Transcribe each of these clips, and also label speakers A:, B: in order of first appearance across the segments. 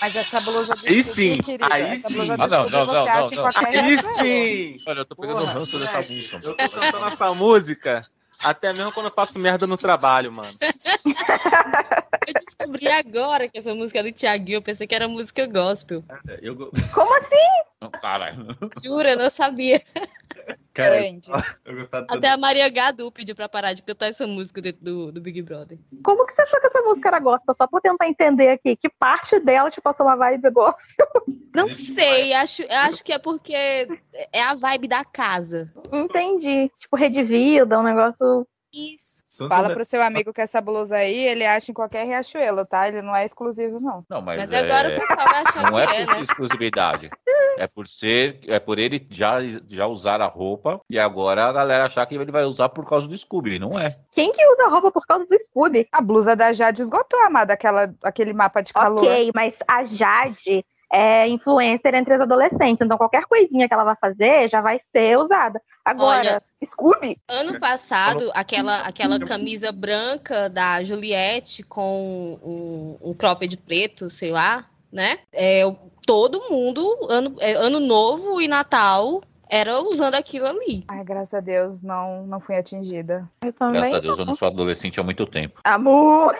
A: Mas essa blusa do
B: Aí
A: Chiquinho,
B: sim,
A: querida,
B: aí
A: essa
B: sim.
A: blusa do
C: Ah, não, não,
A: Chiquinho você
C: não,
A: acha
C: não,
A: em
C: não.
A: qualquer
B: Aí
A: lugar.
B: sim!
C: Olha, eu tô pegando
B: Porra,
C: o ranço dessa
B: moleque.
C: música.
B: Eu tô cantando essa música até mesmo quando eu faço merda no trabalho, mano.
D: Eu descobri agora que essa música é do Thiaguinho, eu pensei que era música gospel.
C: É, Eu... go-
A: Como assim,
C: Não, Caralho.
D: Jura, eu não sabia.
C: Cara,
A: gente?
C: eu gostava tanto.
D: Até a Maria Gadu pediu pra parar de cantar essa música dentro do, do Big Brother.
A: Como que você achou que essa música era gospel? Só pra eu tentar entender aqui, que parte dela te passou uma vibe gospel?
D: Não
C: Existe
D: sei, acho, acho que é porque é a vibe da casa.
A: Entendi. Tipo, rede vida, um negócio...
D: Isso.
E: um
C: Sansa
F: Fala
C: Neto-
F: pro seu amigo que essa blusa aí, ele acha em qualquer riachuelo, tá? Ele não é exclusivo, não.
C: Não, mas,
D: Mas
C: é-
D: agora o pessoal vai achar
C: Não
D: que
C: é
D: é,
C: por
D: né?
C: exclusividade. É por ser, é por ele já, já usar a roupa e agora a galera achar que ele vai usar por causa do Scooby. Não é.
A: Quem que usa roupa por causa do Scooby?
F: A blusa da Jade esgotou, amada, aquela, aquele mapa de calor.
A: Ok, mas a Jade é influencer entre as adolescentes, então qualquer coisinha que ela vai fazer já vai ser usada. Agora,
D: Olha-
A: Scooby?
D: Ano passado, aquela, aquela camisa branca da Juliette com um, um cropped preto, sei lá, né? É, o- todo mundo, ano, é, ano novo e Natal, era usando aquilo ali.
F: Ai, graças a Deus, não, não fui atingida.
A: Eu
C: Graças a
A: também.
C: Deus, eu não sou adolescente há muito tempo.
A: Amor.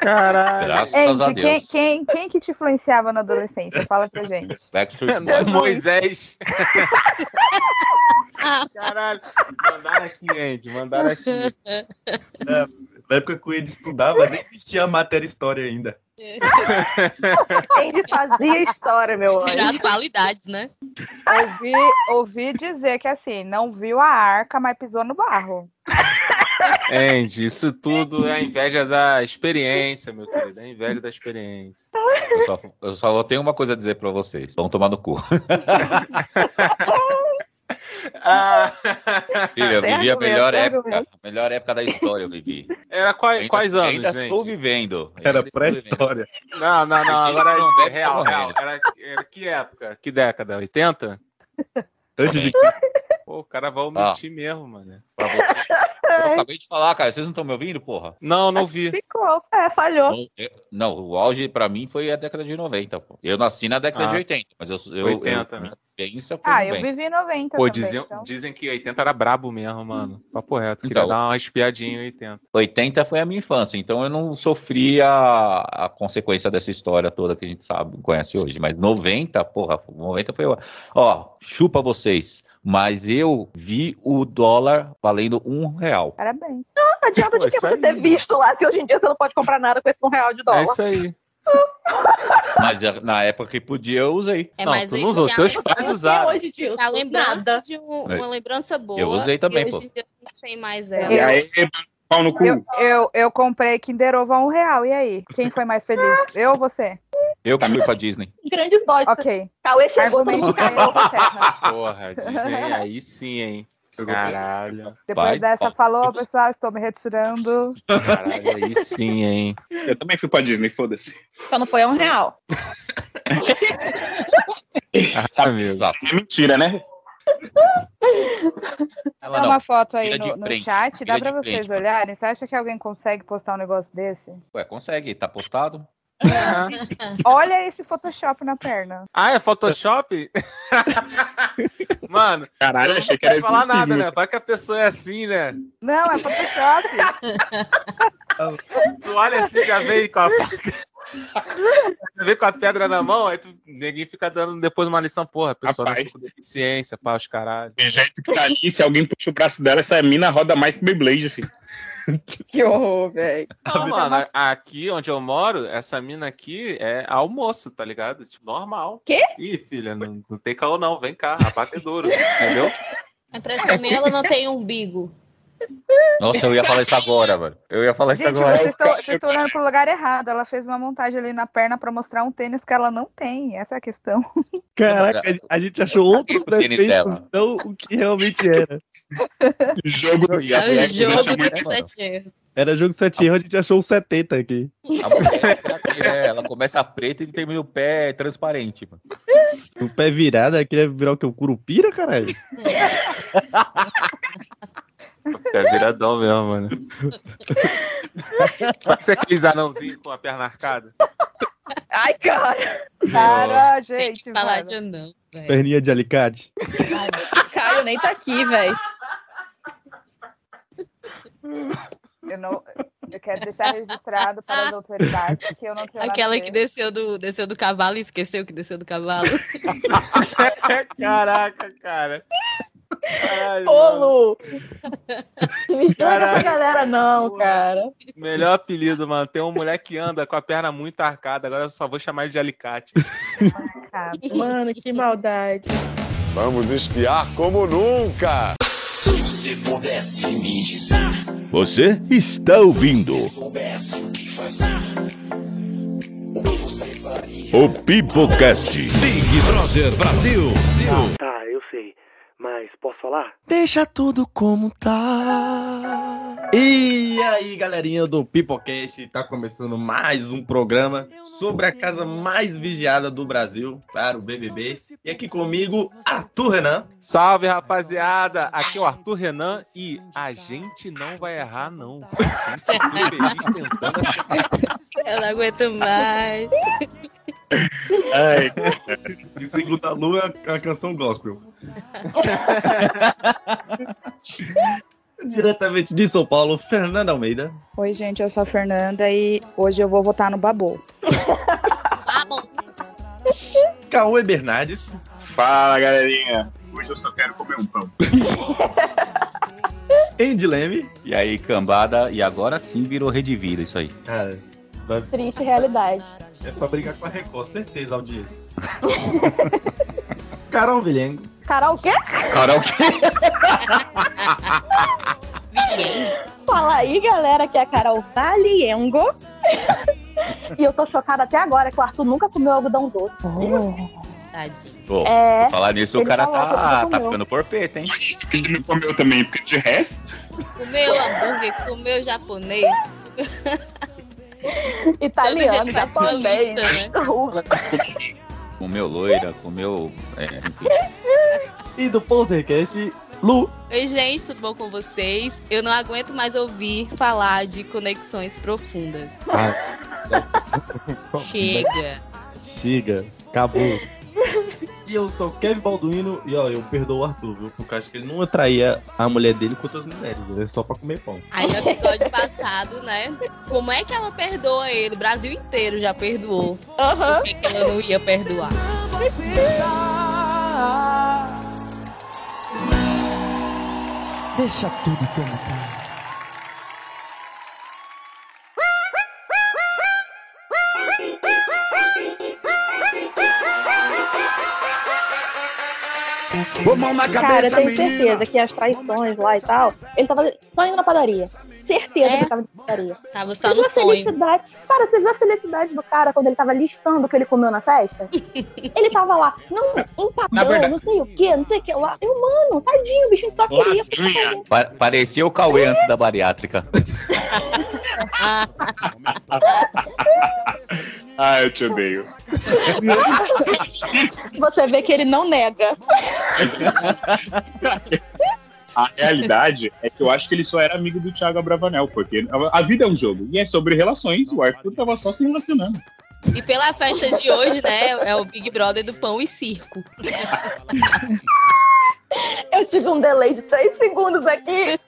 B: Caralho.
C: Graças a
F: Andy, quem,
C: Deus.
F: quem, quem que te influenciava na adolescência? Fala pra gente.
C: Backstreet
B: Não é
C: Boys.
B: Moisés. Caralho. Mandaram aqui, Andy. Mandaram aqui.
E: Na época que o Ed estudava, nem existia a matéria história ainda.
A: Ele fazia história, meu
D: Já
A: anjo.
D: as qualidades, né?
F: Ouvi, ouvi dizer que assim, não viu a arca, mas pisou no barro.
B: Andy, isso tudo é a inveja da experiência, meu querido. É a inveja da experiência.
C: Eu só, eu só tenho uma coisa a dizer pra vocês. Vão tomar no cu.
B: Ah,
C: Filha, eu vivi a
A: argumento,
C: melhor
A: tem
C: época.
A: argumento.
C: A melhor época da história eu vivi.
B: era quais,
C: Ainda-
B: quais anos,
C: Ainda
B: gente?
C: estou vivendo.
E: Era
C: Ainda estou
E: pré-história.
B: Não, não, não.
C: Gente,
B: Agora
C: não
B: é
C: deve
B: real,
C: tá
B: real.
C: morrendo.
B: Era, era que época? Que década? 80?
E: Antes de
B: Pô, o cara vai omitir mesmo, mano.
C: Pra vocês. Eu acabei de falar, cara. Vocês não estão me ouvindo, porra?
B: Não, não vi.
A: Ficou. É, falhou.
C: Bom, eu- Não, o auge pra mim foi a década de 90. Pô. Eu nasci na década
B: Ah.
C: de 80, mas eu. eu
B: 80,
C: eu,
B: né?
C: Minha experiência foi
F: Ah,
C: no
F: eu
C: bem.
F: vivi em 90
B: Pô,
F: também,
B: diziam-
F: então.
B: dizem que Hum. 80 era brabo mesmo, mano. Papo reto. Queria
C: Então.
B: dar uma espiadinha em 80.
C: 80 foi a minha infância, então eu não sofri a, a consequência dessa história toda que a gente sabe, conhece hoje. Mas 90, porra, 90 foi. o- Ó, chupa vocês. Mas eu vi o dólar valendo um real.
F: Parabéns.
A: Não adianta
B: Pô,
A: de que
B: isso
A: você
B: aí.
A: ter visto lá, se hoje em dia você não pode comprar nada com esse um real de
B: É
A: dólar.
B: isso aí.
C: Mas a- na época que podia, eu usei.
D: É
B: Não,
D: mais
B: tu
D: aí
B: não usou,
D: que a
B: teus
D: lembrança-
B: pais usaram.
A: hoje disso.
D: A lembrança
A: Nada.
D: de um- uma lembrança boa.
C: Eu usei também,
D: e
C: pô.
D: hoje em dia não sei mais
F: Eu-
D: ela.
G: E aí, pau no cu.
F: Eu, eu, eu comprei Kinder Ovo a um real, e aí? Quem foi mais feliz? Eu ou você?
C: Eu que fui pra Disney.
A: Grandes dotes.
F: Ok.
A: Cauê chegou no
F: Argumento ganhou Terra.
B: Porra, Disney, aí sim, hein? Caralho.
F: Depois
C: Vai,
F: dessa,
C: Paulo.
F: falou, pessoal, estou me retirando.
B: Caralho, aí sim, hein?
G: Eu também fui pra Disney, foda-se.
A: Só não foi um real.
B: Ah, meu.
C: Exato.
G: É mentira, né?
C: Ela
F: Tem
C: não.
F: uma foto aí
C: Vira de
F: no, no
C: frente,
F: chat,
C: vira
F: dá pra
C: de frente,
F: vocês
C: mano.
F: olharem? Você acha que alguém consegue postar um negócio desse?
C: Ué, consegue, tá postado?
F: Olha esse Photoshop na perna.
B: Ah, é Photoshop? Mano,
G: Caralho,
B: eu
G: achei
B: não
G: que era
B: quero falar nada, né?
G: exclusivo.
B: Para que a pessoa é assim, né?
F: Não, é Photoshop.
B: Tu olha assim, já vem com a. já vem com a pedra na mão, aí tu, ninguém fica dando depois uma lição, porra, a pessoa
G: Rapaz.
B: nasce com deficiência, pá, os caralho.
G: Tem jeito que tá ali, se alguém puxa o braço dela, essa mina roda mais que Beyblade, filho.
F: que horror, velho.
B: Não, mano, a- aqui onde eu moro, essa mina aqui é almoço, tá ligado? Tipo, normal.
A: Quê?
B: Ih, filha, não, não tem caô não, vem cá, abatedouro, entendeu?
D: A impressão também ela não tem umbigo.
C: Nossa, eu ia falar isso agora, velho. Eu ia falar isso
F: Gente,
C: agora.
F: vocês estão- vocês estão olhando pro lugar errado. Ela fez uma montagem ali na perna pra mostrar um tênis que ela não tem. Essa é a questão.
C: Caraca,
E: a gente achou outros
C: tênis
E: defeitos,
C: dela.
E: não o que realmente era.
G: Jogo do
D: É o
G: sexo, né,
D: jogo
G: chamando-
D: de sete erros.
E: Era jogo 7 erros, a gente achou um 70 aqui.
C: A mulher, é, ela começa preta e termina o pé transparente. Mano.
E: O pé virado, aqui ia virar o que? O curupira, caralho?
B: É viradão é mesmo, mano. Parece aqueles anãozinhos com a perna arcada.
A: Ai, cara.
F: Cara,
D: Tem que
F: gente.
D: falar
F: mano.
D: de anão, velho.
H: Perninha de alicate.
A: Caio nem tá aqui, velho.
F: Eu, não, eu quero deixar registrado para as autoridades que eu não tenho nada a
D: Aquela que
F: ver.
D: desceu do, desceu do cavalo e esqueceu que desceu do cavalo.
B: Caraca, cara. Caralho,
A: Ô,
B: mano.
A: Lu. Não estraga
B: Caralho.
A: essa galera, não, cara.
B: Melhor apelido, mano. Tem uma mulher que anda com a perna muito arcada. Agora eu só vou chamar ele de alicate.
F: Cara,
A: Mano, que maldade.
I: Vamos espiar como nunca!
J: Você está ouvindo. O Pipocast. Big Brother Brasil.
K: Tá, eu sei. Mas posso falar?
H: Deixa tudo como tá.
E: E aí, galerinha do Pipocast, tá começando mais um programa sobre a casa mais vigiada do Brasil, claro, o BBB. E aqui comigo, Arthur Renan.
B: Salve, rapaziada. Aqui é o Arthur Renan e a gente não vai errar, não. A gente é feliz tentando essa
D: Eu não aguento mais.
G: Ai,
E: E segundo a Lu, é a canção gospel. Diretamente de São Paulo, Fernanda Almeida.
F: Oi, gente, eu sou a Fernanda e hoje eu vou votar no Babu.
D: Ah, bom.
E: Cauê Bernardes.
G: fala, galerinha. Hoje eu só quero comer um pão.
E: Andy Leme.
C: E aí, cambada, e agora sim virou rede vida isso aí.
E: Cara,
A: Triste realidade.
E: é pra brigar com a Record, certeza, audiência. Carol Vilhengo.
A: Carol, o quê?
C: Carol,
D: Ninguém.
A: Fala aí, galera, que é a Carol Valiengo. e eu tô chocada até agora que o Arthur nunca comeu algodão doce.
F: Oh.
D: Tadinho.
C: Pô,
A: É.
C: falar nisso, o
A: Ele
C: cara
A: falou que
C: tá,
A: não
C: tá
A: comeu.
C: ficando porpeta, hein?
G: Isso que a gente não comeu também, porque de resto.
D: Comeu hambúrguer, comeu japonês. Todo dia
A: Italiano,
D: ele faz
A: japonês.
D: paulista, né?
A: russo.
C: Comeu loira, comeu. é, enfim.
E: E do Poltercast, Lu.
D: Oi, gente, tudo bom com vocês? Eu não aguento mais ouvir falar de conexões profundas.
E: Ah.
D: Chega.
H: Chega. Acabou.
E: E eu sou o Kevin Balduino. E ó, eu perdoo o Arthur, viu? Porque eu acho que ele não atraía a mulher dele com outras mulheres. É só pra comer pão.
D: Aí no episódio passado, né? Como é que ela perdoa ele? O Brasil inteiro já perdoou.
A: Aham.
D: Por que, que ela não ia perdoar?
L: tá.
J: Deixa tudo como tá. Pô, mão na
A: Cara, eu
J: cabeça,
A: tenho
J: menina.
A: certeza que as traições lá e tal, ele tava só indo na padaria. Certeza
D: É.
A: que ele tava na padaria.
D: Tava só Tá
A: Vocês
D: no
A: viram a
D: sonho.
A: felicidade. Cara, vocês viram a felicidade do cara quando ele tava listando o que ele comeu na festa? ele tava lá, não,
G: Na
A: empadão,
G: verdade-
A: não sei o que, não sei o que lá. Eu, mano, tadinho, o bichinho só queria.
G: Lasanha.
C: Pa- Parecia o Cauê antes da bariátrica.
G: Ah, eu te odeio.
A: Você vê que ele não nega.
G: A realidade é que eu acho que ele só era amigo do Thiago Abravanel, porque a a vida é um jogo e é sobre relações. O Arthur tava só se relacionando.
D: E pela festa de hoje, né? É o Big Brother do pão e circo.
A: Eu tive um delay de três segundos aqui.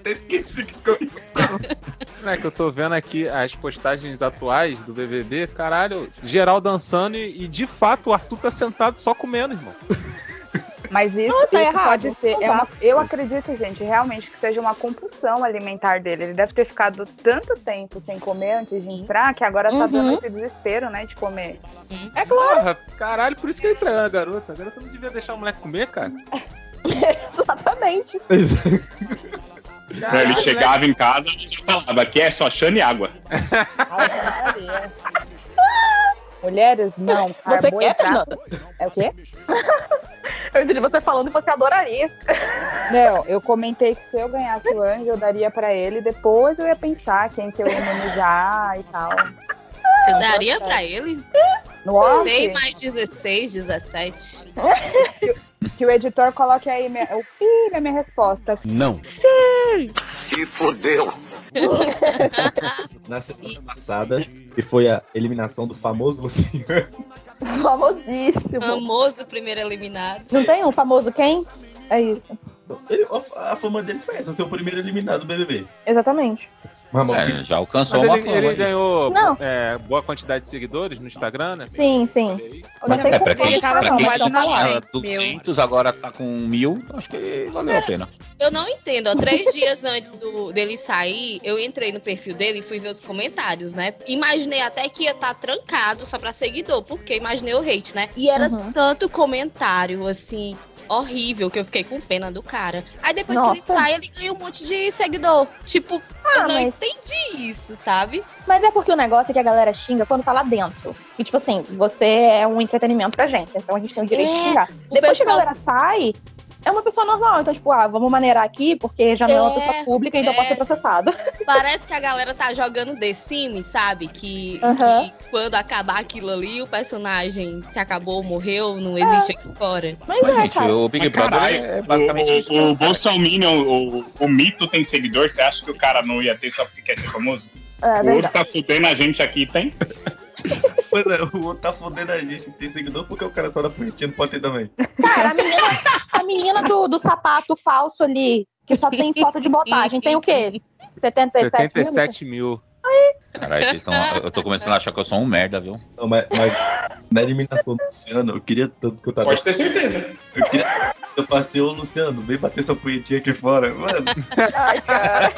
E: Até esqueci que comi.
B: É que eu tô vendo aqui as postagens atuais do BBB, caralho, geral dançando e, e, de fato o Arthur tá sentado só comendo, irmão.
F: Mas isso,
A: Não, tá
F: isso
A: errado.
F: pode ser.
A: Não
F: é
A: tá.
F: uma- eu acredito, gente, realmente que seja uma compulsão alimentar dele. Ele deve ter ficado tanto tempo sem comer antes de entrar que agora tá
A: Uhum.
F: dando esse desespero, né, de comer.
A: É claro,
B: Porra, caralho, por isso que ele traiu a garota. A garota não devia deixar o moleque comer, cara.
A: exatamente.
G: Né, ele chegava em casa e falava: aqui é só chana e água.
F: Mulheres, não.
A: Você quer,
F: Carboidrato. É o quê?
A: Eu entendi você falando que você adoraria.
F: Não, eu comentei que se eu ganhasse o anjo, eu daria pra ele. Depois eu ia pensar quem que eu ia imunizar e tal.
D: Você daria pra ele?
F: No off,
D: Sei mais 16, 17.
F: que o editor coloque aí minha, o pi na minha resposta.
J: Não.
I: Se fodeu!
E: Na semana passada, que foi a eliminação do famoso Luciano.
A: Famosíssimo.
D: Famoso primeiro eliminado.
A: Não tem um famoso quem? É isso.
E: Ele- a, a fama dele foi essa, ser o primeiro eliminado do BBB.
A: Exatamente.
C: É, já alcançou
B: Mas
C: uma
B: ele,
C: fama. né?
B: ele
C: aí.
B: ganhou
A: Não.
B: é, boa quantidade de seguidores no Instagram, né?
A: Sim, sim. Eu não sei
C: É,
A: como
C: pra quem,
A: ele tava
C: pra
A: não,
C: quem
A: mas não
C: tinha
A: é.
C: 200, agora tá com mil, então acho que valeu a pena.
D: Eu não entendo, ó. Três dias antes do, dele sair, eu entrei no perfil dele e fui ver os comentários, né? Imaginei até que ia estar trancado só pra seguidor, porque imaginei o hate, né? E era
A: Uhum.
D: tanto comentário, assim, horrível, que eu fiquei com pena do cara. Aí depois que ele
A: Nossa.
D: sai, ele ganha um monte de seguidor. Tipo,
A: Ah,
D: eu não
A: mas-
D: entendi isso, sabe?
A: Mas é porque o negócio é que a galera xinga quando tá lá dentro. E tipo assim, você é um entretenimento pra gente, então a gente tem o direito de
D: É,
A: xingar.
D: o
A: Depois
D: pessoal-
A: que a galera sai, é uma pessoa normal. Então, tipo, ah, vamos maneirar aqui, porque já não é
D: É,
A: uma pessoa pública, então
D: é.
A: pode ser processada.
D: Parece que a galera tá jogando The Sims, sabe? Que,
A: Aham.
D: que quando acabar aquilo ali, o personagem se acabou, morreu, não
A: É.
D: existe aqui fora.
A: Mas,
C: Mas,
A: é,
C: gente,
A: cara.
C: o Big
G: Mas,
C: Brother
G: caralho,
C: é basicamente isso.
G: o, o, o Bolsonaro, o, o mito tem seguidor, você acha que o cara não ia ter só porque quer ser famoso?
A: É
G: o outro
A: verdade.
G: tá fudendo a gente aqui, tem?
E: Pois é, o outro tá fodendo a gente, tem seguidor, porque o cara só da punhetinha não pode ter também.
A: Cara, a menina, a menina do, do sapato falso ali, que só tem foto de botagem, tem o quê? 77,
B: 77 mil.
C: Caralho, vocês estão. Eu tô começando a achar que eu sou um merda, viu?
E: Não, mas, mas na eliminação do Luciano, eu queria tanto que eu tava.
G: Pode ter certeza.
E: Eu queria eu falei assim, ô Luciano, vem bater essa punhetinha aqui fora. Mano,
F: Ai, cara.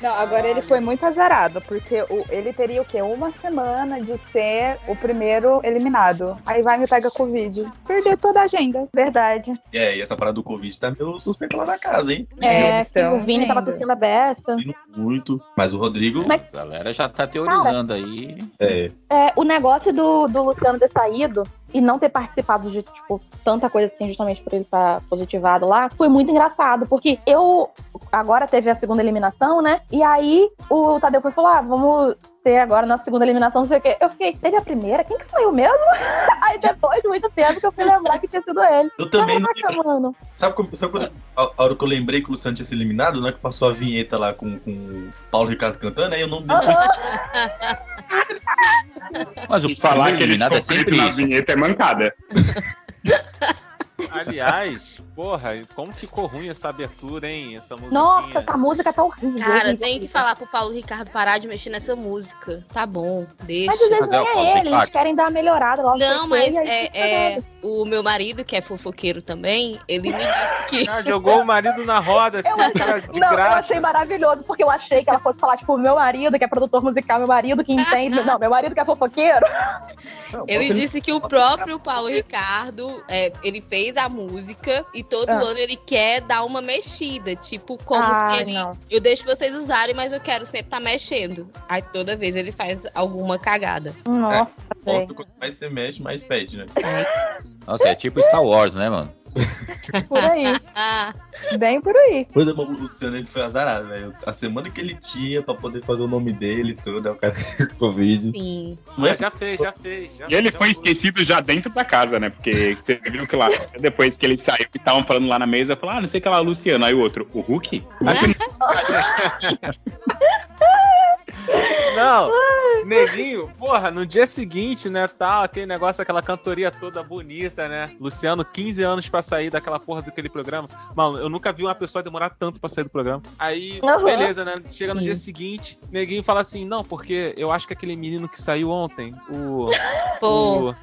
F: Não, agora ele foi muito azarado, porque o- ele teria o quê? Uma semana de ser o primeiro eliminado. Aí vai me pega Covid. Perdeu toda a agenda.
A: Verdade.
E: é, e essa parada do Covid tá meio suspeita lá na casa, hein?
A: É,
F: Eles
A: que
F: tão
A: o Vini tava
F: vendo.
A: tossindo a beça.
E: Muito. Mas o Rodrigo.
A: Mas-
C: A galera já tá teorizando aí.
E: É,
A: É, o negócio do, do Luciano ter saído e não ter participado de, tipo, tanta coisa assim, justamente por ele estar positivado lá, foi muito engraçado, porque eu agora teve a segunda eliminação, né? E aí o Tadeu foi falar, ah, vamos ter agora a nossa segunda eliminação, não sei o quê. Eu fiquei, teve a primeira? Quem que saiu mesmo? aí depois de muito tempo que eu fui lembrar que tinha sido ele.
E: eu também não lembro.
A: Caraca, mano.
E: Sabe, como, sabe quando, a, a hora que eu lembrei que o Luciano tinha sido eliminado, né? Que passou a vinheta lá com, com o Paulo Ricardo cantando, aí eu não depois
C: Mas o
G: E falar que ele
C: eliminado
G: ficou
C: é sempre
G: sempre na
C: isso.
G: vinheta é mancada.
B: Aliás, porra, como ficou ruim essa abertura, hein? Essa musiquinha.
A: Nossa, essa música tá horrível.
D: Cara, tem
A: horrível,
D: que
A: horrível.
D: falar pro Paulo Ricardo parar de mexer nessa música. Tá bom, deixa.
A: Mas às vezes
C: Mas é,
A: nem
C: o Paulo
A: é ele, eles
C: Ricardo.
A: querem dar uma melhorada logo.
D: Não, mas
A: depois, e aí
D: é,
A: fica
D: é,
A: cagado.
D: o meu marido, que é fofoqueiro também, ele me disse que.
B: Ah, jogou o marido na roda, assim, cara, de
A: Não, eu
B: graça.
A: achei maravilhoso, porque eu achei que ela fosse falar, tipo, meu marido que é produtor musical, meu marido que entende. Não, meu marido que é fofoqueiro.
D: Ele disse que o próprio Paulo Ricardo, é, ele fez a música e todo
A: Ah.
D: ano ele quer dar uma mexida. Tipo, como
A: Ah,
D: se ele.
A: não.
D: Eu deixo vocês usarem, mas eu quero sempre estar mexendo. Aí toda vez ele faz alguma cagada.
A: Nossa,
B: É.
A: velho.
E: mostra quanto mais você mexe, mais pede, né?
C: Nossa, é tipo Star Wars, né, mano?
A: Por aí.
D: Ah,
A: Bem por aí.
E: Pois é, mas o Luciano ele foi azarado, velho. A semana que ele tinha pra poder fazer o nome dele e tudo, é o cara com Covid.
D: sim.
E: Não é
B: Ah, já fez, já fez. já
G: E ele
B: fez,
G: foi
B: já
G: esquecido já dentro da casa, né? Porque você viu que lá, depois que ele saiu, que estavam falando lá na mesa, falaram, ah, não sei o que lá, Luciano. Aí o outro, o Hulk?
D: Né?
B: Não, Neguinho, porra, no dia seguinte, né, tal, aquele negócio, aquela cantoria toda bonita, né? Luciano, 15 anos pra sair daquela porra daquele programa. Mano, eu nunca vi uma pessoa demorar tanto pra sair do programa. Aí,
A: Aham.
B: beleza, né? Chega no
D: Sim.
B: dia seguinte, Neguinho fala assim, não, porque eu acho que aquele menino que saiu ontem, o...
D: Pô.
B: o-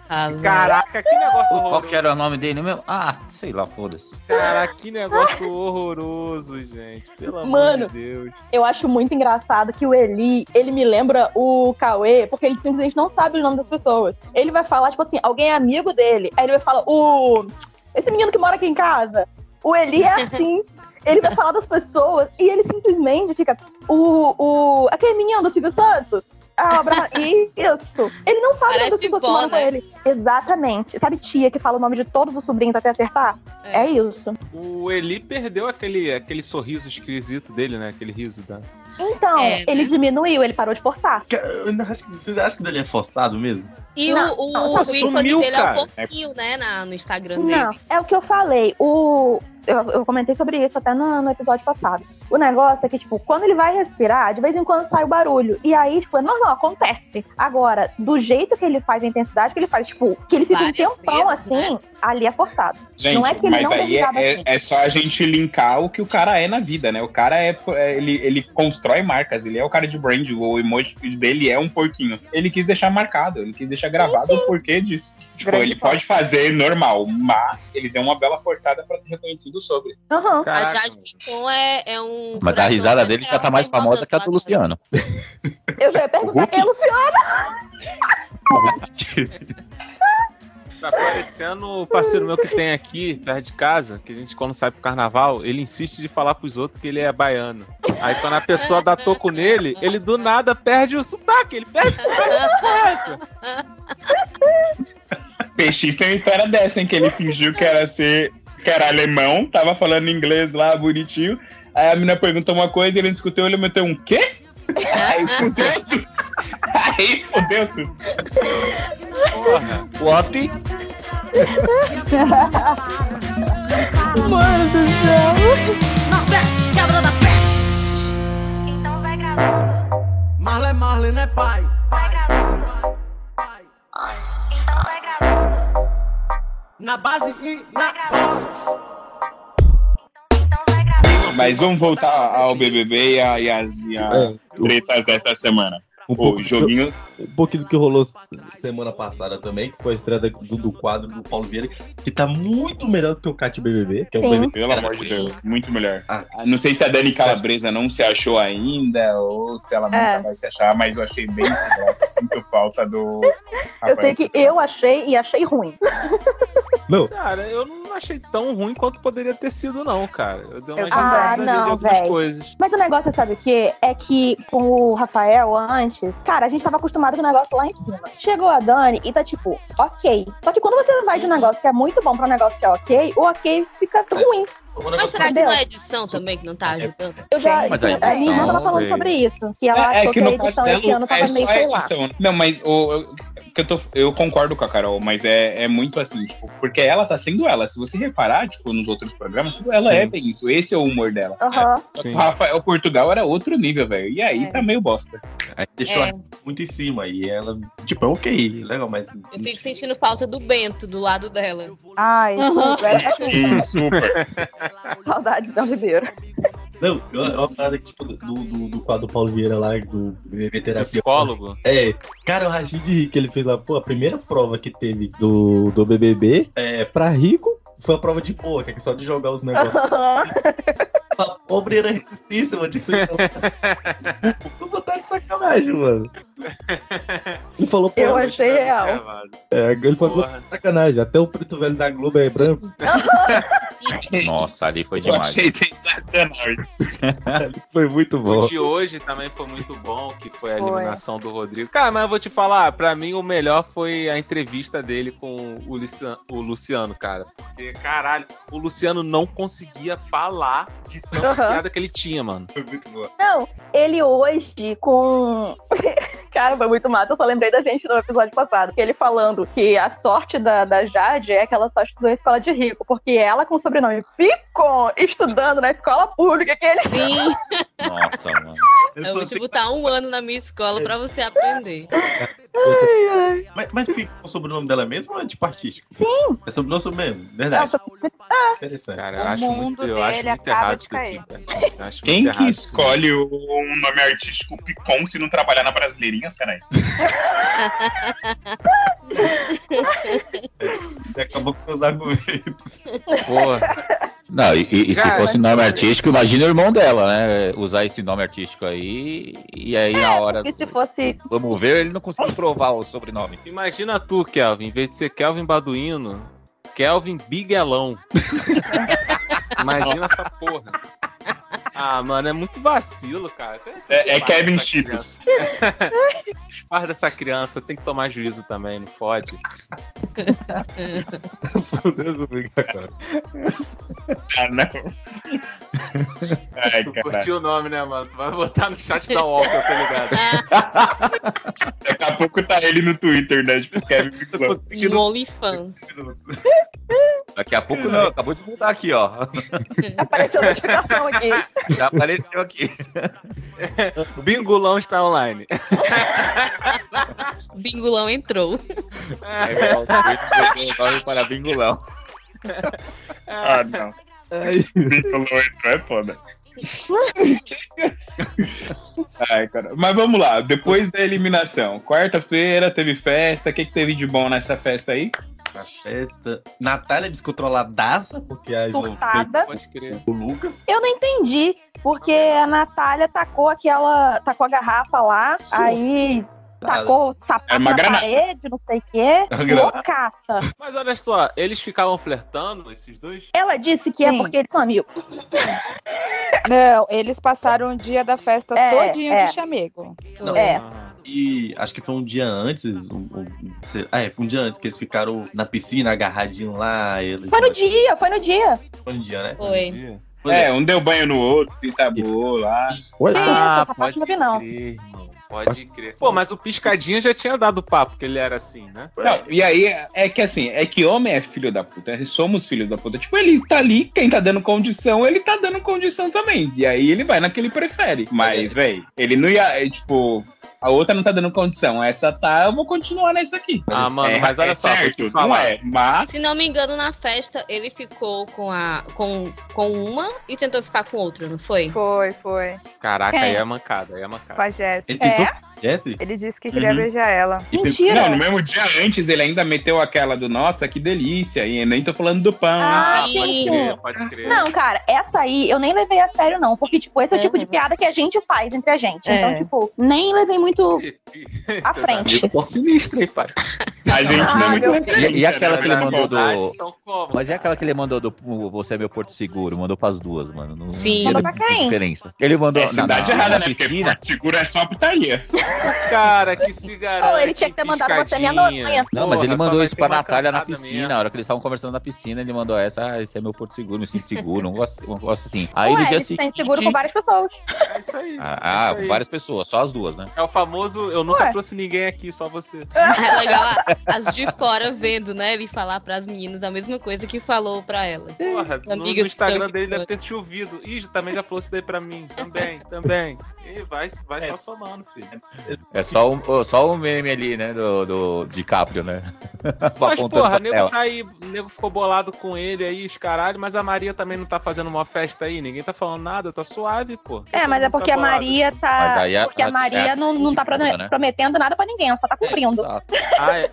B: Caraca, que negócio
C: Qual que é?
B: horroroso.
C: era o nome dele mesmo? Ah, sei lá, foda-se.
B: Caraca, que negócio horroroso, gente. Pelo amor
A: Mano.
B: de Deus.
A: Eu acho muito engraçado que o Eli, ele me lembra o Cauê, porque ele simplesmente não sabe o nome das pessoas. Ele vai falar, tipo assim, alguém é amigo dele. Aí ele vai falar, o. Esse menino que mora aqui em casa. O Eli é assim. ele vai falar das pessoas e ele simplesmente fica. O. o aquele menino do Silvio Santos. Ah, Bra... Isso. Ele não sabe
D: Parece
A: o nome das pessoas que
D: vó,
A: moram com
D: né?
A: ele. Exatamente. Sabe, tia que fala o nome de todos os sobrinhos até acertar?
D: É.
A: É, isso.
B: O Eli perdeu aquele, aquele sorriso esquisito dele, né? Aquele riso da...
A: Então,
D: É,
A: ele diminuiu, ele parou de forçar.
E: Cara, eu ainda acho que- Vocês acham que ele é forçado mesmo?
D: E
A: Não,
D: o, o,
A: não,
D: o ícone
B: sumiu,
D: dele é um
B: cara.
D: pouquinho, né, na- no Instagram dele.
A: Não, é o que eu falei. O, Eu, eu comentei sobre isso até no, no episódio passado. O negócio é que, tipo, quando ele vai respirar, de vez em quando sai o barulho. E aí, tipo, é normal, acontece. Agora, do jeito que ele faz, a intensidade que ele faz, tipo, que ele fica
D: Várias
A: um tempão
D: vezes, né?
A: assim, ali é forçado.
G: Gente,
A: não é que ele
G: mas
A: não
G: aí é,
A: respirava
G: é-
A: assim.
G: é só a gente linkar o que o cara é na vida, né? O cara é. é- Ele, ele constrói marcas, ele é o cara de brand, o emoji dele é um porquinho. Ele quis deixar marcado, ele quis deixar gravado o porquê disso. Tipo,
A: Grande
G: ele pode fazer normal, mas ele deu uma bela forçada pra ser reconhecido sobre.
A: Aham.
D: A Jade Picon é, é um.
C: Mas a risada dele já tá mais famosa que a do Luciano.
A: Eu já ia perguntar quem é Luciana.
B: Tá parecendo o parceiro meu que tem aqui, perto de casa, que a gente quando sai pro carnaval, ele insiste de falar pros outros que ele é baiano. Aí quando a pessoa dá toco nele, ele do nada perde o sotaque, ele perde o sotaque. Que porra é essa?
G: PX tem uma história dessa, hein? Que ele fingiu que era ser. que era alemão, tava falando inglês lá, bonitinho. Aí a menina perguntou uma coisa, ele não escutou, ele meteu um quê? Aí fudeu tudo. Aí fudeu tudo.
B: Porra.
C: What?
A: Mano do céu.
L: Nordeste, cabra da peste. Marla é Marley, né, pai? Na base e na
G: Mas vamos voltar ao BBB e, a- e as, e as tretas dessa semana. o Ah, joguinho.
E: Um pouquinho do que rolou semana passada também, que foi a estreia do, do quadro do Paulo Vieira, que tá muito melhor do que o Cat BBB, que é o
G: Sim.
E: BBB.
G: Pelo amor de Deus, muito melhor. Não sei se a Dani Calabresa não se achou ainda, ou se ela nunca
A: É.
G: vai se achar, mas eu achei bem sem graça. Sinto falta do.
A: Eu sei
G: Rafael.
A: que eu achei e achei ruim.
B: Cara, eu não achei tão ruim quanto poderia ter sido, não, cara. Eu dei uma
A: Ah,
B: risada ali de
A: não,
B: algumas
A: velho.
B: coisas.
A: Mas o negócio, sabe o quê? É que com o Rafael antes, cara, a gente tava acostumado com o negócio lá em cima. Chegou a Dani e tá tipo, ok. Só que quando você vai de um negócio que é muito bom pra um negócio que é ok, o ok fica
G: É,
A: ruim.
D: Mas será que não é a edição também que não tá ajudando?
A: Eu já.
G: Mas a
A: a minha irmã
G: edição,
A: tava falando
G: sei.
A: sobre isso. Que ela
G: É,
A: achou
G: é
A: que,
G: que
A: a
G: no caso
A: edição
G: dela
A: esse ano tava
G: é
A: meio,
G: só a
A: sei lá.
G: edição. Não, mas o, eu, que eu, tô, eu concordo com a Carol, mas é, é muito assim, tipo, porque ela tá sendo ela. Se você reparar, tipo, nos outros programas, tipo, ela
B: Sim.
G: é bem isso. Esse é o humor dela.
A: Aham.
G: O Rafael Portugal era outro nível, velho. E aí
D: É.
G: tá meio bosta.
E: Aí deixou
D: É.
E: ela muito em cima, e ela, tipo, é ok, legal, mas...
D: Eu fico sentindo falta do Bento do lado dela.
F: Ai, É,
D: Uhum.
G: É.
F: isso era-
G: Sim, super.
A: Saudade do Ribeiro.
E: Não, eu- é uma parada que, tipo, do, do, do quadro do Paulo Vieira lá, do BBB Terapia.
B: Psicólogo?
E: É, cara, o Rachid de que ele fez lá, pô, a primeira prova que teve do, do BBB, é, pra rico, foi a prova de boa, que é só de jogar os negócios. pra pobre era resistíssimo, tinha que ser um Tô botando de sacanagem, mano. Ele falou, pô,
A: Eu achei real.
E: é, ele falou, pô, sacanagem, até o preto velho da Globo é branco.
C: Nossa, ali
B: É
C: foi
G: Eu
C: demais.
G: achei sensacional.
E: Foi muito
B: O
E: bom.
B: de hoje também foi muito bom, que foi a
F: Foi.
B: eliminação do Rodrigo. Cara, mas eu vou te falar, pra mim o melhor foi a entrevista dele com o Luciano, o Luciano cara. Porque, caralho, o Luciano não conseguia falar de
G: É,
B: tanta
A: Aham.
B: piada que ele tinha, mano.
G: Foi muito boa.
A: Não, ele hoje com. Cara, foi muito massa. Eu só lembrei da gente no episódio passado. Que ele falando que a sorte da, da Jade é que ela só estudou em escola de rico. Porque ela, com o sobrenome Picon, estudando na escola pública, que ele.
D: Sim,
C: Nossa, mano.
A: É
D: eu vou te botar um ano na minha escola pra você aprender.
A: Ai, ai.
E: assim, Mas, mas Pico, o sobrenome dela mesmo ou é tipo artístico?
A: Sim.
E: É sobrenome mesmo,
A: Ela
E: verdade.
A: só- Ah,
E: Interessante.
B: Cara,
F: O
B: eu acho muito,
F: mundo
B: eu acho
F: dele
B: muito
F: acaba
B: errado
F: de
B: isso aqui, velho. Eu acho muito
G: Quem que
B: errado isso.
G: escolhe o- um nome artístico Picon se não trabalhar na Brasileirinhas, caralho?
E: Acabou com os argumentos.
B: Porra.
C: Não, e, e- e se
B: Cara,
C: fosse
B: mas-
C: nome artístico, imagina o irmão dela, né? Usar esse nome artístico aí, e aí na hora.
A: porque se fosse.
C: Vamos ver, ele não conseguiu provar o sobrenome.
B: Imagina tu, Kelvin, em vez de ser Kelvin Baduino, Kelvin Biguelão. Imagina essa porra. Ah, mano, é muito vacilo, cara.
G: É, é
B: Os pais
G: Kevin
B: dessa
G: Chitos.
B: criança- Os pais dessa criança tem que tomar juízo também, não pode.
C: É.
G: Ah, não. Ai,
B: Tu
G: caralho.
B: curtiu o nome, né, mano? Tu vai botar no chat da Walker, tá ligado?
G: Daqui a pouco tá ele no Twitter, né? Tipo, Kevin Biglow.
D: No OnlyFans.
C: Daqui a pouco não, acabou de mudar aqui, ó.
A: Apareceu notificação aqui.
C: Já apareceu aqui.
B: O bingulão está online.
D: Bingulão entrou.
C: Aí vai o tweet do nome para bingulão.
G: Ah, não. Bingulão entrou é foda. Ai, cara. Mas vamos lá, depois da eliminação. Quarta-feira teve festa. O que, que teve de bom nessa festa aí?
E: Na festa. Natália descontroladaça, porque a Isla
A: Surtada.
E: foi com o Lucas.
A: Eu não entendi, porque a Natália tacou aquela. tacou a garrafa lá, aí tacou o sapato
B: É uma
A: na
B: granada.
A: parede, não sei o quê.
B: É uma granada.
A: Loucaça.
B: Mas olha só, eles ficavam flertando, esses dois?
A: Ela disse que é porque eles são amigos.
F: é, Não, eles passaram o dia da festa
A: É,
F: todinho
A: é.
F: de chamego.
E: Não.
A: É.
E: E acho que foi um dia antes. Um, um- sei- ah, é, foi um dia antes que eles ficaram na piscina agarradinho lá. Eles,
A: Foi no dia, foi no dia.
E: Foi um dia, né?
D: Foi.
G: É, um deu banho no outro, se sabou lá.
H: Olha.
B: Ah,
A: essa parte
B: pode
A: não vi, não.
B: crer, irmão. Pode crer. Pô, mas o piscadinha já tinha dado papo, que ele era assim, né?
G: Não, e aí é que assim, é que homem é filho da puta, é, somos filhos da puta. Tipo, ele tá ali, quem tá dando condição, ele tá dando condição também. E aí ele vai na que ele prefere.
B: é.
G: Mas, véi, ele não ia, é, tipo, a outra não tá dando condição, essa tá, eu vou continuar nessa aqui.
B: Ah, mano,
G: É,
B: mas olha
G: é
B: só, vou te
G: certo, não
B: falar.
G: é, mas
D: Se não me engano, na festa ele ficou com a com, com uma e tentou ficar com outra, não foi?
F: Foi, foi.
B: Caraca,
F: Quem?
B: aí é mancada, aí é
F: Com
B: mancada.
F: a Jéssica.
G: Ele tentou?
E: Jesse?
F: Ele disse que queria
G: Uhum.
F: beijar ela.
A: Um
G: Não,
A: é.
G: no mesmo dia antes ele ainda meteu aquela do nossa, que delícia, e nem tô falando do pão.
A: Ah,
G: né?
A: sim.
B: tá, pode crer.
A: Não, tá cara, essa aí eu nem levei a sério, não. Porque, tipo, esse é o tipo de piada que a gente faz entre a gente. Então,
D: É.
A: tipo, nem levei muito à
B: Teus
A: frente.
B: amigos tão sinistros, hein, pai?
G: A gente
A: Ah,
G: não é
A: meu
G: muito né?
C: E, e aquela que ele
B: As
G: é
C: mandou
B: amizades
C: do.
B: tão como?
C: Mas é aquela que ele mandou do o Você é meu Porto Seguro, mandou pras duas, mano. Não,
D: Sim.
C: não
A: Mandou
C: tem
A: pra quem?
C: diferença. Ele mandou
G: É
C: na, na,
G: cidade errada,
C: na
G: né? Porque
C: piscina.
G: Porto seguro é só putaria.
B: Cara, que cigarro.
A: Pô, ele tinha que ter mandado você minha nozinha.
C: Não, mas ele
B: Porra, só
C: mandou
B: vai
C: isso
B: ter
C: pra
B: uma
C: Natália na
B: cantada
C: piscina.
B: mesmo.
C: Na hora que eles estavam conversando na piscina, ele mandou essa, ah, esse é meu porto seguro, me sinto seguro, um negócio um negócio assim. Aí
A: Ué,
C: no dia
A: ele é, se
C: seguinte.
A: sente seguro com várias pessoas.
B: É isso aí.
C: Ah, ah,
B: é, isso aí.
C: várias pessoas, só as duas, né?
B: é o famoso eu nunca
A: Ué.
B: trouxe ninguém aqui, só você.
D: É legal a- as de fora vendo, né? Ele falar pras meninas a mesma coisa que falou pra elas.
B: Porra, no, no
D: Amigos
B: Instagram
D: tão-
B: dele deve ter chovido. Ih, também já falou isso daí pra mim. Também, também. E vai, vai só somando, filho.
C: É só um, oh, só um meme ali, né? Do, do DiCaprio, né?
B: Mas,
C: Apontando
B: porra,
C: pra
B: nego
C: tela.
B: tá aí, nego ficou bolado com ele aí, os caralho, mas a Maria também não tá fazendo uma festa aí, ninguém tá falando nada, tá suave, pô. Tá
A: É, mas é porque a Maria
C: tá assim. Mas
A: tá.
C: aí a-
A: Porque a
C: a-
A: Maria
C: é
A: não, não tá
C: atitude, né?
A: prometendo nada pra ninguém, ela só tá cumprindo.
C: Exato.
B: Ah, é,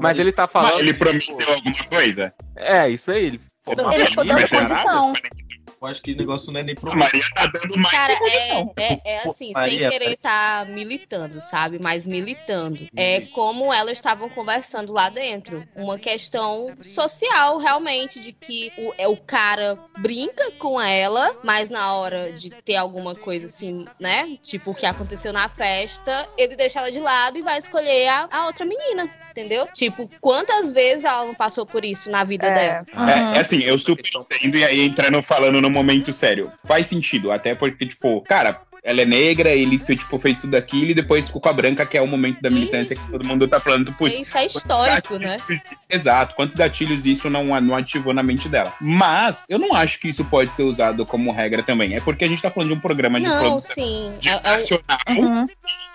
B: mas ele tá falando.
G: Ele
B: que,
G: prometeu
B: tipo,
G: alguma coisa?
B: É, isso aí. Ele, pô,
E: Ele
C: tá
B: mas
A: Ele
G: Mas
A: ficou
G: ninguém
A: dando
G: vai falar nada?
A: condição.
E: Eu acho que o negócio não é nem pro
G: A Maria tá dando mais.
D: Cara, é,
E: condição.
D: é, é assim,
E: Maria,
D: sem querer tá militando, sabe? Mas militando. É como elas estavam conversando lá dentro. Uma questão social, realmente, de que o, é, o cara brinca com ela, mas na hora de ter alguma coisa assim, né? Tipo o que aconteceu na festa, ele deixa ela de lado e vai escolher a, a outra menina. Entendeu? Tipo, quantas vezes ela não passou por isso na vida
F: É.
D: dela?
A: Uhum.
G: É, é assim, eu super entendo e aí entrando falando no momento sério. Faz sentido, até porque, tipo, cara, ela é negra, ele fe- tipo, fez tudo aquilo e depois ficou com a branca, que é o momento da militância que todo mundo tá falando. Putz,
D: Isso é histórico, né?
G: Exato, quantos gatilhos isso não, não ativou na mente dela. Mas eu não acho que isso pode ser usado como regra também. É porque a gente tá falando de um programa de
D: Não,
G: produção
D: sim.
G: de
D: É, é um-
G: nacional
A: Uhum.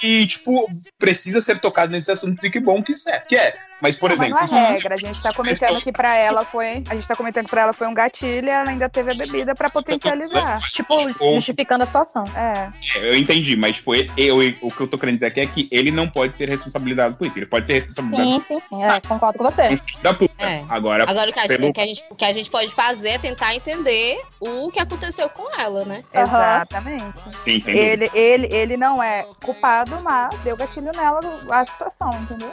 G: e, tipo, precisa ser tocado nesse assunto e que bom que isso é. Que é. Mas, por
F: Não,
G: exemplo,
F: mas não é regra, a gente tá comentando que pra ela foi. A gente tá comentando que pra ela foi um gatilho e ela ainda teve a bebida pra potencializar.
A: Tipo,
G: Tipo-
A: justificando a situação.
F: É.
G: eu entendi, mas tipo, eu, eu- o que eu tô querendo dizer aqui é que ele não pode ser responsabilizado por isso. Ele pode ser responsabilizado
A: Sim, sim, sim. é, concordo com você.
G: por filho da puta.
D: É.
G: Agora,
D: Agora, o que, a gente,
G: Pelo-
D: o que a gente- o que a gente pode fazer é tentar entender o que aconteceu com ela, né?
A: Aham.
F: Exatamente.
G: sim, sem dúvida.
F: Uhum. Ele, ele, ele não é culpado, mas deu gatilho nela a situação, entendeu?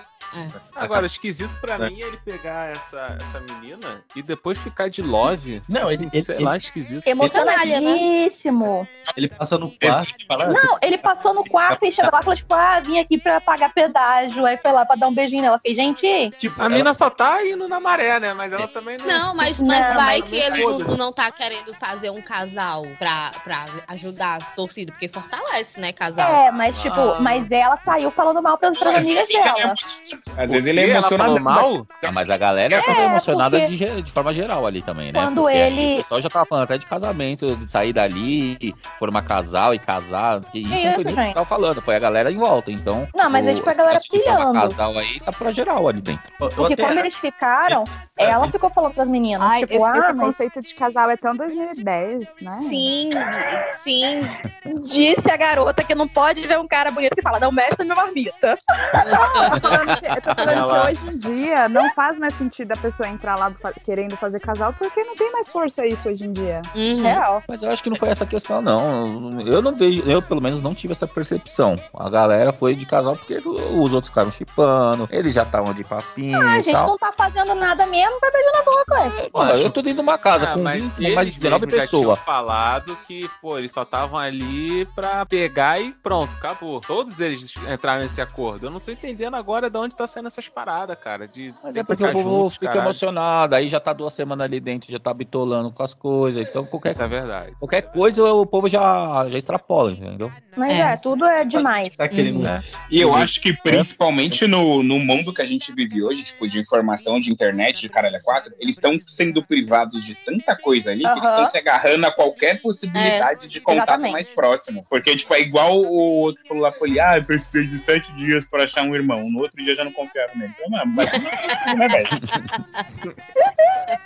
B: Agora, esquisito pra mim é ele pegar essa, essa menina e depois ficar de love.
E: Não,
B: Assim,
E: ele-
B: sei
E: ele-
B: lá, esquisito.
A: Emocionadíssimo.
E: Ele passa no
G: Ele
E: quarto. fala,
A: Não, ele passou no quarto e chegou lá e falou, tipo, ah, vim aqui pra pagar pedágio. Aí foi lá pra dar um beijinho nela. Fiquei, gente,
E: Tipo,
B: A mina só tá indo na maré, né? Mas ela também não.
D: Não, mas, mas
A: Não,
D: vai
B: mas
D: que
B: não
D: ele não,
B: foda-se.
D: não tá querendo fazer um casal pra, pra ajudar a torcida, porque fortalece, né, casal?
C: Ah.
A: é, mas tipo, mas ela saiu falando mal pras outras amigas dela.
G: Às vezes ele é
C: Ela
G: emocionado.
C: falou mal? Ah, mas a galera tava
A: É,
C: emocionada
A: porque-
C: de, ge- de forma geral ali também, né?
A: Quando
C: Porque
A: ele-
C: aí O pessoal já tava falando até de casamento, de sair dali, e formar casal e casar. Que isso
A: Que
C: não
A: É isso,
C: foi nem o
A: gente?
C: pessoal falando, foi a galera em volta, então.
A: Não, mas
C: o-
A: é tipo a galera
C: esse negócio de formar
A: pilhando.
C: casal aí tá pra geral ali dentro.
A: Porque quando eles ficaram,
C: É.
A: ela ficou falando pras meninas.
F: Ai,
A: tipo,
F: esse,
A: ah,
F: esse
A: mas
F: conceito de casal é tão 2010, né?
D: Sim, sim.
A: disse a garota que não pode ver um cara bonito e fala, não mexe na minha marmita.
F: Eu tô falando
A: Ela-
F: que hoje em dia não faz mais sentido a pessoa entrar lá fa- querendo fazer casal, porque não tem mais força isso hoje em dia.
D: Uhum.
F: Real.
C: Mas eu acho que não foi essa questão, não. Eu não vejo, eu pelo menos não tive essa percepção. A galera foi de casal porque os outros ficaram chipando, eles já estavam de papinho
A: Ah, a
C: e
A: gente
C: tal.
A: não tá fazendo nada mesmo, vai beijando a boca.
C: Pô, eu tô dentro de uma casa
B: Ah,
C: com
B: mas
C: 20,
B: eles
C: mais de 19
B: mesmos já tinham
C: pessoas.
B: falado que, pô, eles só estavam ali pra pegar e pronto, acabou. Todos eles entraram nesse acordo. Eu não tô entendendo agora de onde tá saindo essas paradas, cara. De
C: Mas
B: ter
C: é
B: que
C: porque o
B: ficar
C: povo
B: juntos,
C: fica
B: caralho.
C: emocionado, aí já tá duas semanas ali dentro, já tá bitolando com as coisas. Então qualquer,
B: Isso é verdade.
C: qualquer coisa o povo já, já extrapola, entendeu?
A: Mas é, tudo é demais.
E: tá
A: Uhum.
G: E eu acho que principalmente no, no mundo que a gente vive hoje, tipo, de informação, de internet, de caralho a quatro, eles estão sendo privados de tanta coisa ali que eles
A: Aham.
G: estão se agarrando a qualquer possibilidade
A: É,
G: de contato
A: exatamente.
G: mais próximo. Porque, tipo, é igual o outro falou lá, falou, ali, ah, eu precisei de sete dias pra achar um irmão. No outro dia eu já não confiava nele. Então, mano, mas né,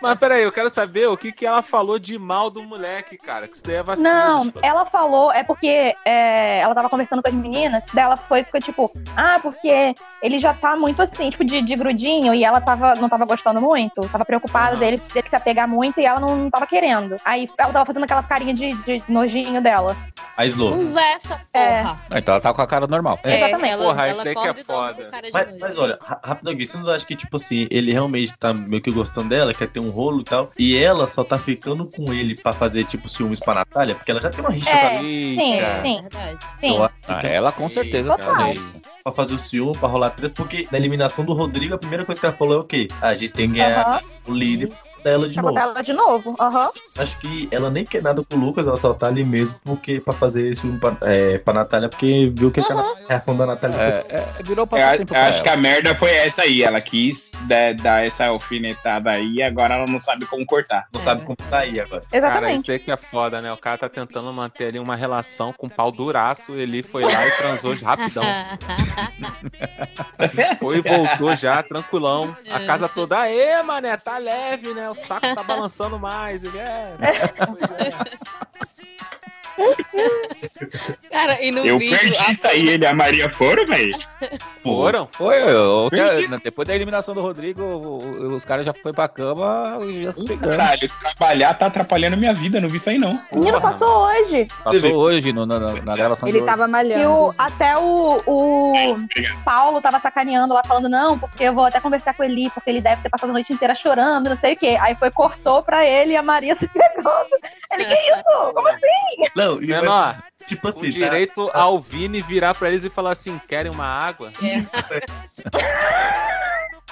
B: Mas peraí, eu quero saber o que, que ela falou de mal do moleque, cara. Que isso daí é
E: Assim,
B: vacilo.
E: né,
A: Não,
E: tipo?
A: ela falou, é porque é, ela tava conversando com as meninas, daí ela foi e ficou tipo, ah, porque ele já tá muito assim, tipo, de, de grudinho, e ela tava, não tava gostando muito, tava preocupada dele, dele se apegar muito e ela não, tava querendo. Aí ela tava fazendo aquela carinha de, de nojinho dela.
C: A slow.
D: Conversa, porra.
C: Então ela tá com a cara normal.
D: É, Exatamente. ela-
B: Porra,
D: ela
B: isso daí que é
D: acorda e dobra
B: foda.
D: cara de
E: Mas,
D: nojo.
E: mas olha, ra- rapidão, Gui, você não acha que, tipo assim, ele realmente tá meio que gostando dela, quer ter um rolo e tal, e ela só tá ficando com ele pra fazer, tipo, ciúmes pra Natália? Porque ela já tem uma rixa
A: É,
E: com a-
A: sim,
E: Eita.
A: sim,
D: É verdade.
A: sim.
E: Tipo Eu acho que
C: Ah, ela com certeza
A: Total.
C: tá
E: Pra fazer o ciúme, pra rolar treta, porque na eliminação do Rodrigo, a primeira coisa que ela falou é o quê? A gente tem que ganhar o líder
A: Uhum.
E: dela de
A: Pra
E: novo.
A: botar ela de novo, aham.
E: Acho que ela nem quer nada com o Lucas, ela só tá ali mesmo porque, pra fazer esse filme pra, é, pra Natália, porque viu que é aquela
A: Uhum.
E: reação da Natália tipo, depois-
C: É, é, virou
G: Eu,
C: passatempo pra
G: acho
C: ela.
G: que a merda foi essa aí. Ela quis dar, dar essa alfinetada aí e agora ela não sabe como cortar.
A: É.
E: Não sabe como sair agora.
B: Cara, isso daí que é foda, né? O cara tá tentando manter ali uma relação com um pau duraço. Ele foi lá e transou de rapidão.
E: então.
B: Foi e voltou já, tranquilão. A casa toda, aê, mané, tá leve, né? O saco tá balançando mais. Ele é.
D: Cara, e no
G: Eu
D: vídeo.
G: perdi
D: a-
G: isso aí, ele e a Maria foram, velho.
B: Foram?
C: Foi, eu,
G: Foi
C: eu-
G: isso.
C: na- depois da eliminação do Rodrigo, o- o- os caras já foram pra cama e já se pegando.
G: Caralho, trabalhar tá atrapalhando minha vida, não vi isso aí não.
A: Menino, passou hoje.
G: tá
C: Passou hoje no- na, na- na gravação
F: Ele
C: de
F: tava
A: E
F: malhando.
A: o, até o, o
G: obrigado.
A: Paulo tava sacaneando lá, falando, não, porque eu vou até conversar com ele, porque ele deve ter passado a noite inteira chorando, não sei o quê. Aí foi, cortou pra ele e a Maria se pegando. Ele, que isso? Como assim?
E: Não, e-
B: Menor,
E: tipo
B: com
E: assim, tá-
B: direito ao Vini virar pra eles e falar assim: querem uma água?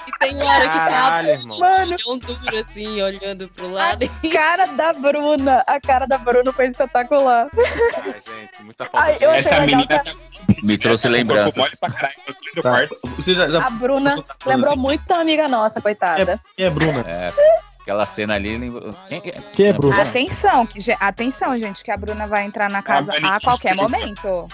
D: E tem uma hora que tá
B: Caralho, irmão.
A: Mano,
D: um duro assim, olhando pro lado.
A: a cara da Bruna, a cara da Bruna foi espetacular.
B: Ai, gente, muita falta
A: Ai,
B: de
A: eu achei
G: Essa
A: legal
G: menina
A: que a,
G: tá
C: Me trouxe
G: corpo
C: lembranças.
G: mole pra caralho, tá saindo do
E: tá.
G: quarto.
E: Você já, já
A: a Bruna Ah, né?
E: assim?
A: lembrou muito da amiga nossa, coitada.
E: Quem é Bruna?
C: É, aquela cena ali lembrou. Quem que é?
H: Quem é Bruno?
F: Atenção, que, ge- atenção, gente, que a Bruna vai entrar na casa
G: Bonitinho.
F: a qualquer momento.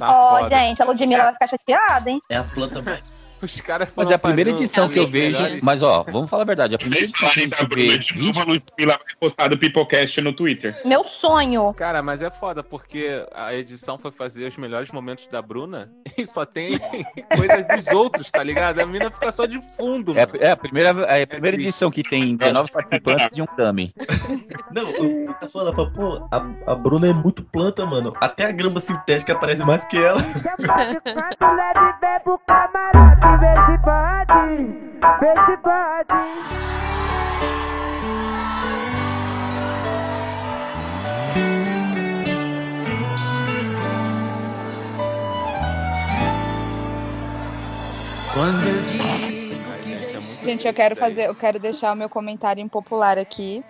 B: Tá
A: Ó,
B: foda.
A: gente, a Ludmilla vai ficar chateada, hein?
E: É a planta mais.
B: Os caras
C: Mas
B: foram
C: é a primeira
B: fazer um-
C: edição que eu
D: Não,
C: vejo.
D: melhores.
C: Mas ó, vamos falar a verdade. A primeira
G: Vocês
C: edição que a
G: falarem da
C: gente
G: Bruna
C: vê.
G: de novo, a Ludmilla vai postar do Peoplecast no Twitter.
A: Meu sonho.
B: Cara, mas é foda, porque a edição foi fazer os melhores momentos da Bruna e só tem coisas dos outros, tá ligado? A mina fica só de fundo,
C: É,
B: mano.
C: a- é a primeira, é a primeira edição que
G: É.
C: tem 19 participantes e um dummy.
E: Não, você tá falando, fala, pô, a, a Bruna é muito planta, mano. Até a grama sintética aparece mais que ela.
F: Gente, eu quero fazer, eu quero deixar o meu comentário impopular aqui.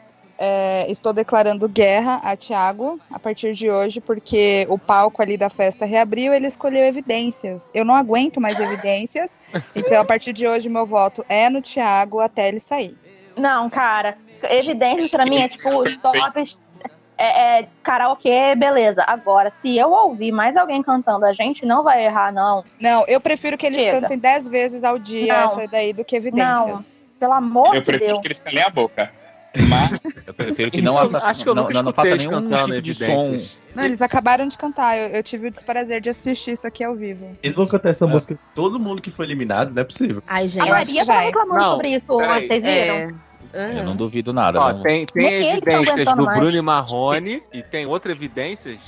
F: é, estou declarando guerra a Tiago a partir de hoje, porque o palco ali da festa reabriu ele escolheu evidências. Eu não aguento mais evidências, então a partir de hoje meu voto é no Tiago até ele sair.
A: Não, cara, evidências pra mim é tipo os tops. É, é, karaokê, beleza. Agora, se eu ouvir mais alguém cantando, a gente não vai errar, não.
F: Não, eu prefiro que eles
A: Chega.
F: cantem 10 vezes ao dia
A: Não.
F: essa daí do que evidências.
A: Pelo amor de
G: Eu prefiro
A: Deus.
G: que eles calem a boca.
C: Eu prefiro que não,
B: Eu
C: assa-
B: acho que eu
C: não,
B: nunca
C: não, não
B: escutei
C: faça
B: eles
C: nenhum
B: cantando
C: tipo de
B: evidências.
C: som.
F: Não, eles acabaram de cantar. Eu, eu tive o desprazer de assistir isso aqui ao vivo.
E: Eles vão cantar
B: É.
E: essa música música. Todo mundo que foi eliminado, não é possível.
D: Ai, gente.
A: A Maria tava reclamando
B: Não,
A: sobre isso,
B: peraí.
A: vocês viram?
D: É.
C: Eu
D: Ah.
C: não duvido nada.
B: Ó,
C: não.
B: tem,
A: Nem ele
B: tem
A: tá
B: evidências
A: aguentando
B: do
A: mais.
B: Bruno e Marrone e tem outra evidências.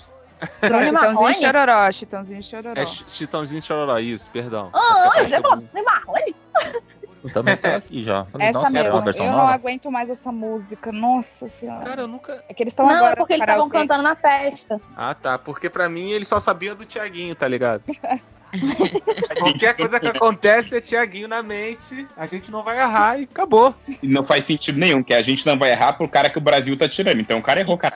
F: Não, Chitãozinho
A: Marrone?
F: e Chororó, Chitãozinho e Chororó.
B: É Ch- Chitãozinho e Chororó, isso, perdão.
A: Ah,
B: É
A: eu já
B: sobre-
A: falou, nem marrone.
C: Eu Também tá aqui já. Falei,
F: Essa
C: nossa, era
F: mesmo.
C: uma versão
F: Eu não
C: nova?
F: aguento mais essa música. Nossa senhora.
B: Cara, eu nunca.
F: é que eles estão
A: Não,
F: agora
A: é porque
F: no
A: eles estavam
F: karaokê.
A: cantando na festa.
B: Ah, tá. Porque pra mim ele só sabia do Tiaguinho, tá ligado? Qualquer coisa que acontece é Tiaguinho na mente, a gente não vai errar e acabou.
G: E não faz sentido nenhum, que a gente não vai errar pro cara que o Brasil tá tirando. Então o cara errou, cara.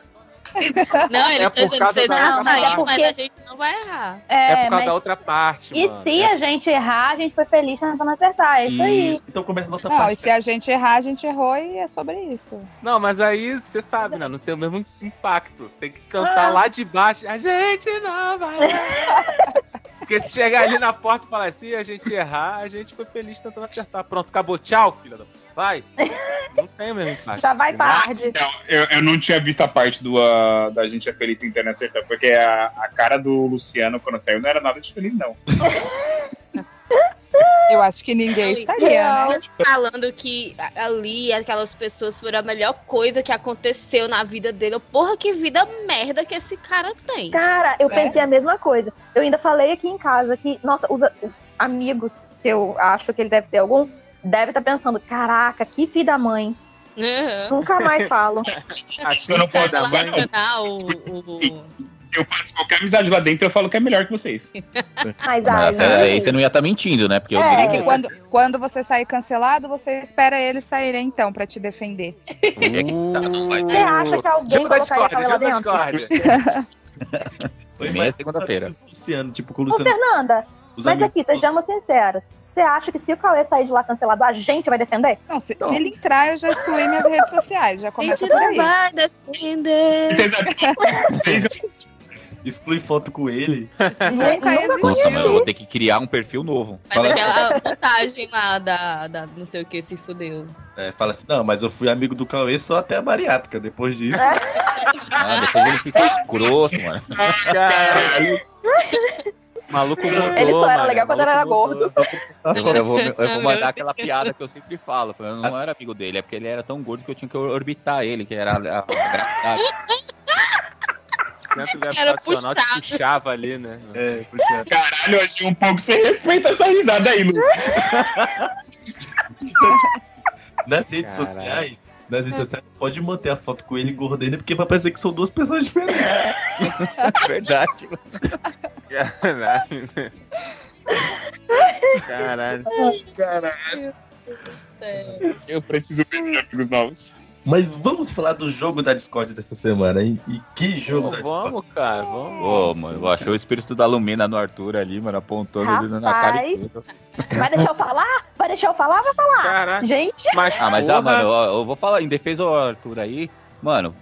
D: Não, eles
B: É
D: estão
B: por
D: dizendo
B: causa
D: vocês
B: da
D: não
A: nossa
D: sair,
A: parte.
D: mas a gente não vai errar.
B: É,
A: É,
B: por causa
A: mas...
B: da outra parte,
A: E
B: mano.
A: se
B: É-
A: a gente errar, a gente foi feliz tentando acertar. É isso aí.
E: Isso. Então começa a outra
F: Não, e
A: é
E: parte.
F: se a gente errar, a gente errou e é sobre isso.
B: Não, mas aí você sabe, né? Não tem o mesmo impacto. Tem que cantar lá de baixo. A gente não vai. errar." Porque se chegar ali na porta e falar assim, a gente errar, a gente foi feliz tentando acertar. Pronto, acabou. Tchau, filha da. Vai. Não tem o mesmo impacto.
A: Já vai tarde.
G: Então, eu, eu não tinha visto a parte do, ah, da gente é feliz tentando acertar, porque a, a cara do Luciano quando saiu não era nada de feliz, não.
F: Eu acho que ninguém
D: Não,
F: estaria, né?
D: Ele falando que a- ali aquelas pessoas foram a melhor coisa que aconteceu na vida dele. Eu, Porra, que vida merda que esse cara tem.
A: Cara, eu
F: Sério?
A: pensei a mesma coisa. Eu ainda falei aqui em casa que, nossa, os, a- os amigos que eu acho que ele deve ter algum, deve estar pensando, caraca, que filho da mãe.
D: Uhum.
A: Nunca mais falo.
B: Assim,
G: Eu não
D: Tá
B: filha
G: posso
B: da
G: falar,
B: mãe,
G: não.
D: Ah, o, o-
G: Se eu faço qualquer amizade lá dentro, eu falo que é melhor que vocês.
A: Mas, ai,
C: Mas até aí
A: gente,
C: você não ia estar mentindo, né? Porque eu
A: né? É,
C: diria
F: É
C: que
F: que quando, quando você sair cancelado, você espera eles saírem então pra te defender.
C: um-
A: Você acha que alguém
B: Jogo Tipo da
A: colocaria
B: tá discórdia,
A: a Camila
B: jogo da
A: dentro?
B: discórdia.
E: Foi
C: Meia
E: mais
C: segunda-feira.
E: do Luciano, tipo, com o
A: Ô,
E: Luciano.
A: Fernanda,
E: os
A: é, mas
E: amigos-
A: aqui, tá sejamos sinceras. Você acha que se o Cauê sair de lá cancelado, a gente vai defender?
F: Não, se, se ele entrar, eu já excluí minhas redes sociais. Já
D: gente
F: começa por
D: não
F: aí.
D: vai defender.
G: Certeza absoluta.
E: Exclui foto com ele.
F: Nunca
C: Nossa, mas eu
F: existiu.
C: vou ter que criar um perfil novo.
D: Mas
E: Fala,
D: aquela montagem lá da, da não sei o que se fudeu.
E: é, fala assim, não, mas eu fui amigo do Cauê só até a bariátrica. Depois disso,
C: Ah, depois ele fica escroto, mano.
G: Caralho.
B: Maluco mudou,
A: Ele só era
B: mano,
A: legal quando
B: maluco
A: era
B: mudou.
A: gordo.
E: tá
C: Eu, eu vou, eu vou mandar aquela piada que eu sempre falo. Eu não era amigo dele, é porque ele era tão gordo que eu tinha que orbitar ele, que era a, a gravidade.
B: Centro
D: Era
B: gravitacional
D: puxado.
B: que puxava ali, né?
E: É, puxa.
G: Caralho, eu achei um pouco sem respeito essa risada aí, Lu.
E: Nas redes
B: Caralho.
E: sociais, nas redes sociais, pode manter a foto com ele gordo ainda, porque vai parecer que são duas pessoas diferentes.
C: Verdade.
B: Caralho. Caralho.
D: Sério.
G: Eu preciso de amigos novos.
E: Mas vamos falar do jogo da Discord dessa semana, hein? E que jogo da Discord?
B: Vamos, cara, vamos.
C: Ô, mano, eu achei o espírito da Lumina no Arthur ali, mano, apontando ele na cara e tudo.
A: Vai deixar eu falar? Vai deixar eu falar? Vai falar.
B: Caraca,
A: Gente,
B: mas,
C: Ah, mas ah,
B: porra,
C: mano, ó, eu vou falar em defesa do Arthur aí, mano.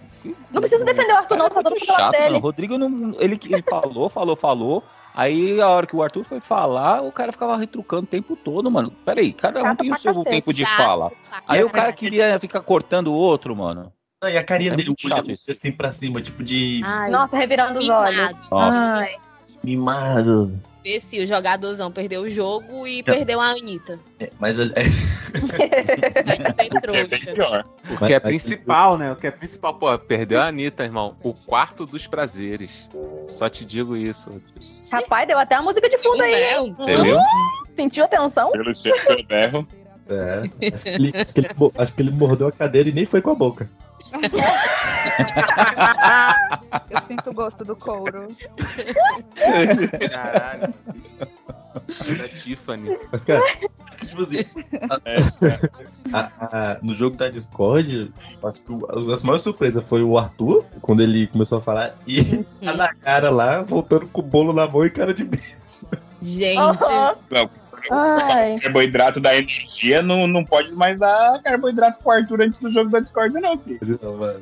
A: não precisa defender o Arthur, não,
C: Cara, é
A: tá todo
C: muito
A: mundo falando
C: chato, mano.
A: dele.
C: O Rodrigo não. Ele, ele falou, falou, falou. Aí a hora que o Arthur foi falar, o cara ficava retrucando o tempo todo, mano. Peraí, cada um
A: Chato
C: tem o
A: pra
C: seu
A: cacete.
C: tempo de
D: Chato
C: fala.
D: pra
C: Aí o cara
D: caralho.
C: queria ficar cortando o outro, mano.
E: Não, e a carinha
C: É
E: dele, o
C: muito chato
E: olho
C: isso.
E: assim pra cima, tipo de
D: Ai,
A: Nossa, revirando os olhos.
D: mimado.
C: Nossa.
A: Ai.
E: mimado.
D: Esse, o jogadorzão perdeu o jogo e perdeu a Anitta.
E: É, mas é,
D: Vai ser
G: É bem
D: trouxa.
G: pior.
B: O que é principal, né? O que é principal, pô, perdeu a Anitta, irmão. O quarto dos prazeres. Só te digo isso.
A: Rapaz, deu até a música de fundo aí.
D: Não,
C: Você viu?
A: Uhum. Sentiu a tensão?
G: Pelo jeito que eu berro.
E: é, acho, que ele, acho que ele mo- acho que ele mordeu a cadeira e nem foi com a boca.
F: Eu sinto o gosto do couro.
B: Caralho. Da Tiffany.
E: Mas, cara, tipo assim.
G: É,
E: a- a- no jogo da Discord, acho que o- as maiores surpresas foi o Arthur, quando ele começou a falar, e a Nayara lá, voltando com o bolo na mão e cara de beijo.
D: Gente.
G: Não,
A: Ai.
G: carboidrato da energia não, não pode mais dar carboidrato pro Arthur antes do jogo da Discord, não, filho.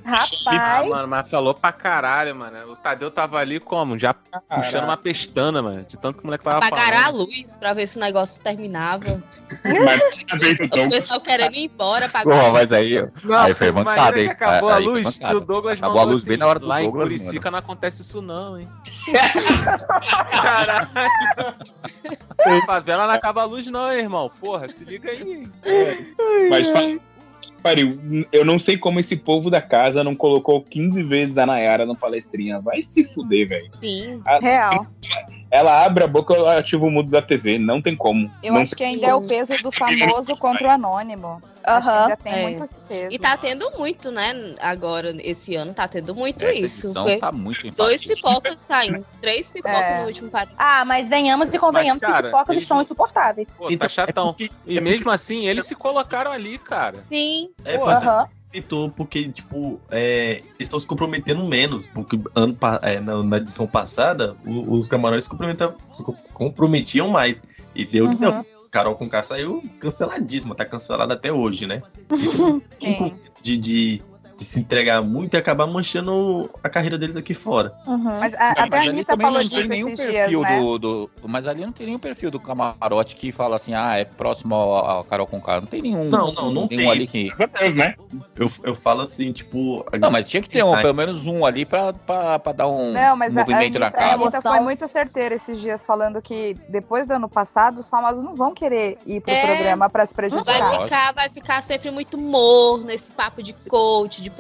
B: Ah, mano, mas falou pra caralho, mano. O Tadeu tava ali como? Já puxando uma pestana, mano. De tanto que o moleque tava
D: Apagaram a
B: falando.
D: luz pra ver se o negócio terminava.
G: Mas então, também
D: O pessoal querendo ir embora, apagou
C: Porra,
D: a
C: mas aí,
B: Não,
C: aí foi
B: imagina
C: mancada,
B: que
C: hein?
B: acabou a
C: Aí foi
B: luz,
C: mancada.
B: que o Douglas
C: Acabou
B: mandou
C: a luz bem na hora do
B: Lá em
C: Douglas,
B: Curicica não acontece isso não, hein?
G: Ei.
B: Caralho. favela não acaba a luz não, hein, irmão. Porra, se liga aí.
G: Mas fa- pariu, eu não sei como esse povo da casa não colocou 15 vezes a Nayara na palestrinha. Vai se fuder, velho.
D: Sim.
G: A-
F: Real.
G: Ela abre a boca, eu ativo o mudo da TV. Não tem como.
F: Eu
G: não
F: acho
G: tem
F: que ainda é o peso do famoso contra o anônimo. Acho que ainda tem
D: É.
F: muito esse peso.
D: E tá tendo muito, né? Agora, esse ano, tá tendo muito
C: Essa
D: isso.
C: edição
D: Foi
C: tá muito
D: Dois
C: empatite.
D: pipocas saindo, três pipocas
A: É.
D: no último par.
A: Ah, mas venhamos e convenhamos
B: Mas, cara,
A: que os focos
B: eles-
A: estão insuportáveis.
E: Então,
B: Pô,
E: é
C: Então, é
B: tá chatão. E mesmo assim, eles se colocaram ali, cara.
D: Sim.
E: É,
B: Pô,
E: fantástico.
A: Aham.
E: aceitou porque, tipo, é, eles estão se comprometendo menos. Porque ano, pa- é, na, na edição passada, o- os camarões se, comprometa- se co- comprometiam mais. E deu que
A: Uhum.
E: não. Carol com K saiu canceladíssima, tá cancelada até hoje, né?
F: Sim.
E: De, de, de se entregar muito e acabar manchando a carreira deles aqui fora.
A: Uhum.
F: Mas é a, até a
C: mas ali
F: Anitta
C: também
F: falou
C: não
F: disso
C: tem nenhum
F: esses dias,
C: perfil
F: né?
C: do, do- Mas ali não tem nenhum perfil do camarote que fala assim, ah, é próximo ao, ao Carol com Não tem nenhum.
E: Não, não, não
C: nenhum
E: tem.
C: ali que.
G: Graças a Deus, né?
E: Eu, eu falo assim, tipo. a-
C: Não, mas tinha que ter um,
E: Ai.
C: pelo menos um ali pra, pra, pra dar um
F: Não, mas a- a
C: movimento
F: Anitta,
C: na
F: a
C: casa.
F: Anitta foi muito certeira esses dias falando que depois do ano passado os famosos não vão querer ir pro
D: É.
F: programa pra se prejudicar.
D: Vai ficar, vai ficar sempre muito morno esse papo de coach, de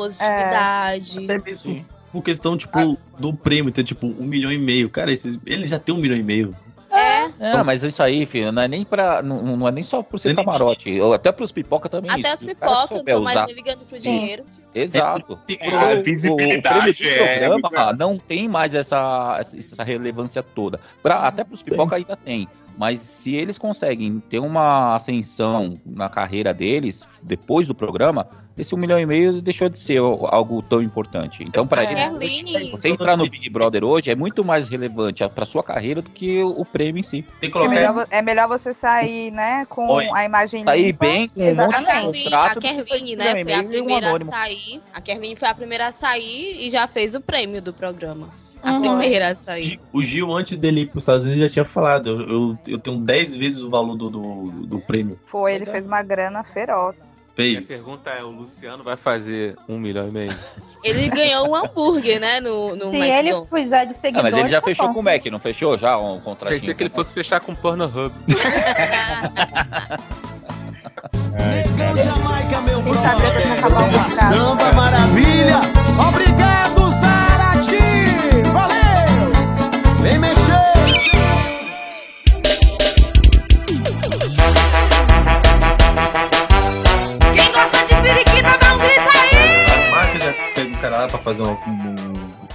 D: positividade.
E: Até mesmo por, por questão, tipo, do prêmio, ter, tipo, um milhão e meio. Cara, esses, ele já tem um milhão e meio.
D: É,
C: É, mas isso aí, filho, não é nem pra. Não, não é nem só pro ser camarote, ou até pros pipoca também.
D: até os
C: Se caras
D: pipocas
C: souber
D: estão
C: usar-
D: mais ligando pro dinheiro.
C: Exato.
E: É,
G: a
C: O-
G: visibilidade
C: o prêmio do
G: é-
C: programa não tem mais essa, essa relevância toda. Pra, até pros pipoca ainda tem. Mas se eles conseguem ter uma ascensão na carreira deles, depois do programa, esse um milhão e meio deixou de ser algo tão importante. Então, pra
D: É.
C: eles,
D: Berlim.
C: você entrar no Big Brother hoje é muito mais relevante pra sua carreira do que o prêmio em si.
E: Tem que
F: É melhor,
E: colocar.
F: vo- é melhor você sair, né, com
C: Oi.
F: a imagem
D: tá
C: Sair
F: limpa.
C: bem com um monte de
F: Exatamente.
C: contrato.
D: a
C: do que sair
D: Kerline,
C: um
D: né?
C: milhão e
D: Foi a
C: meio e um
D: primeira a
C: anônimo.
D: sair. A Kerline foi a primeira a sair e já fez o prêmio do programa. A
A: Uhum.
D: primeira a sair.
E: O Gil, antes dele ir pros Estados Unidos, já tinha falado. Eu, eu, eu tenho 10 vezes o valor do, do, do prêmio.
F: Foi, ele fez uma grana feroz.
B: Minha
E: Fez.
B: pergunta é, o Luciano vai fazer um milhão e meio?
D: Ele ganhou um hambúrguer, né? No, no
A: Se ele
D: McDonald's.
A: puser de
C: Ah,
A: seguidores...
C: mas ele já
A: tá
C: fechou
A: bom.
C: com o Mac, não fechou já um contratinho?
B: Pensei que ele fosse fechar com o Pornhub.
L: Negão Jamaica, meu
F: Quem sabe depois não
L: brother.
F: acabar o contrato.
L: Samba maravilha. Obrigado, Zarati. Valeu. Vem mexer.
M: Quem gosta de periquita, dá um grito aí!
E: As marcas já pegam o cara lá pra fazer um,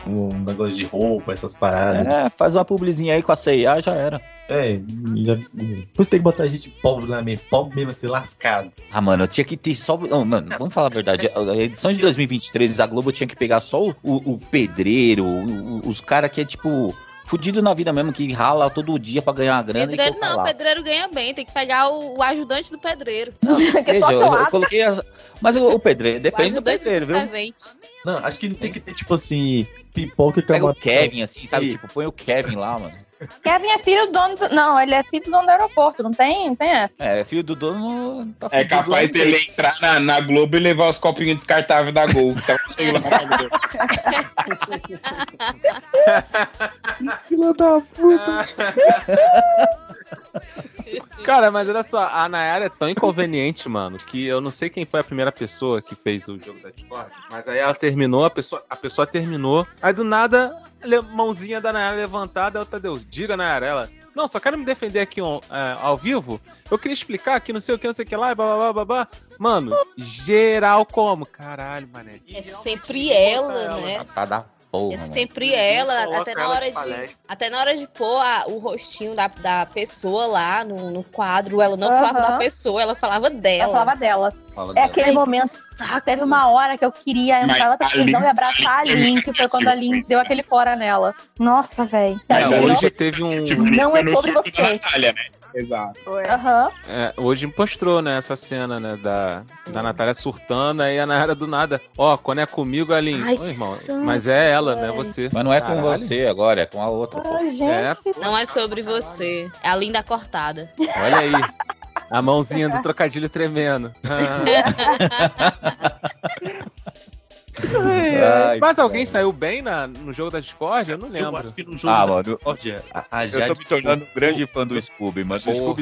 E: um, um negócio de roupa, essas paradas.
C: É, faz uma publizinha aí com a CIA, já era.
E: É, já, por isso tem que botar gente pobre lá mesmo. Pobre mesmo, assim, lascado.
C: Ah, mano, eu tinha que ter só. Não, mano, vamos falar a verdade. A a edição de 2023 a Globo tinha que pegar só o, o- o pedreiro, o- o- os caras que é tipo. Fudido na vida mesmo, que rala todo dia pra ganhar uma grana. e
D: Pedreiro
C: colocar
D: não,
C: lá.
D: pedreiro ganha bem. Tem que pegar o, o ajudante do pedreiro.
C: Não, que seja,
A: toca
C: eu,
A: lata.
C: eu coloquei as... Mas o, o pedreiro,
D: O
C: depende do
D: ajudante
C: pedreiro,
D: do
C: viu?
D: servente.
E: Não, acho que não tem que ter, tipo assim, pipoca e
D: tá
C: Pega o
E: camarão.
C: Kevin, assim, sabe? Tipo, põe o Kevin lá, mano.
A: Kevin é filho do dono... Do... Não, ele é filho do dono do aeroporto, não tem, não tem essa.
C: É, filho do dono não tá
G: É
C: fudido lá
G: capaz
C: no
G: dele
C: meio.
G: entrar na, na Globo e levar os copinhos descartáveis da Gol. Tá cheio lá, meu Deus.
B: Cara, mas olha só, a Nayara é tão inconveniente, mano, que eu não sei quem foi a primeira pessoa que fez o jogo da Discord, mas aí ela terminou, a pessoa, a pessoa terminou, aí do nada, le- mãozinha da Nayara levantada, outra deu, diga Nayara, ela, não, só quero me defender aqui on- é, ao vivo, eu queria explicar que não sei o que, não sei o que lá, e blá, blá, blá, blá, blá. Mano, geral como? Caralho, mané.
D: É sempre ela, né?
C: Tá da Porra,
D: É
C: mano.
D: sempre ela,
N: Coloca
D: até na
N: ela
D: hora
N: de
D: de.
N: palestra.
D: Até na hora de pôr a- o rostinho da, da pessoa lá no, no quadro, ela não falava
A: Aham.
D: da pessoa, ela falava dela.
A: Ela falava É dela.
C: Fala
A: É
C: dela.
A: aquele momento. Teve uma hora que eu queria
C: Mas tá Tipo,
A: entrar na
C: a
A: televisão e
C: Lin-
A: abraçar a Lin, que foi quando a Lin deu aquele fora nela. Nossa, velho.
B: Mas hoje teve um.
G: Tipo,
A: Não é sobre você.
G: Natália, né? Exato.
A: Aham.
B: É, hoje mostrou, né, essa cena, né, da, da Natália surtando, aí a Nayara do nada, ó, quando é comigo, Aline,
D: Ai,
B: Ô,
D: que
B: irmão,
D: santo,
B: mas é ela, não é você.
C: Mas não é com
B: Caralho.
C: você agora, é com a outra. pô.
D: Não é sobre você. É a linda cortada.
B: É, olha aí. A mãozinha do trocadilho tremendo. É,
C: Ai,
B: É, mas alguém saiu bem na, no jogo da Discord? Eu não lembro.
E: acho que no
C: Ah, mano,
E: a
C: eu
E: Jade
C: tô me tornando
E: ficou-
C: um grande fã do Scooby, mas o Scooby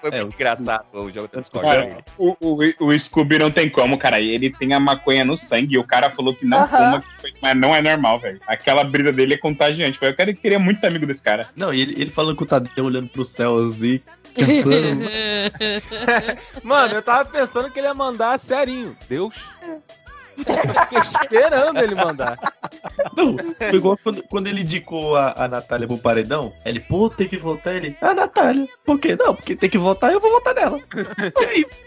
C: foi muito engraçado o jogo tá da Discord.
G: Cara, o, o, o Scooby não tem como, cara. Ele tem a maconha no sangue. E o cara falou que não
E: Aham.
G: fuma, que foi- mas não é normal, velho. Aquela brisa dele é contagiante. velho. Eu quero, queria muito ser amigo desse cara.
E: Não, e ele, ele falando com o Tadeu olhando pro céu assim, pensando.
D: É,
B: Mano, eu tava pensando que ele ia mandar serinho. Deus. Eu fiquei esperando ele mandar.
E: Não, foi igual quando, quando ele indicou a, a Natália pro paredão. Ele, pô, tem que votar ele. Ah, Natália, por quê? Não, porque tem que votar, eu vou votar nela. É isso.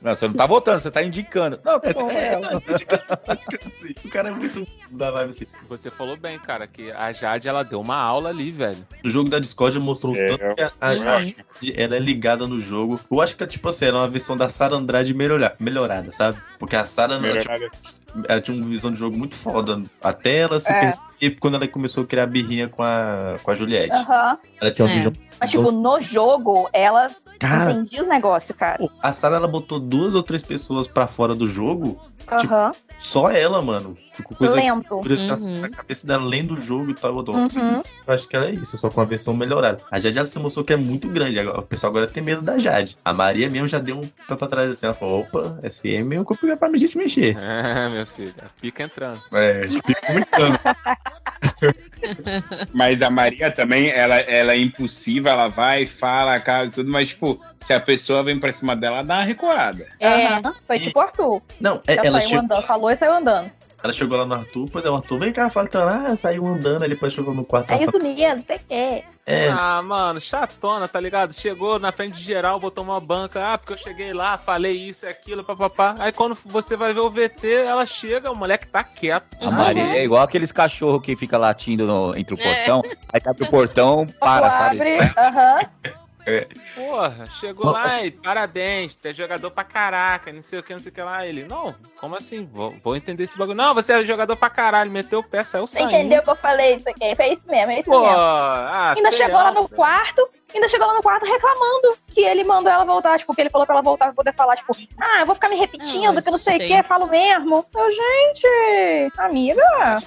C: Não, você não tá votando, você tá indicando. Não, tá
E: É,
C: bom,
E: é,
C: é
E: não,
C: ela.
E: tá indicando, tá indicando sim. O cara é muito da vibe assim.
B: Você falou bem, cara, que a Jade, ela deu uma aula ali, velho.
E: O jogo da Discord mostrou tanto que a, a Jade, ela é ligada no jogo. Eu acho que, tipo assim, ela é uma versão da Sara Andrade melhorar, melhorada, sabe? Porque a Sara ela,
G: Melhorada.
E: tinha- ela tinha uma visão de jogo muito foda. Até ela se
A: É.
E: perceber quando ela começou a criar birrinha com a, com a Juliette.
A: Aham.
E: Ela tinha uma
A: É.
E: visão.
A: Mas, tipo, no jogo, ela
E: Cara.
A: entendia os negócios, cara.
E: Pô, A Sara ela botou duas ou três pessoas pra fora do jogo.
A: Aham.
E: Só ela, mano. Ficou tipo, coisa
A: Lento.
E: Por isso que ela-
A: Uhum.
E: a cabeça dela lendo o jogo e tal. Eu, tô-
A: Uhum.
E: eu acho que ela é isso, só com a versão melhorada. A Jade ela se mostrou que é muito grande. agora- O pessoal agora tem medo da Jade. A Maria mesmo já deu um pé pra trás assim. Ela falou: opa, SM é meio complicado pra gente mexer.
B: É, meu filho. Fica entrando.
E: É, fica comentando.
G: Mas a Maria também, ela, ela é impulsiva, ela vai, fala, cara, e tudo, mas, tipo, se a pessoa vem pra cima dela, ela dá uma recuada.
D: É. um
A: Aham. Foi tipo o Arthur.
E: Não, é-
A: Já
E: ela
A: saiu
E: chegou-
A: andando, falou e saiu andando.
E: Ela chegou lá no Arthur, pois é, o Arthur, vem cá, fala, então, ah, saiu andando ali pra chover no quarto.
A: É isso mesmo, você quer.
E: É,
B: Ah, mano, chatona, tá ligado? Chegou na frente de geral, botou uma banca. Ah, porque eu cheguei lá, falei isso e aquilo, papapá. Aí quando você vai ver o VT, ela chega, o moleque tá quieto.
D: Uhum.
C: A Maria é igual aqueles cachorros que fica latindo no- entre o
B: É.
C: portão, aí abre o portão, para, sabe?
A: Abre, aham.
E: É.
B: Porra, chegou lá e parabéns, tu é jogador pra caraca, não sei o que, não sei o que lá. Ele, não, como assim? Vou, vou entender esse bagulho. Não, você é jogador pra caralho, meteu o pé, saiu
A: Você
B: saindo.
A: entendeu o que eu falei? Isso aqui. Foi isso mesmo, é isso
B: Pô,
A: mesmo.
B: ah,
A: ainda
B: sei
A: chegou lá no quarto, ainda chegou lá no quarto reclamando que ele mandou ela voltar, tipo, que ele falou pra ela voltar pra poder falar, tipo, ah, eu vou ficar me repetindo, que não sei o que, falo mesmo. Eu, gente, amiga.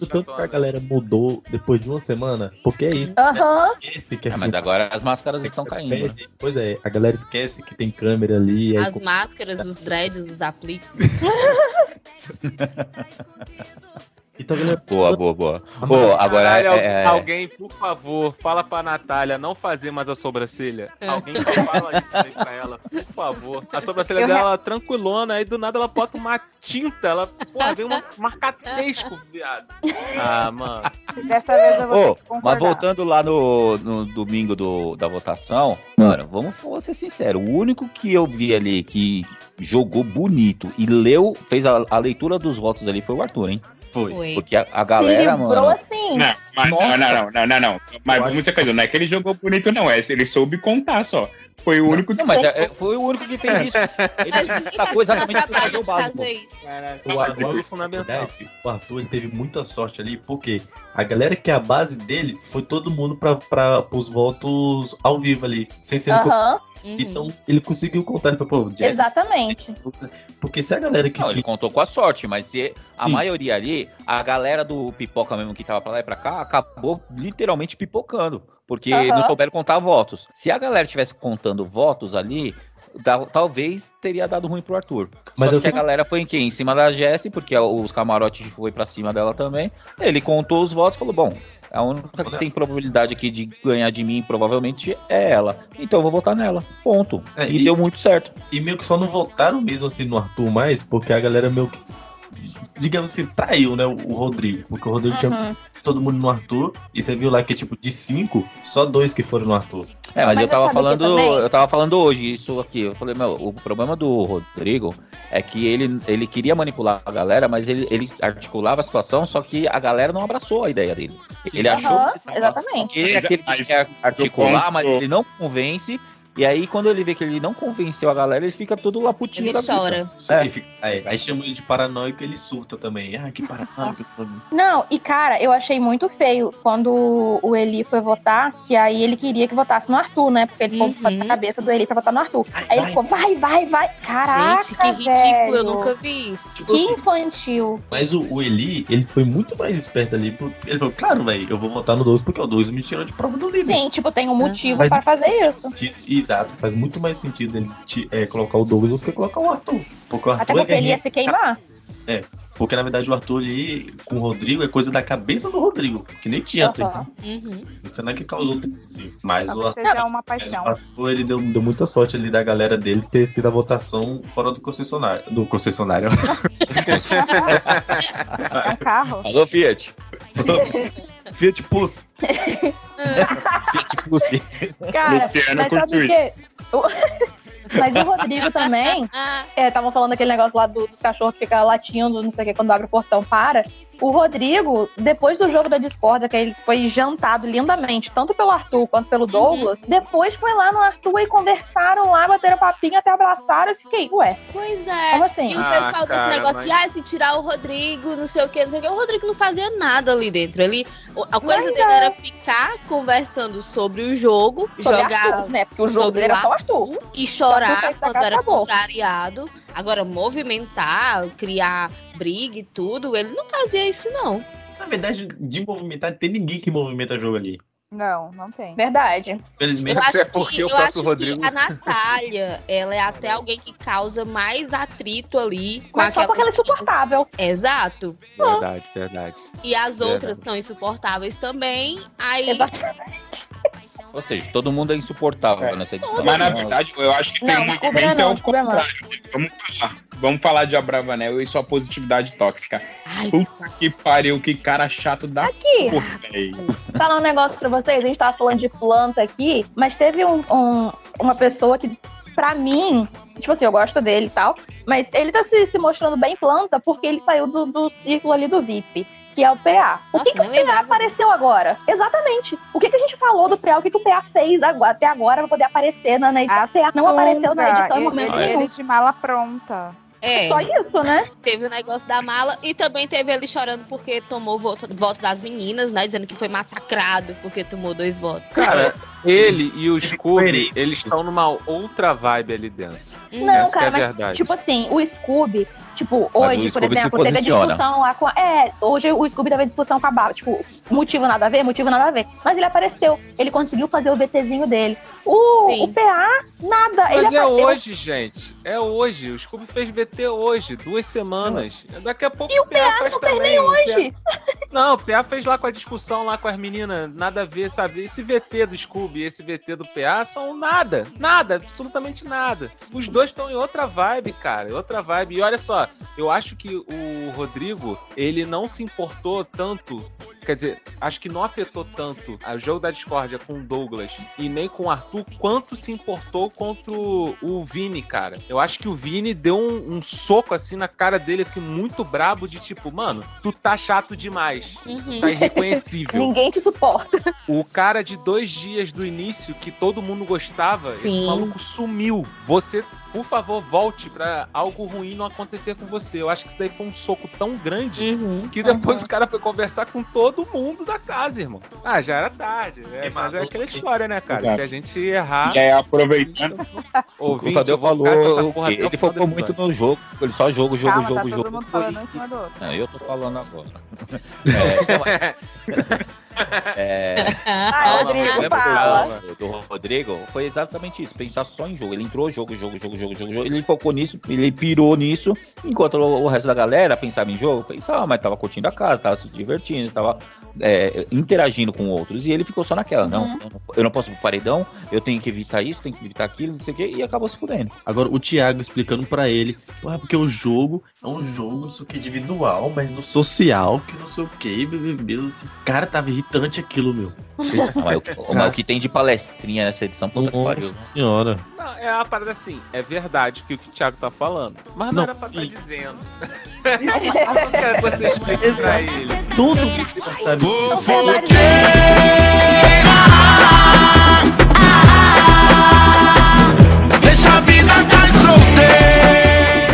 E: o tanto que a galera mudou depois de uma semana, porque é isso.
A: Aham.
E: Esse que é
C: Ah, mas agora as máscaras estão caindo.
E: né? Pois é, a galera esquece que tem câmera ali.
A: é
E: aí
D: As
E: com-
D: máscaras, os dreads, os apliques.
E: Então, a galera-
C: Boa, boa, boa. Pô, agora
B: Caralho,
C: é, é,
B: alguém, por favor, fala pra Natália não fazer mais a sobrancelha. Alguém só fala isso aí pra ela, por favor. A sobrancelha
A: É. Eu re-
B: dela tranquilona, aí do nada ela bota uma tinta, ela, porra, vem um marcatexco, viado. Ah, mano.
F: Dessa vez eu vou ter
C: Ô,
F: que concordar.
C: mas voltando lá no, no domingo do, da votação, mano, vamos vou ser sincero, o único que eu vi ali que jogou bonito e leu, fez a, a leitura dos votos ali foi o Arthur, hein?
D: Foi.
C: Porque a, a galera,
D: livrou
C: mano.
A: assim.
G: Não, mas,
C: Nossa.
G: não, não, não, não, não. Mas vamos ser coisa, não é que ele jogou bonito, não. É, ele soube contar só. Foi o único que.
C: Não, mas é- é- foi o único que fez isso. Ele
G: Mas
C: fez
G: ninguém
C: essa
G: tá
C: coisa
G: dando
C: realmente pra
G: trabalho
C: fazer o
G: de
C: básico.
G: fazer
E: O
B: é
E: Arthur,
B: né?
E: verdade, o Arthur ele teve muita sorte ali, porque a galera que é a base dele foi todo mundo para os votos ao vivo ali, sem ser no
A: Aham.
E: conf-
D: Uhum.
E: Então ele conseguiu contar, ele falou, pô, Jess,
A: Exatamente.
E: porque se a galera que.
C: Não, ele contou com a sorte, mas se a
E: Sim.
C: maioria ali, a galera do pipoca mesmo que tava pra lá e pra cá, acabou literalmente pipocando, porque
B: Aham.
C: não souberam contar votos. Se a galera tivesse contando votos ali, da- talvez teria dado ruim pro Arthur.
E: Mas
C: Mas
E: eu
C: que a
E: tenho-
C: galera foi em quem? Em cima da Jessie, porque a- os camarotes foi pra cima dela também. Ele contou os votos e falou: bom, a única que tem probabilidade aqui de ganhar de mim, provavelmente, é ela. Então eu vou votar nela. Ponto.
E: É,
C: e deu muito certo.
E: E meio que só não votaram mesmo assim no Arthur mais, porque a galera meio que digamos assim, traiu, né, o o Rodrigo. Porque o Rodrigo
A: Uhum.
E: tinha todo mundo no Arthur. E você viu lá que, tipo, de cinco, só dois que foram no Arthur.
C: É, mas,
E: Mas
C: eu tava
E: sabe que
C: falando,
E: também-
C: eu tava falando hoje isso aqui. Eu falei, meu, o problema do Rodrigo é que ele, ele queria manipular a galera, mas ele, ele articulava a situação, só que a galera não abraçou a ideia dele. Ele achou
A: Aham, exatamente.
C: que aquele que quer articular, mas ele não convence. E aí, quando ele vê que ele não convenceu a galera, ele fica todo laputinho. da vida.
E: É. Aí, fica- aí- aí chama ele de paranoico e ele surta também. Ah, que paranoico.
A: Não, e cara, eu achei muito feio quando o Eli foi votar, que aí ele queria que votasse no Arthur, né? Porque ele ficou com a
D: Uhum.
A: cabeça do Eli pra votar no Arthur. Aí ele ficou, vai, vai, vai. Caraca,
D: Gente, que ridículo, eu
A: velho.
D: nunca vi isso.
A: Que infantil.
E: Mas o, o Eli, ele foi muito mais esperto ali. por- Ele falou, claro, velho, eu vou votar no 12 porque o 12 me tirou de prova do livro.
A: Sim, tipo, tem um motivo
E: Mas-
A: pra fazer isso.
E: sentido- Exato, faz muito mais sentido ele te- é, colocar o Douglas do que colocar o Arthur. Porque o Arthur
A: Até
E: é
A: porque ele ia
E: guerrinha.
A: se queimar.
E: É, porque na verdade o Arthur ali com o Rodrigo é coisa da cabeça do Rodrigo, que nem tinha.
A: Aham.
E: Uhum. Isso não é que causou triste, mas o
F: Talvez
E: Arthur.
F: seja uma
E: mas o
F: paixão.
E: Arthur, ele deu, deu muita sorte ali da galera dele ter sido a votação fora do concessionário. Do concessionário.
F: É um carro.
C: Alô, Fiat.
E: Fiat Pus.
A: Cara,
E: Luciana
A: mas sabe
E: curtiu
A: o quê? O- Mas o Rodrigo também,
D: Ah,
A: é, tava falando aquele negócio lá do, do cachorro que fica latindo, não sei o que, quando abre o portão, para. O Rodrigo, depois do jogo da discórdia, que ele foi jantado lindamente, tanto pelo Arthur quanto
D: Uhum.
A: pelo Douglas, depois foi lá no Arthur e conversaram lá, bateram papinho, até abraçaram, eu fiquei, ué.
D: Pois é.
A: Como assim?
D: E o
A: Ah,
D: pessoal
A: cara,
D: desse negócio de
A: mas-
D: ah, se tirar o Rodrigo, não sei o que, não sei o que. O Rodrigo não fazia nada ali dentro. Ele, a coisa
A: Mas
D: dele
A: é.
D: era ficar conversando sobre o jogo,
A: Sobre
D: jogar.
A: Arthur, né? Porque o jogo
D: sobre
A: dele era só
D: Arthur. E
A: Arthur
D: chorar
A: fez pra
D: quando
A: cá,
D: era
A: acabou.
D: contrariado. Agora, movimentar, criar briga e tudo, ele não fazia isso, não.
E: Na verdade, de movimentar, tem ninguém que movimenta jogo ali.
D: Não, não tem.
A: Verdade.
E: Infelizmente.
D: Eu acho que, eu acho que a Natália, ela é até alguém que causa mais atrito ali. com
A: Mas só porque ela é insuportável.
D: Exato.
B: Verdade, verdade.
D: E as
C: Verdade.
D: outras são insuportáveis também. Aí.
C: Ou seja, todo mundo é insuportável nessa edição.
G: Mas na verdade, eu acho que tem
D: Não,
G: um
D: desculpa,
G: movimento
D: não,
G: é o
D: desculpa, não.
G: contrário. Vamos falar. Vamos falar de Abravanel e sua positividade tóxica. Puta que pariu, que cara chato da
A: Aqui.
G: porra, velho.
A: falar um negócio pra vocês. A gente tava falando de planta aqui, mas teve um, um- uma pessoa que, pra mim, tipo assim, eu gosto dele e tal, mas ele tá se, se mostrando bem planta porque ele saiu do, do círculo ali do VIP. Que é o PA. O que, que o PA apareceu agora? Exatamente. O que, que a gente falou do PA? O que, que o PA fez agora- até agora pra poder aparecer na, na edição? O PA não apareceu na
F: Sunga,
A: edição em
F: ele-
A: momento
F: ele,
A: nenhum.
F: ele de mala pronta.
D: É.
A: Só isso, né?
D: Teve o negócio da mala e também teve ele chorando porque tomou voto, voto das meninas, né? Dizendo que foi massacrado porque tomou dois votos.
B: Cara, ele é e o Scooby, eles estão numa outra vibe ali dentro.
A: Não,
B: Essa
A: cara,
B: é a
A: mas
B: verdade.
A: tipo assim, o Scooby, tipo,
B: Mas
A: hoje,
B: o
A: por
B: Scooby se
A: exemplo, teve a
B: posiciona.
A: discussão lá com. a- É, hoje o Scooby teve a discussão com a Baba, tipo, motivo nada a ver, motivo nada a ver. Mas ele apareceu, ele conseguiu fazer o VTzinho dele. O, o PA, nada.
B: Mas
A: ele
B: é
A: apareceu-
B: hoje, gente. É hoje. O Scooby fez BT hoje, duas semanas. Daqui a pouco
A: E o PA
B: fez
A: não fez
B: também,
A: nem
B: o PA
A: hoje.
B: Não, o PA fez lá com a discussão lá com as meninas, nada a ver, sabe? Esse VT do Scooby e esse VT do PA são nada, nada, absolutamente nada. Os dois estão em outra vibe, cara, em outra vibe. E olha só, eu acho que o Rodrigo, ele não se importou tanto, quer dizer, acho que não afetou tanto o jogo da discórdia com o Douglas e nem com o Arthur, quanto se importou contra o o Vini, cara. Eu acho que o Vini deu um, um soco assim na cara dele, assim, muito brabo, de tipo, mano, tu tá chato demais.
D: Uhum.
B: Tá irreconhecível.
A: Ninguém te suporta.
B: O cara de dois dias do início que todo mundo gostava, esse
A: Sim.
B: maluco sumiu. Você, por favor, volte pra algo ruim não acontecer com você. Eu acho que isso daí foi um soco tão grande
D: Uhum.
B: que depois
D: Uhum.
B: o cara foi conversar com todo mundo da casa, irmão. Ah, já era tarde. né? mas é aquela história, né, cara?
G: Exato.
B: Se a gente errar.
G: E aí, né? aproveitando.
C: o
B: Ouvinte,
C: Tadeu
B: eu vou ficar com essa
C: falou.
B: porra
C: que
B: até o
C: Ele
B: final do
C: focou
B: episódio.
C: muito no jogo. Ele só jogo, jogo,
F: Calma,
C: jogo,
F: tá todo
C: jogo.
F: mundo falando um em cima do outro.
B: É.
C: Não, eu tô falando agora. É, então, É...
A: Ah, Rodrigo,
C: lembra do-
A: fala.
C: Do, Rodrigo foi exatamente isso, pensar só em jogo. Ele entrou jogo, jogo, jogo, jogo, jogo, jogo. Ele focou nisso, ele pirou nisso, enquanto o o resto da galera pensava em jogo, pensava, "Ah, mas tava curtindo a casa, tava se divertindo, tava é, interagindo com outros. E ele ficou só naquela, não, eu não posso ir pro paredão, eu tenho que evitar isso, tenho que evitar aquilo, não sei o quê, e acabou se fudendo.
E: Agora, o Thiago explicando pra ele, "Pô, é porque o jogo é um jogo, não sei o que, individual, mas no social, que não sei o que, mesmo assim, cara, tava irritante aquilo, meu.
C: Não, Ah, mas o, que- mas o que tem de palestrinha nessa edição, puta que pariu.
E: senhora.
B: Não, é uma parada assim, é verdade que o que o Thiago tá falando, mas não,
E: Não,
B: era pra estar
E: sim.
B: dizendo. Eu quero que você explique pra ele.
E: Tudo que você sabe.
L: Deixa a vida mais solteira.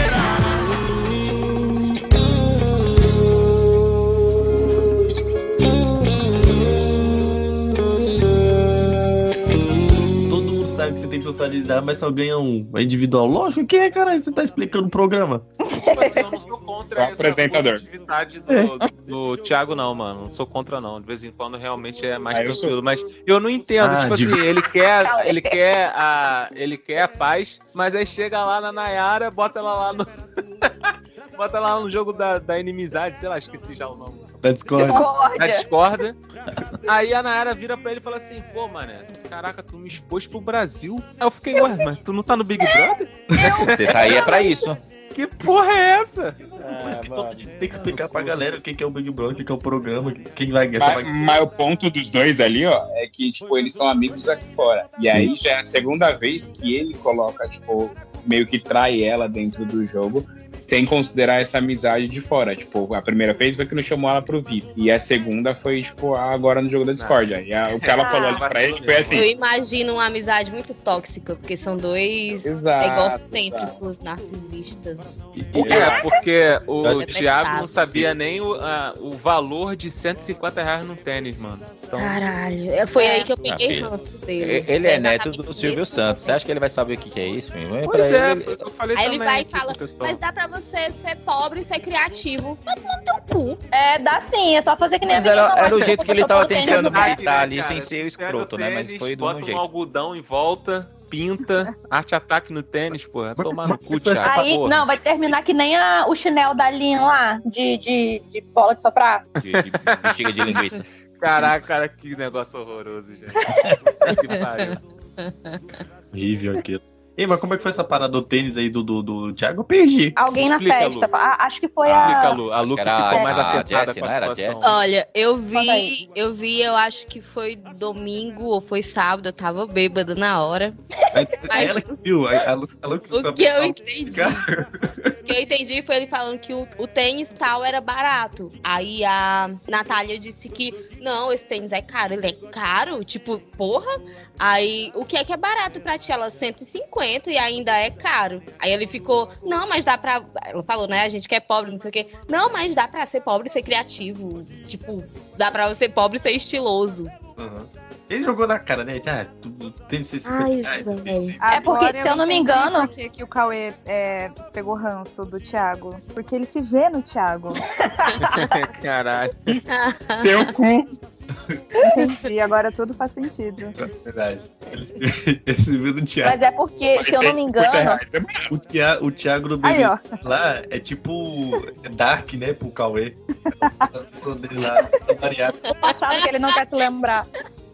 E: Todo mundo sabe que você tem que socializar, mas só ganha um. É individual. Lógico que é, cara. Você tá explicando o programa.
B: Tipo assim, eu não sou contra essa
E: Tá, apresentador.
B: positividade do,
E: É.
B: do Thiago, não, mano. Não sou contra, não. De vez em quando realmente é mais
E: Ah, eu
B: tranquilo.
E: sou.
B: Mas eu não entendo.
E: Ah,
B: tipo
E: de-
B: assim, ele quer, ele quer a. Ele quer a paz, mas aí chega lá na Nayara, bota ela lá no. bota ela lá no jogo da, da inimizade, sei lá, esqueci já o nome.
E: Da Discord.
B: Na discorda. Aí a Nayara vira pra ele e fala assim, pô, mané, caraca, tu me expôs pro Brasil. Aí eu fiquei, ué, mas tu não tá no Big Brother?
C: Você tá aí é pra isso.
B: Que porra é essa?
E: Por isso que todo dia você tem que explicar pra galera o que que é o Big Brother, o que que é o programa, quem vai ganhar.
G: Mas, mas o ponto dos dois ali, ó, é que, tipo, eles são amigos aqui fora. E aí já é a segunda vez que ele coloca, tipo, meio que trai ela dentro do jogo, sem considerar essa amizade de fora. Tipo, a primeira vez foi que não chamou ela pro VIP. E a segunda foi, tipo, a- agora no jogo da Discord. E a- o que ela
D: Ah.
G: falou ali pra ele foi
D: Eu
G: assim.
D: imagino uma amizade muito tóxica, porque são dois
G: Exato,
D: egocêntricos narcisistas.
B: É, porque
D: Eu
B: o
D: acho que- é
B: Thiago não sabia nem o, ah, o valor de 150 reais num tênis, mano. Então,
D: Caralho, é, foi aí que eu
C: Ah,
D: peguei
C: beleza.
D: ranço dele.
C: E- Ele é
D: exatamente
C: neto do Silvio Santos. Você acha que ele vai saber o que que é isso? meu? É
B: Pois
C: pra
B: é,
C: ele-
B: foi o que eu falei
D: Aí
B: também.
D: ele vai e
B: aqui
D: fala,
B: pro pessoal.
D: mas dá pra você ser pobre e ser criativo. Mas não tem um cu.
A: É, dá sim, é só fazer que nem
C: Mas
A: a
C: era,
A: menina lá, tipo,
C: era o
A: que
C: jeito que ele
A: botou
C: tava
A: o tênis
C: tentando
A: no pé.
C: gritar ali,
B: cara?
C: sem ser o escroto, né? Mas
B: Tênis,
C: foi do
B: bota
C: um
B: um
C: jeito.
B: algodão em volta, pinta, arte ataque no tênis, pô. É tomar no cu, Thiago.
A: Aí,
B: porra.
A: não, vai terminar que nem a- o chinelo da Lin lá, de, de, de bola de soprar.
C: De, de bexiga de linguiça.
B: Caraca, cara, que negócio horroroso, gente. Puta que pariu.
E: Horrível aquilo. Ei, mas como é que foi essa parada do tênis aí do, do, do Thiago? Eu perdi.
A: Alguém na
E: Explica,
A: festa.
E: Lu.
A: Ah, acho que foi
E: Explica,
A: a.
E: Lu.
B: A Lu que
E: Era
B: ficou
E: a-
B: mais
E: a
B: afetada
C: Jessie,
B: com a
C: não era a
B: situação.
D: Olha, eu
A: Conta
D: vi,
A: aí.
D: eu vi, eu acho que foi domingo ou foi sábado, eu tava bêbada na hora. Mas-
E: é Ela que viu, a, a Lu- a Lu
D: O que eu entendi. O que eu entendi foi ele falando que o, o tênis tal era barato. Aí a Natália disse que, não, esse tênis é caro. Ele é caro? Tipo, porra? Aí, o que é que é barato pra ti? Ela, 150 e ainda é caro. Aí ele ficou, não, mas dá pra... Ela falou, né, a gente que é pobre, não sei o quê. Não, mas dá pra ser pobre e ser criativo. Tipo, dá pra ser pobre e ser estiloso.
E: Aham. Uhum. Ele jogou na cara, né? Ah, tu, tu tem 150
D: Ai, Ah.
E: reais.
D: velho.
E: tem esse-
A: É porque,
F: Agora
A: se eu não me
F: entendi
A: engano-
F: por que que o Cauê é, pegou ranço do Thiago. Porque ele se vê no Thiago.
B: Caralho.
G: Teu
A: É.
G: cu.
F: Entendi, agora tudo faz sentido.
E: Verdade. Ele se, ele se viu no Thiago.
A: Mas é porque, se eu não me engano.
E: O, Thia- o Thiago no
A: Aí,
E: BBB
A: ó.
E: lá é tipo é Dark, né? Pro Cauê. A pessoa dele lá tá variada.
A: O passado que ele não quer se lembrar.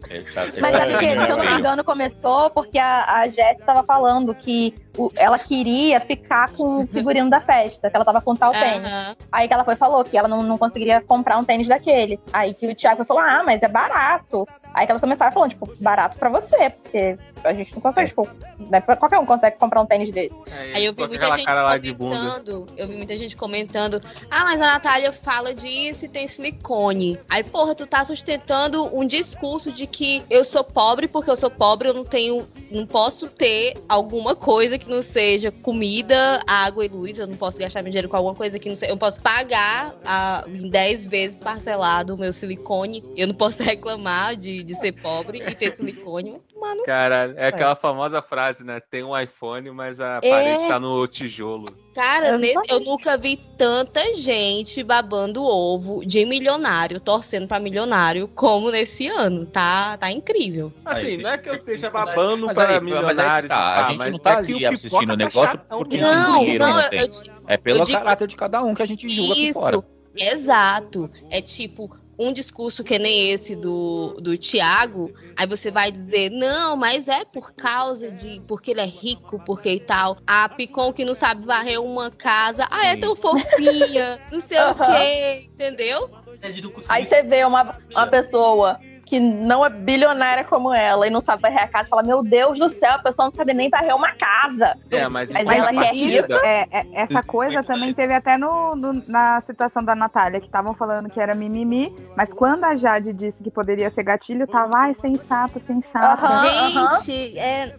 C: Ele tá- ele
A: Mas
C: tá
A: é porque,
C: perdendo
A: se eu não me
C: meio.
A: engano, começou porque a, a Jéssica tava falando que o- ela queria ficar com o figurino da festa, que ela tava com tal tênis.
D: Aham.
A: Aí que ela foi e falou que ela não, não conseguiria comprar um tênis daquele. Aí que o Thiago falou, ah, mas é barato. Aí que ela começaram falando, tipo, barato pra você, porque a gente não consegue, tipo, né, pra- qualquer um consegue comprar um tênis desse.
B: É,
D: Aí eu vi muita gente comentando, eu vi muita gente comentando, ah, mas a Natália fala disso e tem silicone. Aí, porra, tu tá sustentando um discurso de que eu sou pobre porque eu sou pobre, eu não tenho, não posso ter alguma coisa que não seja comida, água e luz, eu não posso gastar meu dinheiro com alguma coisa que não seja, eu posso pagar a, em 10 vezes parcelado o meu silicone, eu não posso reclamar de, de ser pobre e ter silicone, mas tomar no
B: Caralho, é aquela famosa frase, né? Tem um iPhone, mas a
D: É.
B: parede tá no tijolo.
D: Cara,
A: Eu
D: eu,
A: não
D: eu nunca vi tanta gente babando ovo de milionário, torcendo pra milionário, como nesse ano. Tá, tá incrível.
B: Assim, não é que eu esteja babando
C: Mas
B: para
C: aí, mas aí que
B: milionários.
C: tá,
B: pá,
C: a gente
B: mas
C: não tá
B: é que
C: ali
B: o
C: assistindo o
B: pipoca tá
C: negócio
B: chatão,
C: porque
B: né?
D: Não,
C: tem dinheiro,
D: não,
C: não
D: eu-
C: tem.
D: eu di-
C: É pelo
D: eu digo-
C: caráter de cada um que a gente julga aqui fora.
D: Exato. É tipo, um discurso que nem esse do, do Tiago, aí você vai dizer, não, mas é por causa de. porque ele é rico, porque e tal. A Picon que não sabe varrer uma casa, ah, é tão fofinha, não sei o
A: Aham.
D: quê, entendeu?
A: Aí você vê uma, uma pessoa que não é bilionária como ela e não sabe varrer a casa e fala: Meu Deus do céu, a pessoa não sabe nem varrer uma casa.
B: É, mas em
A: Mas ela que é rica.
B: contrapartida-
F: É, é, essa coisa também teve até no, no- na situação da Natália, que estavam falando que era mimimi, mas quando a Jade disse que poderia ser gatilho, tava, ai, sensata, sensata.
D: Gente, é.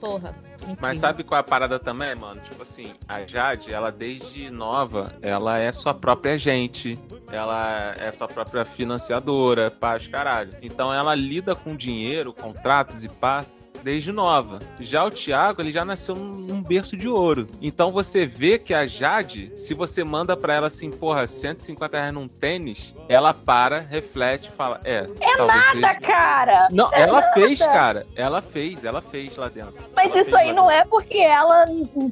D: Porra.
B: Mas sabe qual é a parada também, mano? Tipo assim, a Jade, ela desde nova, ela é sua própria gente. Ela é sua própria financiadora, pá, os caralho. Então ela lida com dinheiro, contratos e pá, desde nova. Já o Thiago, ele já nasceu num num berço de ouro. Então você vê que a Jade, se você manda pra ela assim, porra, 150 reais num tênis, ela para, reflete e fala, é,
A: É
B: talvez seja-
A: nada, cara!
B: Não,
A: É
B: ela fez,
A: nada.
B: cara. Ela fez, ela fez lá dentro.
A: Mas
B: Ela
A: isso
B: fez
A: aí
B: lá
A: não é porque ela,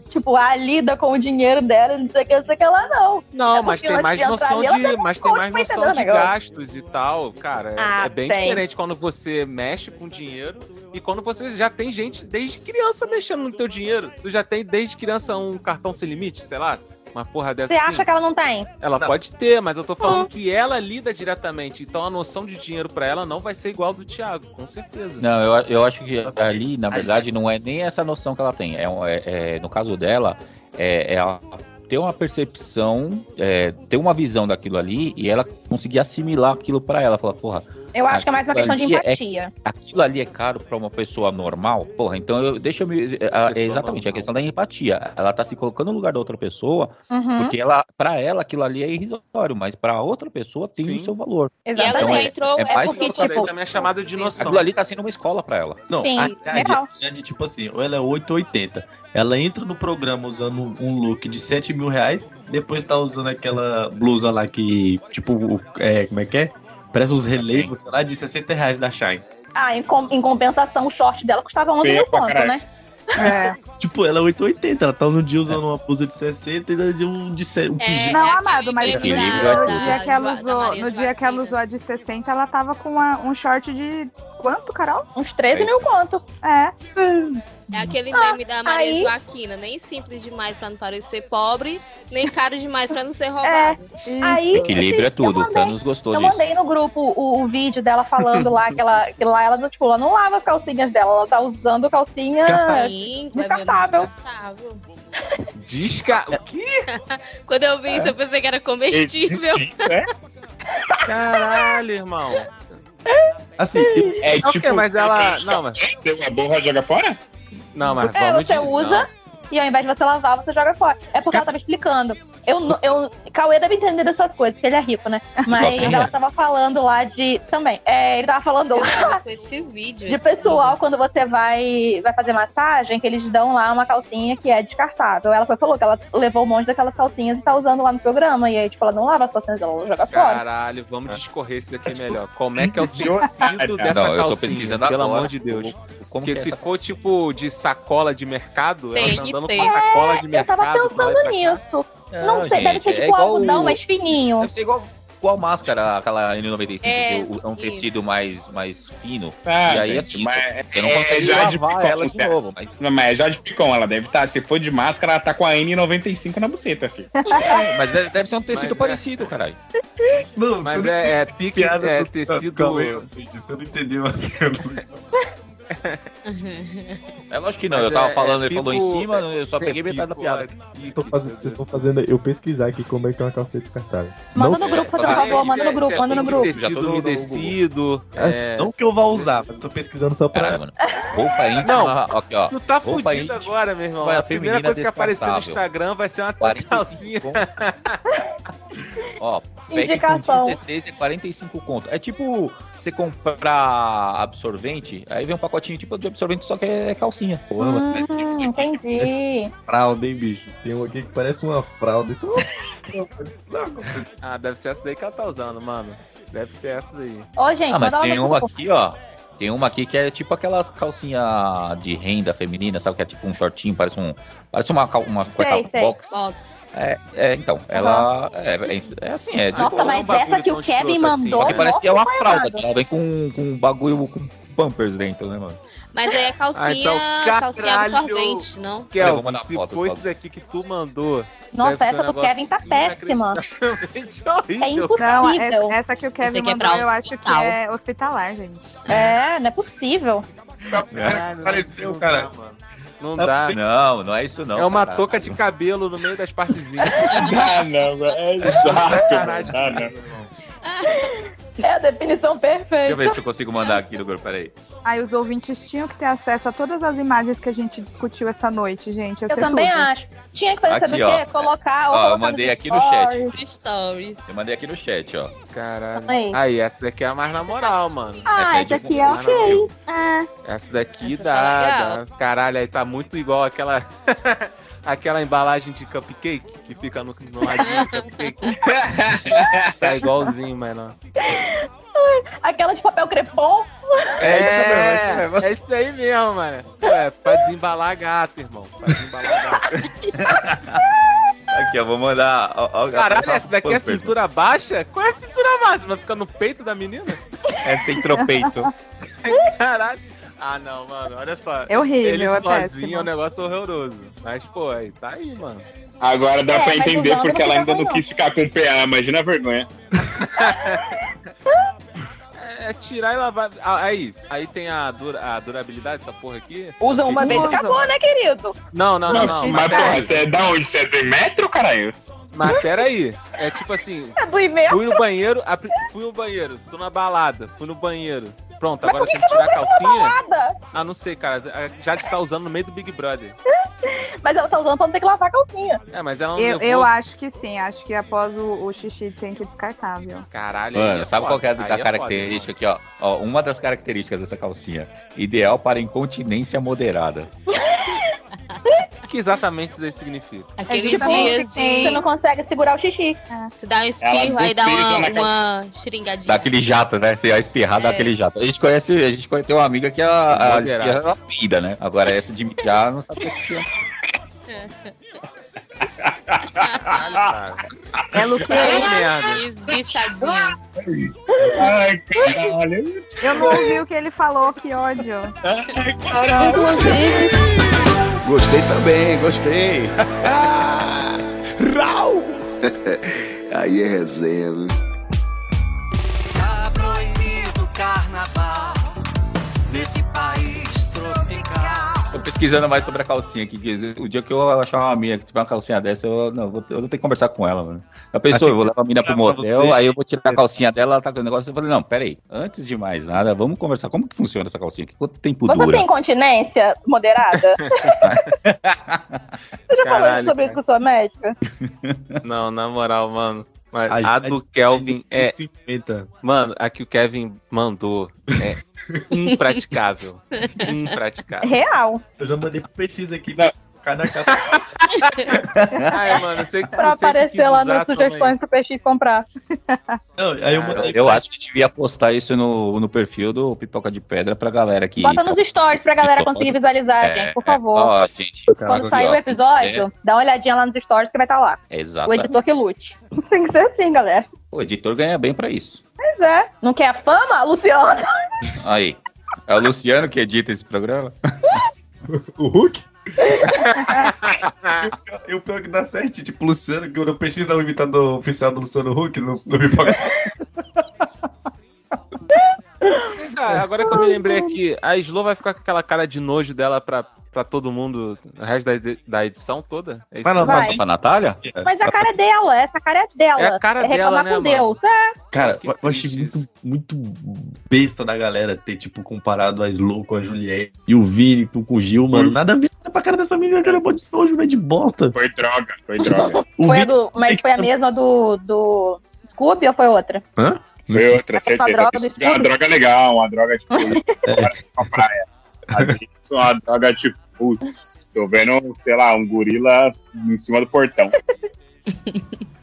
A: tipo, ah, lida com o dinheiro dela, não sei o que, não sei o que lá, não.
B: Não,
A: É
B: mas
A: porque
B: tem
A: antes
B: mais
A: de
B: noção
A: entrar ali, ela
B: de,
A: teve
B: mas
A: um
B: tem
A: coach
B: mais
A: pra
B: noção
A: entender o
B: de
A: negócio.
B: gastos e tal, cara. é-
A: Ah,
B: é bem
A: tem.
B: diferente quando você mexe com dinheiro e quando você já tem gente desde criança mexendo no teu dinheiro. Tu já tem desde criança um cartão sem limite, sei lá, uma porra dessa.
A: Você
B: assim.
A: acha que é ela não tá tem?
B: Ela pode ter, mas eu tô falando que ela lida diretamente, então a noção de dinheiro pra ela não vai ser igual a do Thiago, com certeza.
C: Não, eu, eu acho que ali, na verdade, não é nem essa noção que ela tem. É, um- é- é- no caso dela, é, ela ter uma percepção, é, ter uma visão daquilo ali e ela conseguir assimilar aquilo pra ela. Falar, porra.
A: Eu acho que é mais uma
C: aquilo
A: questão
C: ali
A: de
C: é-
A: empatia.
C: aquilo ali é caro pra uma pessoa normal, porra, então eu, deixa eu me. é, é exatamente, é a questão da empatia. Ela tá se colocando no lugar da outra pessoa,
D: Uhum.
C: porque ela, pra ela aquilo ali é irrisório, mas pra outra pessoa tem o seu valor.
D: Exatamente.
C: Então,
D: E ela já entrou- é
C: mais
D: porque,
C: pra você
D: tipo,
C: também
B: é chamado de noção.
C: Aquilo ali tá sendo uma escola pra ela.
E: Não,
D: Sim,
E: a Jade,
D: real.
E: Jade, tipo assim, ou ela é 880. Ela entra no programa usando um look de 7 mil reais, depois tá usando aquela blusa lá que, tipo, o- é, como é que é? Parece uns relevos, sei lá, de 60 reais da Shine.
A: Ah, em, com- em compensação, o short dela custava 11
E: Feia
A: mil
E: pra
A: conto,
E: caralho.
A: né?
E: Tipo, ela é 880, ela tá no dia
B: É.
E: usando uma blusa de 60 e de um de 7.
D: É.
A: É,
F: não, amado, mas no
E: aquele
F: dia,
E: livro
F: no
E: é-
F: dia que ela
D: da- da
F: usou,
D: Maria
F: no dia que ela usou a de 60, ela tava com uma- um short de quanto, Carol?
A: Uns 13 mil conto.
F: É.
D: É aquele
F: Ah,
D: meme da Maria
F: aí-
D: Joaquina, nem simples demais pra não parecer pobre, nem caro demais pra não ser roubado.
A: Aí,
C: Equilíbrio é tudo, Thanos gostou
A: Eu
C: disso.
A: mandei no grupo o, o vídeo dela falando lá que, ela, que lá ela, tipo, ela não lava as calcinhas dela, ela tá usando calcinha
B: Descartável.
D: Sim, tá
A: descartável.
D: Descartável.
B: Desca. O quê?
D: Quando eu vi isso, eu pensei que era comestível.
G: É, tipo,
B: Caralho, irmão.
E: Assim,
G: é
B: Ok,
G: tipo.
B: mas ela- não, mas-
G: Deu uma borra, joga fora?
B: Não, mas
A: É,
B: vamos
A: você
B: de-
A: usa e ao invés de você lavar, você joga fora. É porque ela tava explicando. Eu, não- eu, Cauê deve entender dessas coisas, porque ele é rico, né? Mas
D: Calcinha?
A: ela tava falando lá de. Também. É, ele tava falando lá
D: Com esse vídeo.
A: de pessoal quando você vai, vai fazer massagem, que eles dão lá uma calcinha que é descartável. Ela foi, falou que ela levou um monte daquelas calcinhas e tá usando lá no programa. E aí, tipo, ela não lava as calcinhas, ela joga fora.
B: Caralho, vamos discorrer isso daqui
C: tipo
B: melhor. Como é que é o tecido dessa
C: Ah. Não, eu tô
B: calcinha?
C: pesquisando
B: pelo
C: agora.
B: amor de Deus.
C: Como
B: Porque
C: que é
B: se
C: essa
B: for tipo de sacola de mercado,
A: Tem
B: ela tá
A: que
B: andando
A: ter.
B: com sacola de
A: É, eu
B: mercado.
A: tava
B: pra lá e
A: pensando
B: pra cá.
A: nisso. Não sei, deve ser
C: gente, é
A: tipo
C: igual
A: algodão,
C: o-
A: mas fininho.
C: Deve ser igual, igual máscara, aquela N95,
A: É,
C: que o- é um
A: isso.
C: tecido mais, mais fino.
G: Ah,
C: e aí,
G: gente,
C: assim,
G: mas
C: você não
G: é
C: consegue
G: Jade
C: lavar
G: Picon,
C: ela de
G: certo?
C: novo. Mas,
G: Não, mas é Jade Picon, ela deve estar. Se for de máscara, ela tá com a N95 na buceta, filho.
C: É, mas deve deve ser um tecido
G: Mas é.
C: parecido, caralho.
B: Mas é, é pique, é
E: Calma aí,
B: tecido.
E: gente, assim, você não entendeu assim,
D: então.
C: É lógico que não,
B: Mas
C: eu tava
B: é-
C: falando,
B: é
C: ele falou
B: pico-
C: em cima, eu só
B: é
C: peguei metade da
B: pico,
C: piada.
H: Vocês estão fazendo, vocês estão fazendo eu pesquisar aqui como é que é uma calcinha descartável.
A: Manda
H: Não- é.
A: no grupo, fazendo favor,
B: é
A: manda no grupo, manda no grupo.
B: Tecido umedecido. É.
C: É,
E: Assim, Não que eu vá usar, mas eu tô pesquisando só pra.
C: Roupa íntima,
B: Não,
C: aqui, ó.
B: Tu tá
C: roupa
B: fudido
C: íntima,
B: agora, meu irmão.
C: Olha,
B: A primeira
C: feminina
B: coisa que aparecer no
C: descartável.
B: Instagram vai ser uma
C: 45
B: calcinha.
C: ó. Indicação.
A: Indicação.
C: 16 é 45 conto. É tipo você comprar absorvente, aí vem um pacotinho tipo de absorvente, só que é calcinha. Porra,
A: hum,
C: um é
A: entendi.
E: Fralda, hein, bicho? Tem um aqui que parece uma fralda. Isso é
B: Ah, deve ser essa daí que ela tá usando, mano. Deve ser essa daí.
A: Ô, gente,
C: Ah, mas
A: manda
C: tem
A: uma
C: uma
A: mensagem.
C: aqui, ó. Tem uma aqui que é tipo aquelas calcinha de renda feminina, sabe? Que é tipo um shortinho, parece um. Parece uma, cal- uma
A: Sei,
C: cueca
A: sei.
C: box. É, é, então, ela. É, é- é assim, é.
A: Nossa, mas essa que o Kevin mandou.
C: Só que parece que é uma
A: nossa, foi
C: fralda,
A: errado.
C: que ela vem com, com um bagulho com pampers dentro, né, mano?
D: Mas aí é calcinha,
B: Ah, então,
D: calcinha
B: caralho.
D: absorvente, não?
B: Kel,
C: Eu vou mandar
B: se
C: foto,
B: for
C: por
B: isso daqui que tu mandou.
A: Nossa,
B: deve ser um
C: um
A: essa do
B: negócio
A: Kevin tá péssima.
B: inacreditavelmente horrível.
A: É
F: Não,
A: impossível.
F: essa, essa que o
A: Esse
F: Kevin
A: aqui é
F: mandou,
A: pra
F: eu acho que
A: hospital.
F: é hospitalar, gente.
A: É, não é possível.
G: Ah,
B: Pareceu,
C: cara.
B: Não dá.
C: Não, não é isso não.
B: é uma
C: cara.
B: touca de cabelo no meio das partezinhas.
G: Ah, não, mano. É
B: Sacanagem.
G: exato. Ah, não.
A: É a definição
C: Deixa eu
A: perfeita.
C: ver se eu consigo mandar aqui no grupo, peraí.
F: Aí os ouvintes tinham que ter acesso a todas as imagens que a gente discutiu essa noite, gente.
A: Eu também acho. Tinha que fazer
C: Aqui,
A: sabe o
C: ó.
A: quê? Colocar. ou
C: Ó, eu
A: colocar
C: mandei
A: nos
C: aqui no chat.
A: stories.
D: Stories.
C: Eu mandei aqui no chat, ó.
B: Caralho.
A: Aí.
B: Aí, essa daqui é a mais na moral, mano.
A: Ah, esse
B: essa,
A: aqui é ok. Ah,
B: essa daqui
A: tá
B: dá,
A: legal.
B: dá. Caralho, aí tá muito igual aquela. Aquela embalagem de cupcake que fica no, no ladinho do cupcake. tá igualzinho, mano.
A: aquela de papel crepom.
B: É, é isso aí mesmo, mano. É, pra desembalar gato, irmão. Pra desembalar gato.
C: Aqui, eu vou mandar. ó, ó,
B: Caralho,
C: aparece
B: essa daqui é
C: uma pamper.
B: cintura baixa? Qual é a cintura máxima? Fica no peito da menina?
C: Essa tem tropeito.
B: Caralho. Ah, não, mano, olha só.
F: É horrível,
B: Ele
F: é
B: sozinho
F: péssimo.
B: é um negócio horroroso. Mas, pô, aí tá aí, mano.
G: Agora dá
A: É,
G: pra
A: mas
G: entender
A: usando
G: porque
A: não
G: ela
A: fica
G: ainda
A: ruim,
G: não
A: não.
G: quis ficar com o PA, imagina a vergonha.
B: É, é tirar e lavar. Ah, Aí, aí tem a, dura- a durabilidade dessa porra aqui.
A: Usa uma
B: Que-
A: vez e
F: Usa.
A: acabou, né, querido?
B: Não, não, não, não.
G: Mas,
B: Mas,
G: porra,
B: peraí,
G: você é da onde? Você é do metro, caralho?
B: mas peraí. É tipo assim,
A: É do e-mail.
B: fui no banheiro, a pri- fui no banheiro, tô na balada, fui no banheiro. Pronto, agora
A: por
B: tem que tirar a calcinha.
A: Nada.
B: Ah, não sei, cara. Já te tá usando no meio do Big Brother.
A: Mas ela tá usando pra não ter que lavar a calcinha.
B: É, mas ela não
F: Eu,
B: levou.
F: eu acho que sim, acho que após o, o xixi tem que descartar, viu?
B: Caralho, aí
C: Mano,
B: é foda,
C: sabe qual que é a,
B: aí
C: a
B: é
C: característica aqui, ó? Ó, Uma das características dessa calcinha. Ideal para incontinência moderada.
B: foda. O que exatamente isso daí significa?
A: É
D: Aqueles
F: tipo
D: dias
A: Você
D: de.
A: não consegue segurar o xixi.
D: Tu dá um espirro,
G: Ela
D: aí dá
G: boceja
D: uma,
G: na
D: uma xiringadinha.
C: Daquele jato, né? Você a espirrar,
D: É.
C: dá aquele jato. A gente conhece, a gente conhece, tem uma amiga que é a, a
B: Moderada.
C: espirra ela pira, né? Agora essa de mijar não sabe o que é.
A: Ah!
B: Caralho,
F: É o que
B: cara. Que merda.
D: Des- Bichadinha.
G: Ai, caralho.
F: Eu não ouvi o que ele falou, que ódio.
G: Ai, caralho.
A: Inclusive,
L: Gostei também, gostei. Rau! Aí é resenha, viu?
M: Tá proibido carnaval nesse país tropical.
C: Tô pesquisando mais sobre a calcinha aqui. que O dia que eu achar uma mina que tiver uma calcinha dessa, eu não, eu vou, eu vou ter que conversar com ela, mano. A pessoa, eu vou levar a mina pro
E: Pra você.
C: motel, aí eu vou tirar a calcinha dela, ela tá com o negócio. Eu falei, não, peraí, antes de mais nada, vamos conversar. Como que funciona essa calcinha? Quanto tempo
A: você
C: Tipo dura?
A: tem incontinência moderada? Você já falou
B: Caralho,
A: sobre isso com sua médica?
B: Não, na moral, mano. Mas
E: A
B: a,
E: gente-
B: do Kelvin é.
E: 50.
B: Mano, a que o Kevin mandou é impraticável. impraticável.
A: Real.
E: Eu já mandei pro PX aqui.
G: Não.
E: Cada capa.
B: Ai, mano, eu sei que
A: Pra
B: eu sei que
A: aparecer
B: quis
A: lá
B: usar
A: nas sugestões pro PX comprar.
E: Não, aí eu mandei.
C: Eu acho que devia postar isso no, no perfil do Pipoca de Pedra pra galera que.
A: Bota nos stories pra galera conseguir visualizar,
C: É,
A: gente, por favor.
C: Ó, gente.
A: Quando
E: Caraca,
A: sair
C: ó,
A: o episódio, dá uma olhadinha lá nos stories que vai estar lá.
C: É, exato.
A: O editor que lute. Tem que ser assim, galera.
C: O editor ganha bem pra isso.
A: Pois é. Não quer a fama, Luciana?
C: Aí. É o Luciano que edita esse programa?
E: O Hulk? E o pior que dá certo, tipo, Luciano, que o PX dá o imitador oficial do Luciano Huck no, no Pipoca.
B: Cara, agora que eu me lembrei aqui, a Slow vai ficar com aquela cara de nojo dela pra, pra todo mundo o resto da, edi- da edição toda? É isso
E: Mas ela
B: mesmo?
A: Vai.
C: Pra Natália?
A: Mas a cara é dela, essa cara é dela.
B: É a cara dela,
A: reclamar
B: né,
A: com
B: mano?
A: Deus. É,
E: Cara,
B: Que
E: eu eu achei
B: triste
E: muito, muito besta da galera ter, tipo, comparado a Slow com a Juliette e o Vini com com o Gil,
B: Hum.
E: mano. Nada a ver pra cara dessa menina, cara. É bom de sojo, né? De bosta.
G: Foi droga, foi droga.
E: O
A: foi a
E: Vini
A: do, mas foi a mesma do, do Scooby ou foi outra?
E: Hã?
G: Foi outra,
A: Essa
G: certeza.
A: droga
G: Eu
A: do
G: preciso de uma
A: escuro.
G: droga legal, uma droga tipo. uma praia. Às vezes, uma droga tipo. Putz, tô vendo, sei lá, um gorila em cima do portão.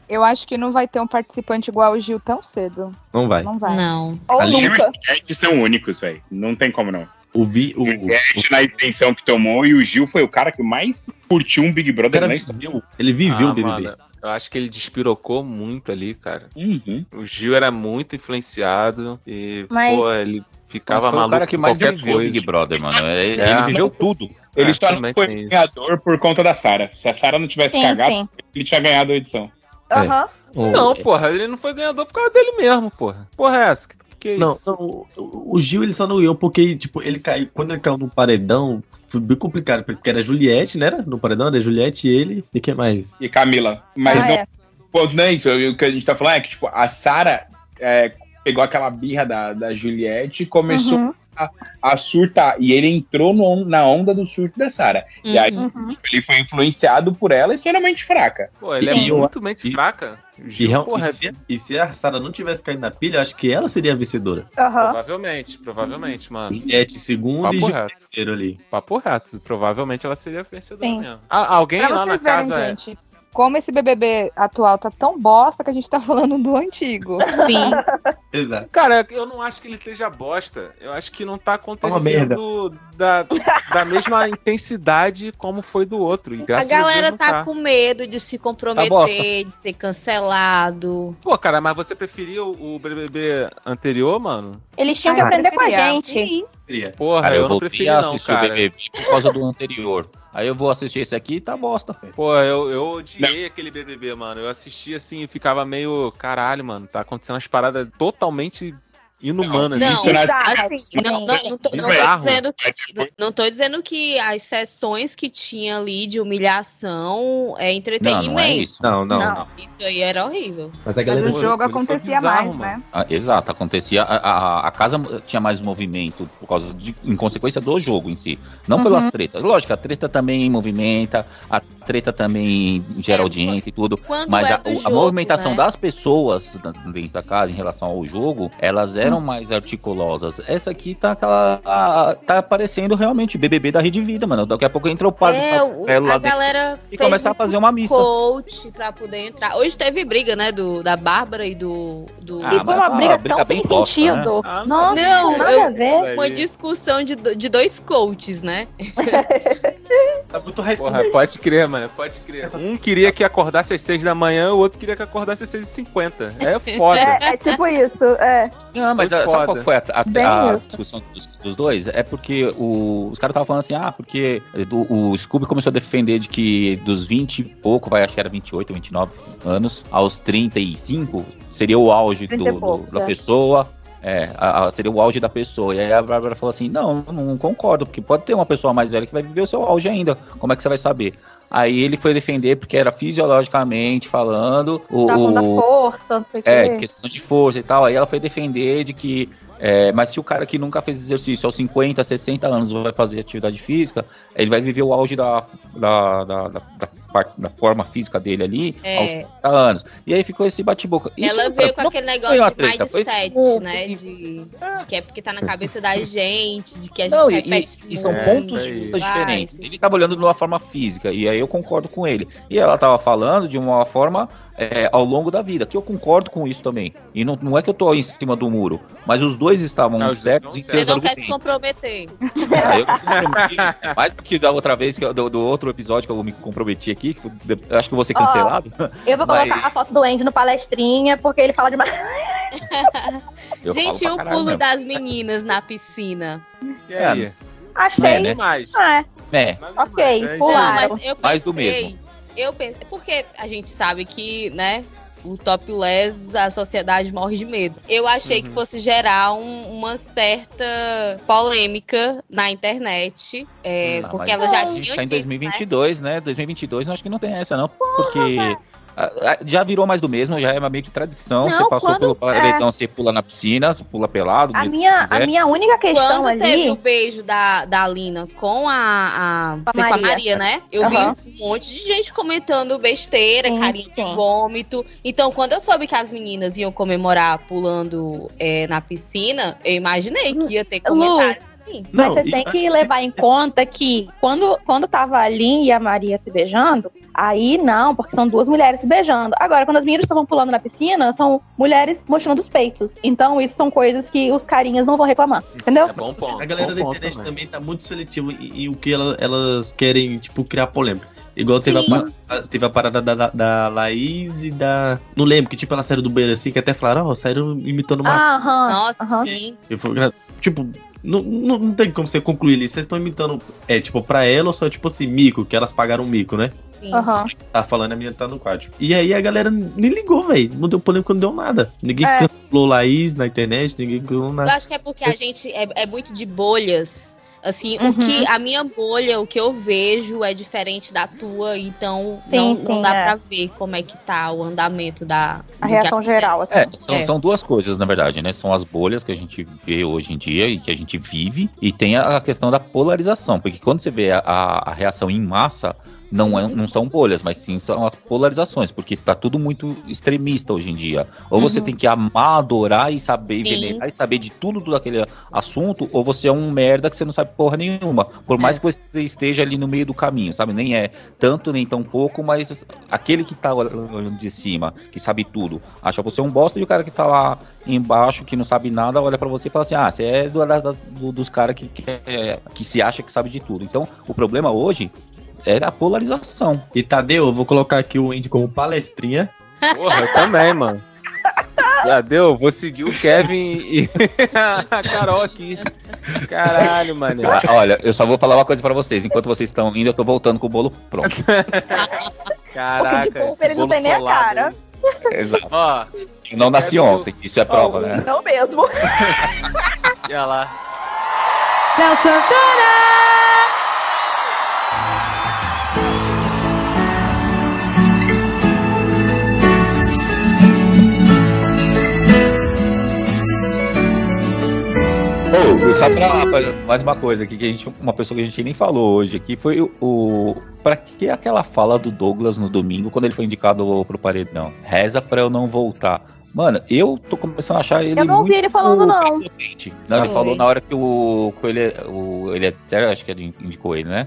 F: Eu acho que não vai ter um participante igual o Gil tão cedo.
G: Não vai.
F: Não vai.
D: Não.
F: Ou
G: Gil
F: nunca.
G: e Juliette são únicos, velho. Não tem como não.
E: O, Vi,
G: o Juliette na intenção que tomou e o Gil foi o cara que mais curtiu um Big Brother na história.
E: Ele
G: viveu
B: Ah,
G: o BBB.
B: mano, eu acho que ele despirocou muito ali, cara.
G: Uhum.
B: O Gil era muito influenciado e,
D: Mas-
B: pô, ele ficava
C: Mas foi o
B: maluco
C: cara que
B: com
C: mais
B: qualquer
C: viveu o
B: coisa.
C: Big Brother, mano. É, Ele- ele viveu tudo.
G: Ele
B: É,
G: só não
B: também
G: foi
B: tem isso.
G: ganhador por conta da Sara. Se a Sara não tivesse
B: Sim,
G: cagado,
B: sim.
G: ele tinha ganhado a edição.
C: É.
B: Aham. Não, porra, ele não foi ganhador por causa dele mesmo, porra. Porra, é essa? Que, que é
E: Não,
B: isso?
E: não, o- o Gil ele só não ganhou porque, tipo, ele caiu. Quando ele caiu no paredão, foi bem complicado, porque era Juliette, né? era? No paredão era Juliette, ele e quem mais?
G: e Camila. Mas
E: Ah,
G: não,
E: é.
G: o ponto não é isso. O que a gente tá falando é que, tipo, a Sara é, pegou aquela birra da, da Juliette e começou
N: Uhum.
G: a, a surtar. E ele entrou no on- na onda do surto da Sara. E aí,
D: Hum,
N: Uhum.
G: tipo, ele foi influenciado por ela e extremamente fraca.
B: Pô, ele é
E: E eu-
B: muito mente fraca.
E: E, real-
B: porra, é
E: e, se, e se a Sara não tivesse caído na pilha, eu acho que ela seria a vencedora.
B: Provavelmente, provavelmente, mano.
E: Juliette em É segundo
B: Papo
E: e Gil em
B: reto.
E: terceiro ali.
B: Papo reto, provavelmente ela seria a vencedora
F: Sim.
B: mesmo. Ah, alguém
F: Pra
B: lá na
F: vocês verem,
B: casa. é?
F: gente, como esse BBB atual tá tão bosta que a gente tá falando do antigo.
D: Sim.
E: Exato.
B: Cara, eu não acho que ele esteja bosta. Eu acho que não tá
E: uma merda.
B: acontecendo da, da mesma intensidade como foi do outro. E
D: A
B: graças
D: galera
B: Deus não
D: tá com medo de se
C: Tá
B: bosta.
D: comprometer, de ser cancelado.
B: Pô, cara, mas você preferia o o BBB anterior, mano?
A: Eles tinham
D: Ah,
A: que aprender com a
D: preferia.
A: gente.
B: Porra,
C: Cara,
B: eu,
C: eu,
B: não
C: voltei
B: preferi
C: a
B: não,
C: assistir o
B: cara.
C: BBB por causa do anterior. Aí eu vou assistir esse aqui e tá bosta. velho.
B: Pô, eu, eu odiei aquele BBB, mano. Eu assisti assim e ficava meio... Caralho, mano, tá acontecendo umas paradas totalmente inumanas.
D: Não,
B: né?
D: assim, não, não, não, tô, não tô
B: Bizarro.
D: dizendo que, não- não tô dizendo que as sessões que tinha ali de humilhação é entretenimento.
C: Não, não,
D: Não,
C: não.
D: Isso aí era horrível.
E: Mas a galera.
F: Mas o jogo acontecia mais, né?
C: Ah, exato, acontecia. A, a- a casa tinha mais movimento por causa de, em consequência do jogo em si, não
F: Uhum.
C: pelas tretas. Lógico, a treta também movimenta, a treta também gera audiência e tudo.
D: É, quando
C: Mas
D: é
C: a,
D: do
C: o- a
D: jogo,
C: movimentação
D: né?
C: das pessoas da- dentro da casa em relação ao jogo, elas eram
D: Hum.
C: mais articulosas. Essa aqui tá aquela. a- tá parecendo realmente BBB da Rede Vida, mano. Daqui a pouco entra o padre.
D: É, o-
C: Rafael lá
D: a
C: dentro.
D: galera
C: e
D: fez
C: começar a fazer uma missa.
D: coach pra poder entrar. Hoje teve briga, né, do, da Bárbara e do... do...
C: Ah,
A: Tipo,
C: E foi mas uma uma briga briga tão bem sem bosta, né? sentido.
B: Ah,
D: Nossa, não,
A: nada
D: eu-
A: a ver.
D: Uma discussão de, do- de dois coaches, né?
E: Tá muito
B: Porra, pode crer, mano, pode crer. Um queria que acordasse às 6 da manhã, o outro queria que acordasse às 6h50. É foda.
A: É, é tipo isso, é.
C: Não, Ah, mas
B: Foi
C: a,
B: foda.
C: sabe qual foi a, a-
A: Bem
C: a
A: isso.
C: discussão dos, dos dois? É porque o- os caras estavam falando assim, ah, porque do- o Scooby começou a defender de que dos 20 e pouco, vai, acho que era 28, 29 anos, aos 35 seria o auge do-
O: 30 e
C: do-
O: pouco,
C: da
O: é.
C: pessoa. É, a- a- seria o auge da pessoa. E aí a Bárbara falou assim: não, eu não concordo, porque pode ter uma pessoa mais velha que vai viver o seu auge ainda. Como é que você vai saber? Aí ele foi defender porque era fisiologicamente falando. O,
A: Estavam da
C: o-
A: Tá força, não sei o
C: é, de
A: quê.
C: questão de força e tal. Aí ela foi defender de que. é, mas se o cara que nunca fez exercício aos 50, 60 anos vai fazer atividade física, ele vai viver o auge da, da, da, da, da par- da forma física dele ali
D: É.
C: aos 50 anos. E aí ficou esse bate-boca. Isso, é
D: Ela
C: cara,
D: veio com
C: não
D: aquele
C: foi
D: negócio
C: uma
D: de
C: treta, foi
D: mindset,
C: tipo,
D: né? De, de que é porque tá na cabeça da gente, de que a gente
C: Não, e,
D: repete.
C: e- e são
D: muito,
C: pontos de vista
D: vai.
C: diferentes. É, Ele tava olhando de uma forma física, e aí eu concordo com ele. E ela tava falando de uma forma é, ao longo da vida, que eu concordo com isso também. E não, não é que eu tô em cima do muro, mas os dois estavam
B: Não, os dois
C: certos
B: estão
C: em
D: Você
C: seus
D: não quer se
C: argumentos.
D: comprometer.
C: Ah, eu me comprometi, mais do que da outra vez, que eu- do, do outro episódio que eu me comprometi aqui, que eu acho que eu vou ser
A: Ó,
C: cancelado.
A: Eu vou
C: Mas
A: colocar a foto do Andy no palestrinha, porque ele fala demais.
C: eu falo
D: gente, e
C: pra
D: o
C: caralho
D: pulo
C: mesmo.
D: das meninas na piscina?
C: É, né?
A: Achei.
C: É, né?
A: Ah,
C: É.
A: ok,
C: Mas-
A: pularam.
D: Mas eu pensei,
C: Mais do mesmo.
D: Eu pensei, é porque a gente sabe que, né, o topless, a sociedade morre de medo. Eu achei
C: Uhum.
D: que fosse gerar um- uma certa polêmica na internet, é,
C: Ah,
D: porque
C: mas
D: ela já
C: a gente
D: tinha
C: tá em
D: dito, né?
C: 2022, né? 2022 eu acho que não tem essa, não. Porque ah, Já virou mais do mesmo, já é uma meio que tradição.
A: Não,
C: você passou
A: quando-
C: pelo paredão,
A: é.
C: você pula na piscina, você pula pelado. do
A: A
C: jeito que
A: minha,
C: quiser.
A: a minha única questão
D: Quando
A: ali.
D: teve o beijo da, da Alina com a, a,
A: Com a
D: foi com a
A: Maria.
D: Maria, né? Eu
A: Aham.
D: vi um monte de gente comentando besteira, carinha de vômito. Então, quando eu soube que as meninas iam comemorar pulando é, na piscina, eu imaginei que ia ter comentário.
A: Mas
D: Não,
A: você
D: e-
E: tá
A: tem é que levar em conta que quando, quando tava a Lin e a Maria se beijando, aí não, porque são duas mulheres se beijando. Agora, quando as meninas estavam pulando na piscina, são mulheres mostrando os peitos. Então, isso são coisas que os carinhas É, não vão reclamar, entendeu?
B: é
E: a galera da internet também. tá muito seletiva em, em o que ela- elas querem, tipo, criar polêmica. Igual teve a,
D: Sim.
E: par- a- teve a parada da, da, da Laís e da. Não lembro, que tipo, ela saiu do banheiro assim, que até falaram, ó, saíram imitando uma.
A: Aham.
D: Nossa, sim.
E: Eu fui gra- tipo, não, não, não tem como você concluir ali. Vocês estão imitando, é, tipo, pra ela ou só, tipo assim, mico, que elas pagaram mico, né?
A: Aham.
E: Tá falando, a menina tá no quadro. E aí a galera nem ligou, velho. Não deu polêmica, não deu nada. Ninguém
D: É.
E: cancelou Laís na internet, ninguém cancelou
D: Eu
E: nada.
D: acho que é porque a gente é, é muito de bolhas. Assim, o
A: Uhum.
D: que a minha bolha, o que eu vejo é diferente da tua, então
A: Sim,
D: não, não
A: sim,
D: dá
A: é.
D: pra ver como é que tá o andamento da.
A: A reação geral, assim.
C: É, são, são duas coisas, na verdade, né? São as bolhas que a gente vê hoje em dia e que a gente vive, e tem a a questão da polarização, porque quando você vê a, a- a reação em massa, não, é- não são bolhas, mas sim são as polarizações, porque tá tudo muito extremista hoje em dia. Ou você
N: Uhum.
C: tem que amar, adorar e saber, e
N: Sim.
C: venerar e saber de tudo do- daquele assunto, ou você é um merda que você não sabe porra nenhuma. Por mais que você esteja ali no meio do caminho, sabe? Nem é tanto nem tão pouco, mas aquele que tá olhando de cima, que sabe tudo, acha você um bosta, e o cara que tá lá embaixo, que não sabe nada, olha pra você e fala assim: ah, você é do, da- da- do- dos caras que, que, é- que se acha que sabe de tudo. Então, o problema hoje é a polarização.
E: E Tadeu, eu vou colocar aqui o Andy como palestrinha.
B: Porra, eu também, mano. Já deu, vou seguir o Kevin e a Carol aqui. Caralho, mano.
C: Ah, Olha, eu só vou falar uma coisa pra vocês. Enquanto vocês estão indo, eu tô voltando com o bolo pronto.
B: Caraca.
A: Porque de pouco ele não
B: bolo
A: tem nem a
B: solado,
A: cara.
B: hein?
C: Exato.
B: Ó,
C: Eu não nasci ontem, isso é prova, né?
A: Não mesmo.
B: olha lá.
O: Léo Santana!
C: Ô, só pra pra- mais uma coisa aqui, que a gente, uma pessoa que a gente nem falou hoje aqui, foi o. o pra que aquela fala do Douglas no domingo, quando ele foi indicado pro paredão? Reza pra eu não voltar. Mano, eu tô começando a achar ele
A: Eu não ouvi
C: muito.
A: ele falando, não.
C: Não, ele
A: Foi.
C: falou na hora que o Coelho. O, ele até acho que ele indicou ele, né?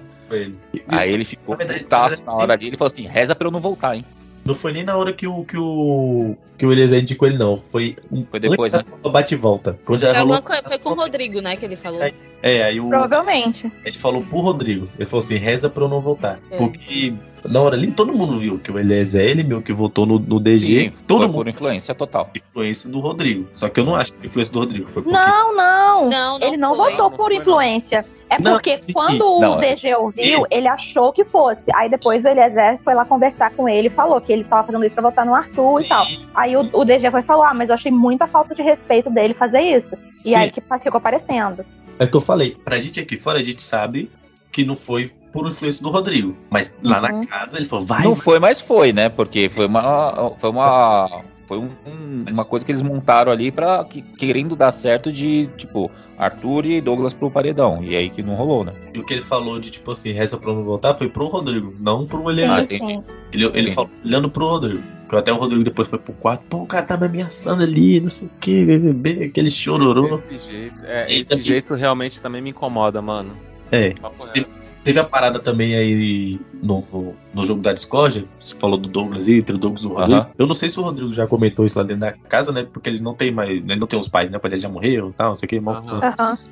C: Aí ele ficou putaço na hora ali, ele falou assim: reza pra eu não voltar, hein?
E: Não foi nem na hora que o que o que o Eliezer indicou ele não, foi, foi
C: depois, né?
E: antes da bate e volta. Quando já
D: Foi, alguma
E: rolou,
D: coisa, foi com o Rodrigo, né, que ele falou.
E: é, aí o
A: Provavelmente.
E: ele falou pro Rodrigo, ele falou assim, reza pra eu não voltar,
D: É.
E: porque na hora ali todo mundo viu que o Eliezer é ele meu que votou no, no DG, todo
C: foi
E: mundo
C: por influência total.
E: Influência do Rodrigo. Só que eu não acho que a influência do Rodrigo foi porque
A: Não, não. ele não votou por influência. É
E: Não,
A: porque
E: sim.
A: quando
E: Não,
A: o
E: é.
A: DG ouviu, ele achou que fosse. Aí depois o Eliezer foi lá conversar com ele e falou que ele tava fazendo isso pra votar no Arthur e tal. Aí o, o DG foi falar, ah, mas eu achei muita falta de respeito dele fazer isso. E
E: Sim.
A: aí que ficou aparecendo.
E: É o que eu falei, pra gente aqui fora, a gente sabe que não foi por influência do Rodrigo. Mas lá na casa ele falou, vai,
C: não foi, mas foi, né? Porque foi uma. Foi uma. Foi um- um- uma coisa que eles montaram ali pra. que- querendo dar certo de, tipo, Arthur e Douglas pro paredão. E aí que não rolou, né?
E: E o que ele falou de, tipo assim, reza pra não voltar foi pro Rodrigo, não pro
A: Uhum.
E: Eliezer.
C: Sim, sim.
E: Ele, ele falou olhando pro Rodrigo. Que até o Rodrigo depois foi pro quarto, pô, o cara tá me ameaçando ali, não sei o que, BBB, aquele chororô.
B: Esse jeito, é, esse jeito realmente também me incomoda, mano.
E: É. Te- Teve a parada também aí no, no, no jogo da Discord, você falou do Douglas aí, entre o Douglas e o Rodrigo.
C: Aham.
E: Eu não sei se o Rodrigo já comentou isso lá dentro da casa, né? Porque ele não tem mais. Ele não tem os pais, né? O pai dele já morreu e tal, não sei o que.
D: Uhum.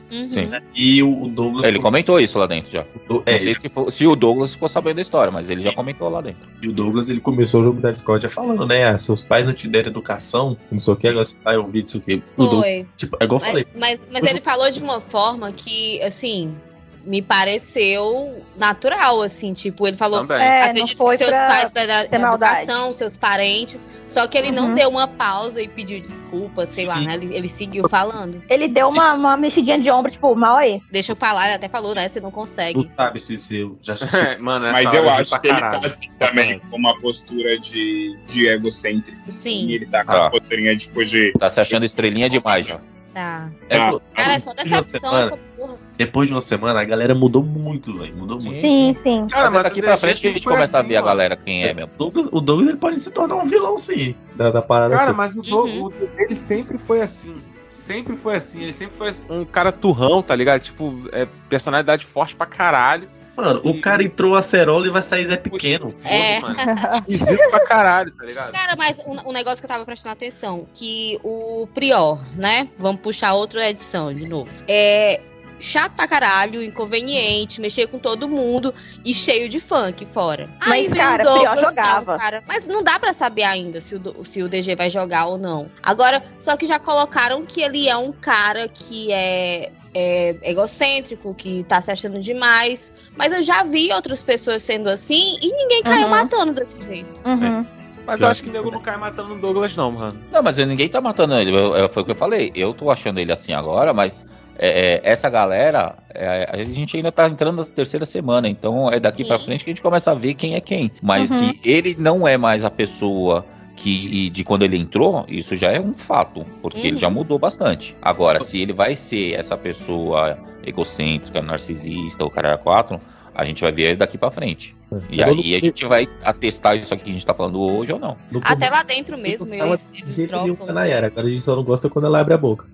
C: Sim.
E: né? E o Douglas.
C: É, Ele comentou isso lá dentro já.
E: é,
C: não sei se, for- se o Douglas ficou sabendo da história, mas ele já comentou lá dentro.
E: E o Douglas, ele começou o jogo da Discord falando, né? Ah, seus pais não te deram educação, não sei o que, agora você vai ouvir isso aqui. O
D: Foi.
E: Douglas, tipo, é igual eu falei.
D: Mas, mas ele falou de uma forma que, assim, me pareceu natural, assim, tipo, ele falou,
A: Também. É, não
D: acredito
A: foi
D: que seus
A: pra
D: pais da, da
A: ser maldade.
D: educação, seus parentes, só que ele não
A: Uhum.
D: deu uma pausa e pediu desculpa, sei lá, né? Ele, ele seguiu falando.
A: Ele deu uma, uma mexidinha de ombro, tipo, mal aí.
D: Deixa eu falar, ele até falou, né? Você não consegue.
E: Não sabe se se eu já
B: Mano, é essa
G: Mas
B: hora
G: eu
B: ri
G: acho
B: pra
G: que ele tá
B: caralho.
G: assim também, com uma postura de, de egocêntrico.
D: Sim.
G: E ele tá com
C: Ah.
G: a posturinha tipo de.
C: Tá se achando estrelinha demais, já.
D: Tá.
E: É,
C: Ah.
E: pô,
D: Cara, é só
E: depois de uma
D: decepção essa
E: semana-
D: porra.
E: Depois de uma semana, a galera mudou muito, velho. Mudou muito.
A: Sim, sim.
C: Cara, mas daqui pra frente a gente começa
B: assim,
C: a ver a galera quem é, meu.
E: O Douglas, o Douglas ele pode se tornar um vilão, sim. Da, da parada.
B: Cara,
E: toda.
B: mas o, Doug-
D: Uhum.
B: o Doug, ele sempre foi assim. Sempre foi assim. Ele sempre foi um cara turrão, tá ligado? Tipo, é, personalidade forte pra caralho. Tipo,
E: Mano, o cara entrou acerola e vai sair Zé Pequeno.
D: É.
B: Esquisito pra caralho, tá ligado?
D: Cara, mas um, um negócio que eu tava prestando atenção, que o Prior, né? Vamos puxar outra edição de novo. É chato pra caralho, inconveniente, mexer com todo mundo e cheio de funk fora.
A: Mas,
D: Aí veio
A: cara,
D: o Douglas,
A: Prior
D: que é um
A: jogava.
D: cara- mas não dá pra saber ainda se o, Do- se o DG vai jogar ou não. Agora, só que já colocaram que ele é um cara que é, é egocêntrico, que tá se achando demais. Mas eu já vi outras pessoas sendo assim e ninguém caiu
B: Uhum.
D: matando desse jeito.
F: uhum.
B: Mas eu acho que o nego não cai matando o Douglas, não, mano.
C: Não, mas ninguém tá matando ele. Eu- eu- foi o que eu falei. Eu tô achando ele assim agora, mas é, é, essa galera, é, a gente ainda tá entrando na terceira semana, então é daqui pra frente que a gente começa a ver quem é quem. Mas
N: Uhum.
C: que ele não é mais a pessoa que de quando ele entrou, isso já é um fato, porque ele
N: Uhum.
C: já mudou bastante. Agora, se ele vai ser essa pessoa egocêntrica, narcisista ou caralho a quatro, a gente vai ver ele daqui pra frente. E
E: Eu
C: aí a gente vai atestar isso aqui que a gente tá falando hoje ou não.
D: Até lá dentro mesmo, eles,
E: De
D: eles
E: jeito nenhum
D: trocam. né?
E: que ela era. Agora a gente só não gosta quando ela abre a boca.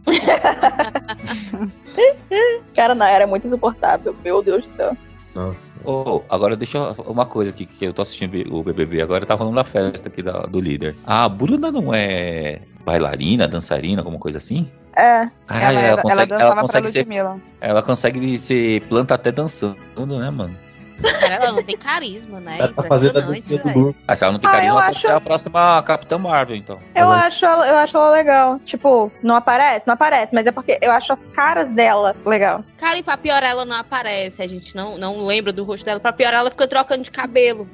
A: Cara, não, era muito insuportável. Meu Deus do céu.
D: É,
E: Nossa. tá
C: Ô, agora deixa eu- uma coisa aqui, que eu tô assistindo o BBB agora, tá falando da festa aqui da- do líder. Ah, a Bruna não é bailarina, dançarina, alguma coisa assim?
F: É.
C: Caralho,
F: ela,
C: ela
F: ela
C: consegue-
F: dançava
C: ela consegue
F: pra
C: ser- então
F: Ludmilla.
C: Ela consegue ser planta até dançando, né, mano?
D: Cara, ela não tem carisma, né?
C: Ela tá fazendo a dancinha do grupo. Ah, se ela não tem
A: Ah,
C: carisma,
A: eu
C: ela pode
A: acho-
C: ser a próxima Capitã Marvel, então.
A: Eu acho, ela- eu acho ela legal. Tipo, não aparece? Não aparece, mas é porque eu acho as caras dela legal.
D: Cara, e pra piorar, ela não aparece. A gente não, não lembra do rosto dela. Pra piorar, ela fica trocando de cabelo.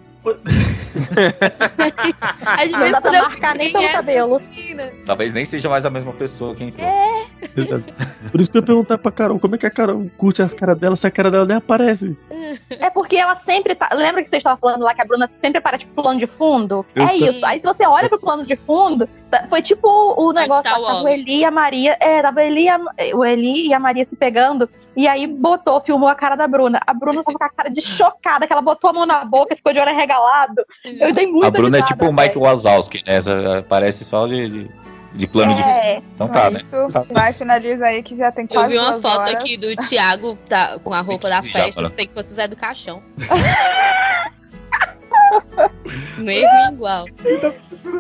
D: a gente
A: Não dá pra marcar nem
D: é
A: pelo cabelo. É,
C: Talvez nem seja mais a mesma pessoa que
F: É,
C: entrou.
E: Por isso que eu ia perguntar pra Carol, como é que a Carol curte as caras dela se a cara dela nem aparece?
A: É porque ela sempre tá. Lembra que vocês estavam falando lá que a Bruna sempre aparece pro plano de fundo?
E: Eu
A: é
E: tô-
A: isso. Aí se você olha pro plano de fundo, tá- foi tipo o negócio
D: tá
A: tá
D: o
A: tava o
D: Wallace?
A: Eli e a Maria. É, tava o Eli, e a- o Eli e a Maria se pegando. E aí botou, filmou a cara da Bruna. A Bruna tava com a cara de chocada, que ela botou a mão na boca, ficou de olho arregalado. Eu dei muito
C: a Bruna é tipo o Mike Wazowski, né? Essa- Parece só de, de, de plano
F: É.
C: de. Então tá,
F: é
C: né?
F: isso.
C: Tá.
F: Vai, finaliza aí que já tem quase
D: Eu vi uma
F: duas
D: foto
F: horas.
D: aqui do Thiago tá, com a roupa da
C: que
D: festa.
C: diabo, né?
D: Pensei que fosse o Zé do Caixão. Mesmo igual.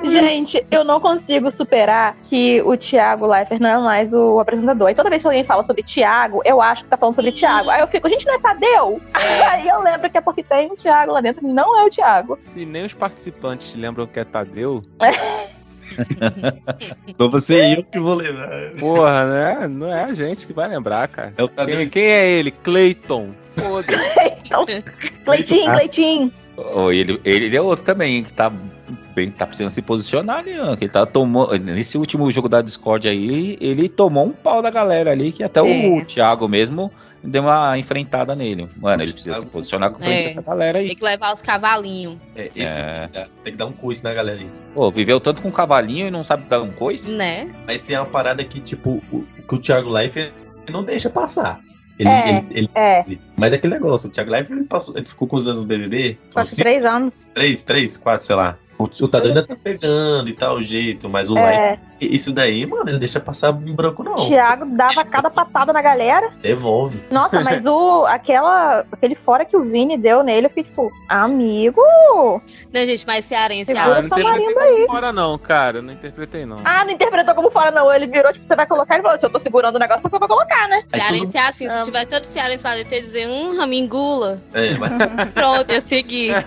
A: Gente, eu não consigo superar que o Thiago Leifert não é mais o apresentador. E toda vez que alguém fala sobre Thiago, eu acho que tá falando sobre Thiago. Aí eu fico, gente, não é Tadeu? Aí eu lembro que é porque tem o Thiago lá dentro, não é o Thiago.
B: Se nem os participantes lembram que é Tadeu.
E: então você e eu que vou lembrar.
B: Porra, né? Não é a gente que vai lembrar, cara.
E: É o
B: Tadeu. Quem, quem é ele? Clayton. Foda-se.
A: Então, Cleitinho, Cleitinho.
C: Oh, ele, ele, ele é outro também, hein, que tá, bem, tá precisando se posicionar, né? Ian? Que ele tá tomando. Nesse último jogo da Discord aí, ele tomou um pau da galera ali, que até
D: É.
C: o Thiago mesmo deu uma enfrentada nele. Mano, ele precisa se posicionar com
D: É.
C: frente a essa galera aí.
D: Tem que levar os cavalinhos.
E: É, esse é. tem que dar um coice na galera aí.
C: Pô, viveu tanto com cavalinho e não sabe dar um coice?
D: Né?
E: Mas se é uma parada que, tipo, o, que o Thiago Leifert não deixa passar. Ele,
A: É,
E: ele, ele-
A: é.
E: ele- mas é aquele negócio, o Thiago Leifert ele, passou, ele ficou com os anos do BBB, foram
A: Acho que
E: cinco,
A: três anos.
E: três, três, quatro, sei lá. O, o Tadeu ainda tá pegando e tal, o jeito, mas o
A: É.
E: Leifert, isso daí, mano, ele não deixa passar em branco não,
A: Thiago dava cada patada na galera.
E: devolve.
A: Nossa, mas o aquela aquele fora que o Vini deu nele, eu fiquei tipo, amigo.
D: Não, gente, mas cearense
A: Segura
D: acha.
A: essa marimba aí.
B: Fora não, cara. Não interpretei, não.
A: Ah, não interpretou como fora, não. Ele virou, tipo, você vai colocar. Ele falou, se eu tô segurando o negócio, você vai colocar, né?
D: Cearense é assim. Se tivesse outro cearense lá dentro, ia dizer, hum, ramingula.
E: É, mas
D: Pronto, ia seguir.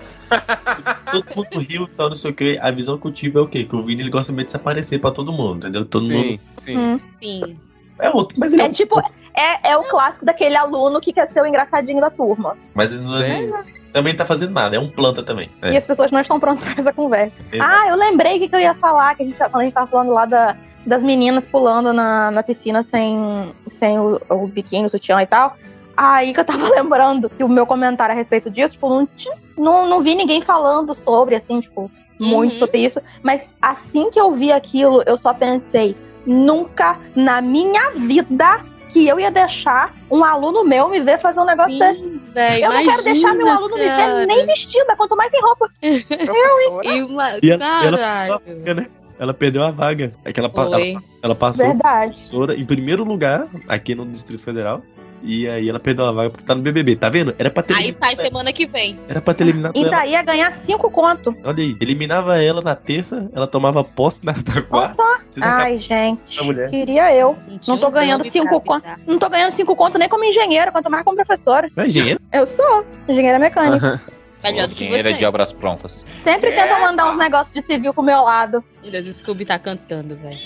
E: todo mundo riu e tal, não sei o que. A visão que eu tive é o quê? Que o Vini ele gosta meio de desaparecer pra todo mundo, entendeu? Todo mundo.
B: Sim.
A: Hum.
D: Sim.
E: É outro, mas ele
A: é tipo, é, é o clássico daquele aluno que quer ser o engraçadinho da turma.
E: Mas ele não- ele também tá fazendo nada, é um planta também. né?
A: E as pessoas não estão prontas para essa conversa.
E: Exato.
A: Ah, eu lembrei o que, que eu ia falar, que a gente, tá, quando a gente tava falando lá da- das meninas pulando na, na piscina sem, sem o, o biquíni, o sutiã e tal. Aí que eu tava lembrando que o meu comentário a respeito disso, tipo, não, tinha- não, não vi ninguém falando sobre, assim, tipo, muito
D: Uhum.
A: sobre isso. Mas assim que eu vi aquilo, eu só pensei, nunca na minha vida que eu ia deixar um aluno meu me ver fazer um negócio desse.
D: véi,
A: eu não quero deixar meu
D: imagina,
A: aluno me ver
D: cara.
A: nem vestida, quanto mais sem roupa. eu, hein?
D: E uma...
E: E ela- e ela-
D: Caralho.
E: Ela perdeu a vaga. É que ela, pa-
D: Foi.
E: ela, ela passou
A: Verdade.
E: professora em primeiro lugar aqui no Distrito Federal. E aí ela perdeu a vaga porque tá no BBB, tá vendo? Era pra ter,
D: Aí sai semana que vem.
E: era pra ter eliminado
A: E
E: ela.
A: daí ia ganhar cinco conto.
E: Olha aí, eliminava ela na terça, ela tomava posse na, na quarta. Vocês
A: Ai, gente.
E: acabam com a mulher.
A: Queria eu.
D: tinha
A: Não tô
D: um
A: ganhando
D: nome pra
A: cinco conto.
F: tá?
A: Não tô ganhando cinco conto nem como engenheira, quanto mais como professora.
E: Não é engenheiro?
A: Eu sou engenheira mecânica.
D: Melhor do que
C: Dinheiro é
D: um você.
C: de obras prontas.
F: É.
A: Sempre tentam mandar uns negócios de civil pro meu lado.
D: Meu Deus, o Scooby tá cantando, velho.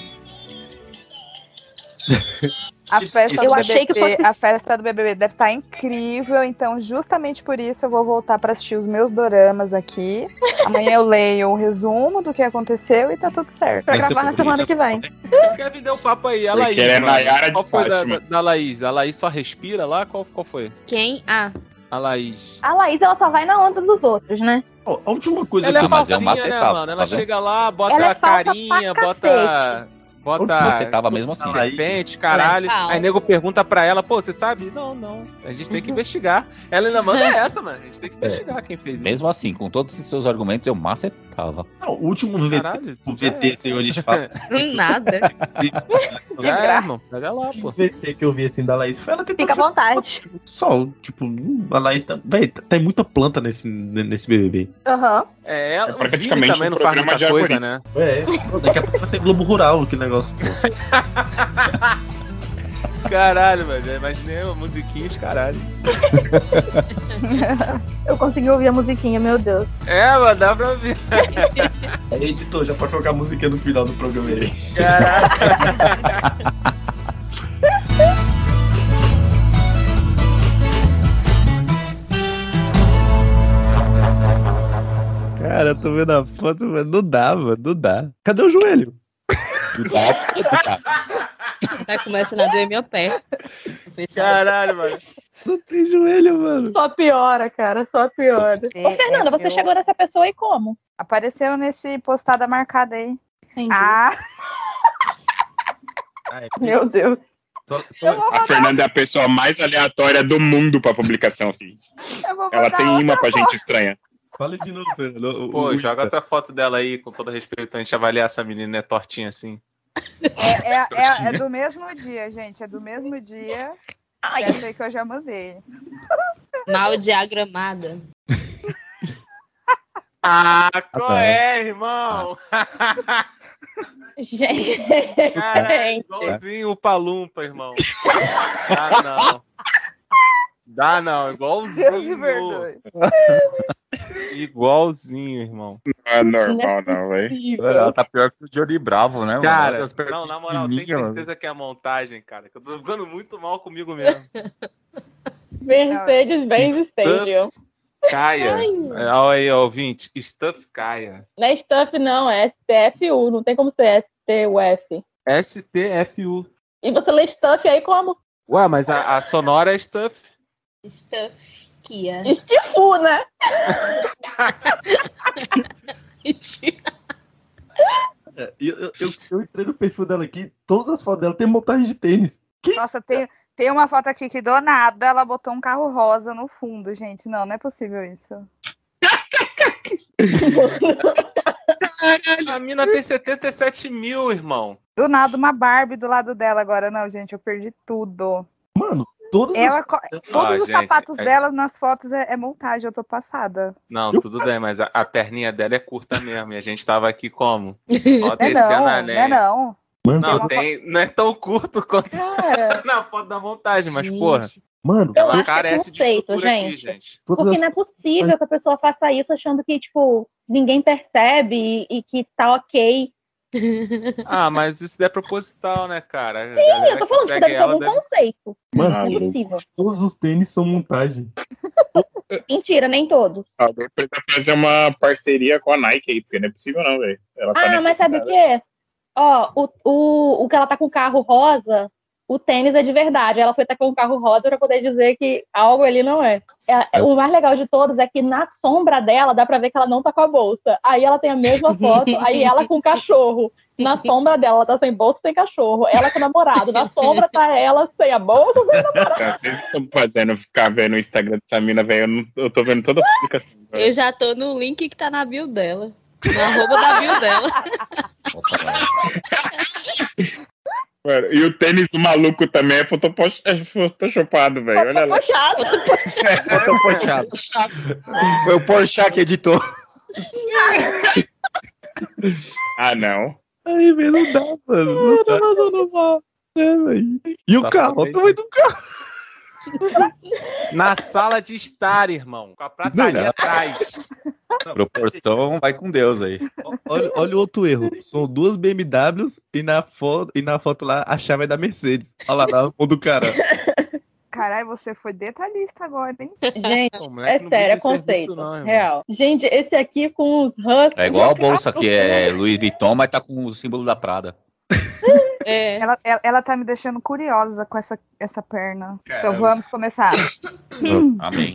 F: A festa,
A: Eu
F: do
A: achei que
F: BBB,
A: fosse-
F: a festa do BBB deve estar incrível, então justamente por isso eu vou voltar pra assistir os meus doramas aqui. Amanhã eu leio o resumo do que aconteceu e tá tudo certo.
A: Pra gravar na semana que vem.
B: Escreve deu papo aí, a
G: Porque
B: Laís.
G: ela é
B: mano.
G: Nayara de
B: qual foi da,
G: Fátima.
B: da Laís? A Laís só respira lá? Qual, qual foi?
D: Quem? Ah,
B: A Laís.
A: A Laís, ela só vai na onda dos outros, né?
E: Ó, a última coisa
B: ela é
E: que eu mas
B: falsinha, né,
C: macetado,
B: mano?
C: tá
B: Ela
C: vendo?
B: chega lá, bota
A: Ela é
B: a
A: falsa pra
B: carinha, bota.
A: cacete.
B: Bota.
C: Você tava mesmo assim.
B: de repente, caralho.
D: Ela é falsa.
B: Aí nego pergunta pra ela, pô, você sabe? Não, não. A gente tem que investigar. Ela ainda manda essa, mano. A gente tem que investigar quem fez isso.
C: Mesmo assim, com todos esses seus argumentos, eu macetava.
E: Não, o último VT,
B: Caralho, é.
E: o VT,
B: assim,
E: senhor, a gente fala.
A: Hum.
D: do nada.
B: Já é, irmão. Pega lá,
E: O
B: pô.
E: VT que eu vi assim da Laís foi ela tentando
A: Tá Fica à vontade.
E: Só, tipo, hum, a Laís tá. Véi, tá- tem muita planta nesse, nesse BBB.
A: Aham.
B: É, ela,
G: É
B: o Vini
G: praticamente
B: também
G: um
B: não faz
G: programa
B: muita
G: de
B: coisa,
G: arborismo.
B: né?
E: É, pô, daqui a pouco vai ser Globo Rural, que negócio.
B: Caralho, velho. Eu Imaginei uma musiquinha de caralho.
A: Eu consegui ouvir a musiquinha, meu Deus.
B: É, mano, dá pra ver.
E: É, editor, já pode colocar a musiquinha no final do programa aí.
B: Caralho.
N: Cara, eu tô vendo a foto, mas não dá, mano, não
E: Ah,
N: dá. Cadê o joelho?
D: Tá começando a doer meu pé. Professor.
B: Caralho, mano.
N: Não tem joelho, mano.
A: Só piora, cara, só piora. Ô, Fernanda, você
F: eu-
A: chegou nessa pessoa e como?
F: Apareceu nesse postada marcada aí.
A: Entendi.
F: Ah,
E: Ah, é.
F: meu Deus.
E: Só-
G: A Fernanda é a pessoa mais aleatória do mundo pra publicação, filho.
F: Eu vou
G: Ela
F: mandar
G: tem
F: outra
G: imã pra gente estranha.
E: Fala de novo, Fernando. O- o-
B: Pô,
E: o-
B: joga outra foto dela aí, com todo respeito, pra gente avaliar essa menina, né? Tortinha assim.
F: É, é- é- é do mesmo dia, gente. É do mesmo dia.
A: Ai.
F: Essa aí que eu já mandei.
D: Mal diagramada.
B: Ah, qual
N: tá.
B: é, irmão?
A: Gente.
B: Caralho, igualzinho o Palumpa, irmão. Dá não. Dá não,
F: Deus me
B: igualzinho.
F: perdoe.
B: Igualzinho, irmão.
G: Não é normal, não, velho.
C: Mano, ela tá pior que o Johnny Bravo, né? mano?
B: Cara,
C: Ela tá
B: não, na moral, tenho
C: pequenininha, mano.
B: certeza que é a montagem, cara. Que eu tô ficando muito mal comigo mesmo.
A: Mercedes-Benz
B: Stuff.
A: Stadium.
B: Caia.
A: Ai.
B: É, Olha aí, ouvinte. Stuff Caia.
A: Não é Stuff, não, é STFU. Não tem como ser STUF.
B: STFU.
A: E você lê Stuff aí como?
B: Ué, mas a, a sonora é Stuff.
D: Estanquia.
A: Estifu, né?
E: Eu, eu, eu, eu entrei no perfil dela aqui, todas as fotos dela tem montagem de tênis.
F: Nossa, tem, tem uma foto aqui que do nada ela botou um carro rosa no fundo, gente. Não, não é possível isso.
B: A mina tem 77 mil, irmão.
F: Do nada uma Barbie do lado dela agora. Não, gente, eu perdi tudo.
E: Mano, todas
F: Ela,
E: as
F: co-
E: fotos dela-
F: todos
B: Ah,
F: os
B: gente,
F: sapatos
B: é-
F: dela nas fotos é, é montagem, eu tô passada.
B: Não,
E: Eu-
B: tudo bem, mas a, a perninha dela é curta mesmo. E a gente tava aqui como? Só
F: É
B: descendo
F: não,
B: a
F: não é
B: lenha.
F: não.
E: Mano,
B: Não,
E: todas-
B: tem, não é tão curto quanto
A: Cara,
B: na foto da montagem, mas, porra,
E: mano,
A: Eu
B: ela
A: acho que é
B: carece de
A: conceito,
B: estrutura aqui,
A: gente.
B: gente.
E: todas
A: porque
E: as
A: não é possível que a pessoa faça isso achando que, tipo, ninguém percebe e, e que tá ok.
B: Ah, mas isso é proposital, né, cara?
A: Sim, eu tô falando que deve ter algum conceito.
H: Mano,
B: Ah.
A: não é possível.
H: Todos os tênis são montagem.
A: Mentira, nem todos.
G: Alguém precisa fazer uma parceria com a Nike aí, porque não é possível não, velho. Ela tá
A: Ah, mas sabe o
G: necessitada.
A: quê? Ó, o, o, o que ela tá com o carro rosa, o tênis é de verdade. Ela foi estar com o carro rosa pra poder dizer que algo ali não é. É, O mais legal de todos é que na sombra dela dá pra ver que ela não tá com a bolsa. Aí ela tem a mesma foto, aí ela com o cachorro. Na sombra dela, ela tá sem bolsa sem cachorro. Ela com o namorado. Na sombra tá ela sem a bolsa, sem o namorado.
G: Cara, Vocês estão fazendo ficar vendo o Instagram dessa mina, velho. Eu, não- eu tô vendo toda a publicação. velho.
C: É.
D: Eu já tô no link que tá na bio dela. Na arroba da bio dela.
G: Mano, e o tênis do maluco também é photopos- é photoshopado, velho. Olha lá.
C: Photoshop. Foi o Porchat que editou.
G: Ah, não.
N: Aí, velho, não dá, mano. Não dá. É, velho. E o
B: Tá
N: carro?
B: bem.
N: O tamanho do carro.
B: Na sala de estar, irmão. Com a prataria
C: Não, não.
B: atrás.
C: Proporção vai com Deus aí.
N: Olha, olha o outro erro. São duas BMWs e na, foto, e na foto lá a chave é da Mercedes. Olha lá, o do cara.
F: Caralho, você foi detalhista agora, hein?
A: Gente,
B: Ô,
A: é
B: moleque, não
A: sério,
B: brinca
A: é
B: de serviço
A: conceito.
B: não, irmão.
A: real. Gente, esse aqui com os husks.
C: É igual a bolsa que é Louis Vuitton, mas tá com o símbolo da Prada.
D: É.
F: Ela, ela, ela tá
B: É,
F: me deixando curiosa com essa, essa perna. Então
C: Caramba.
F: vamos começar.
C: Amém.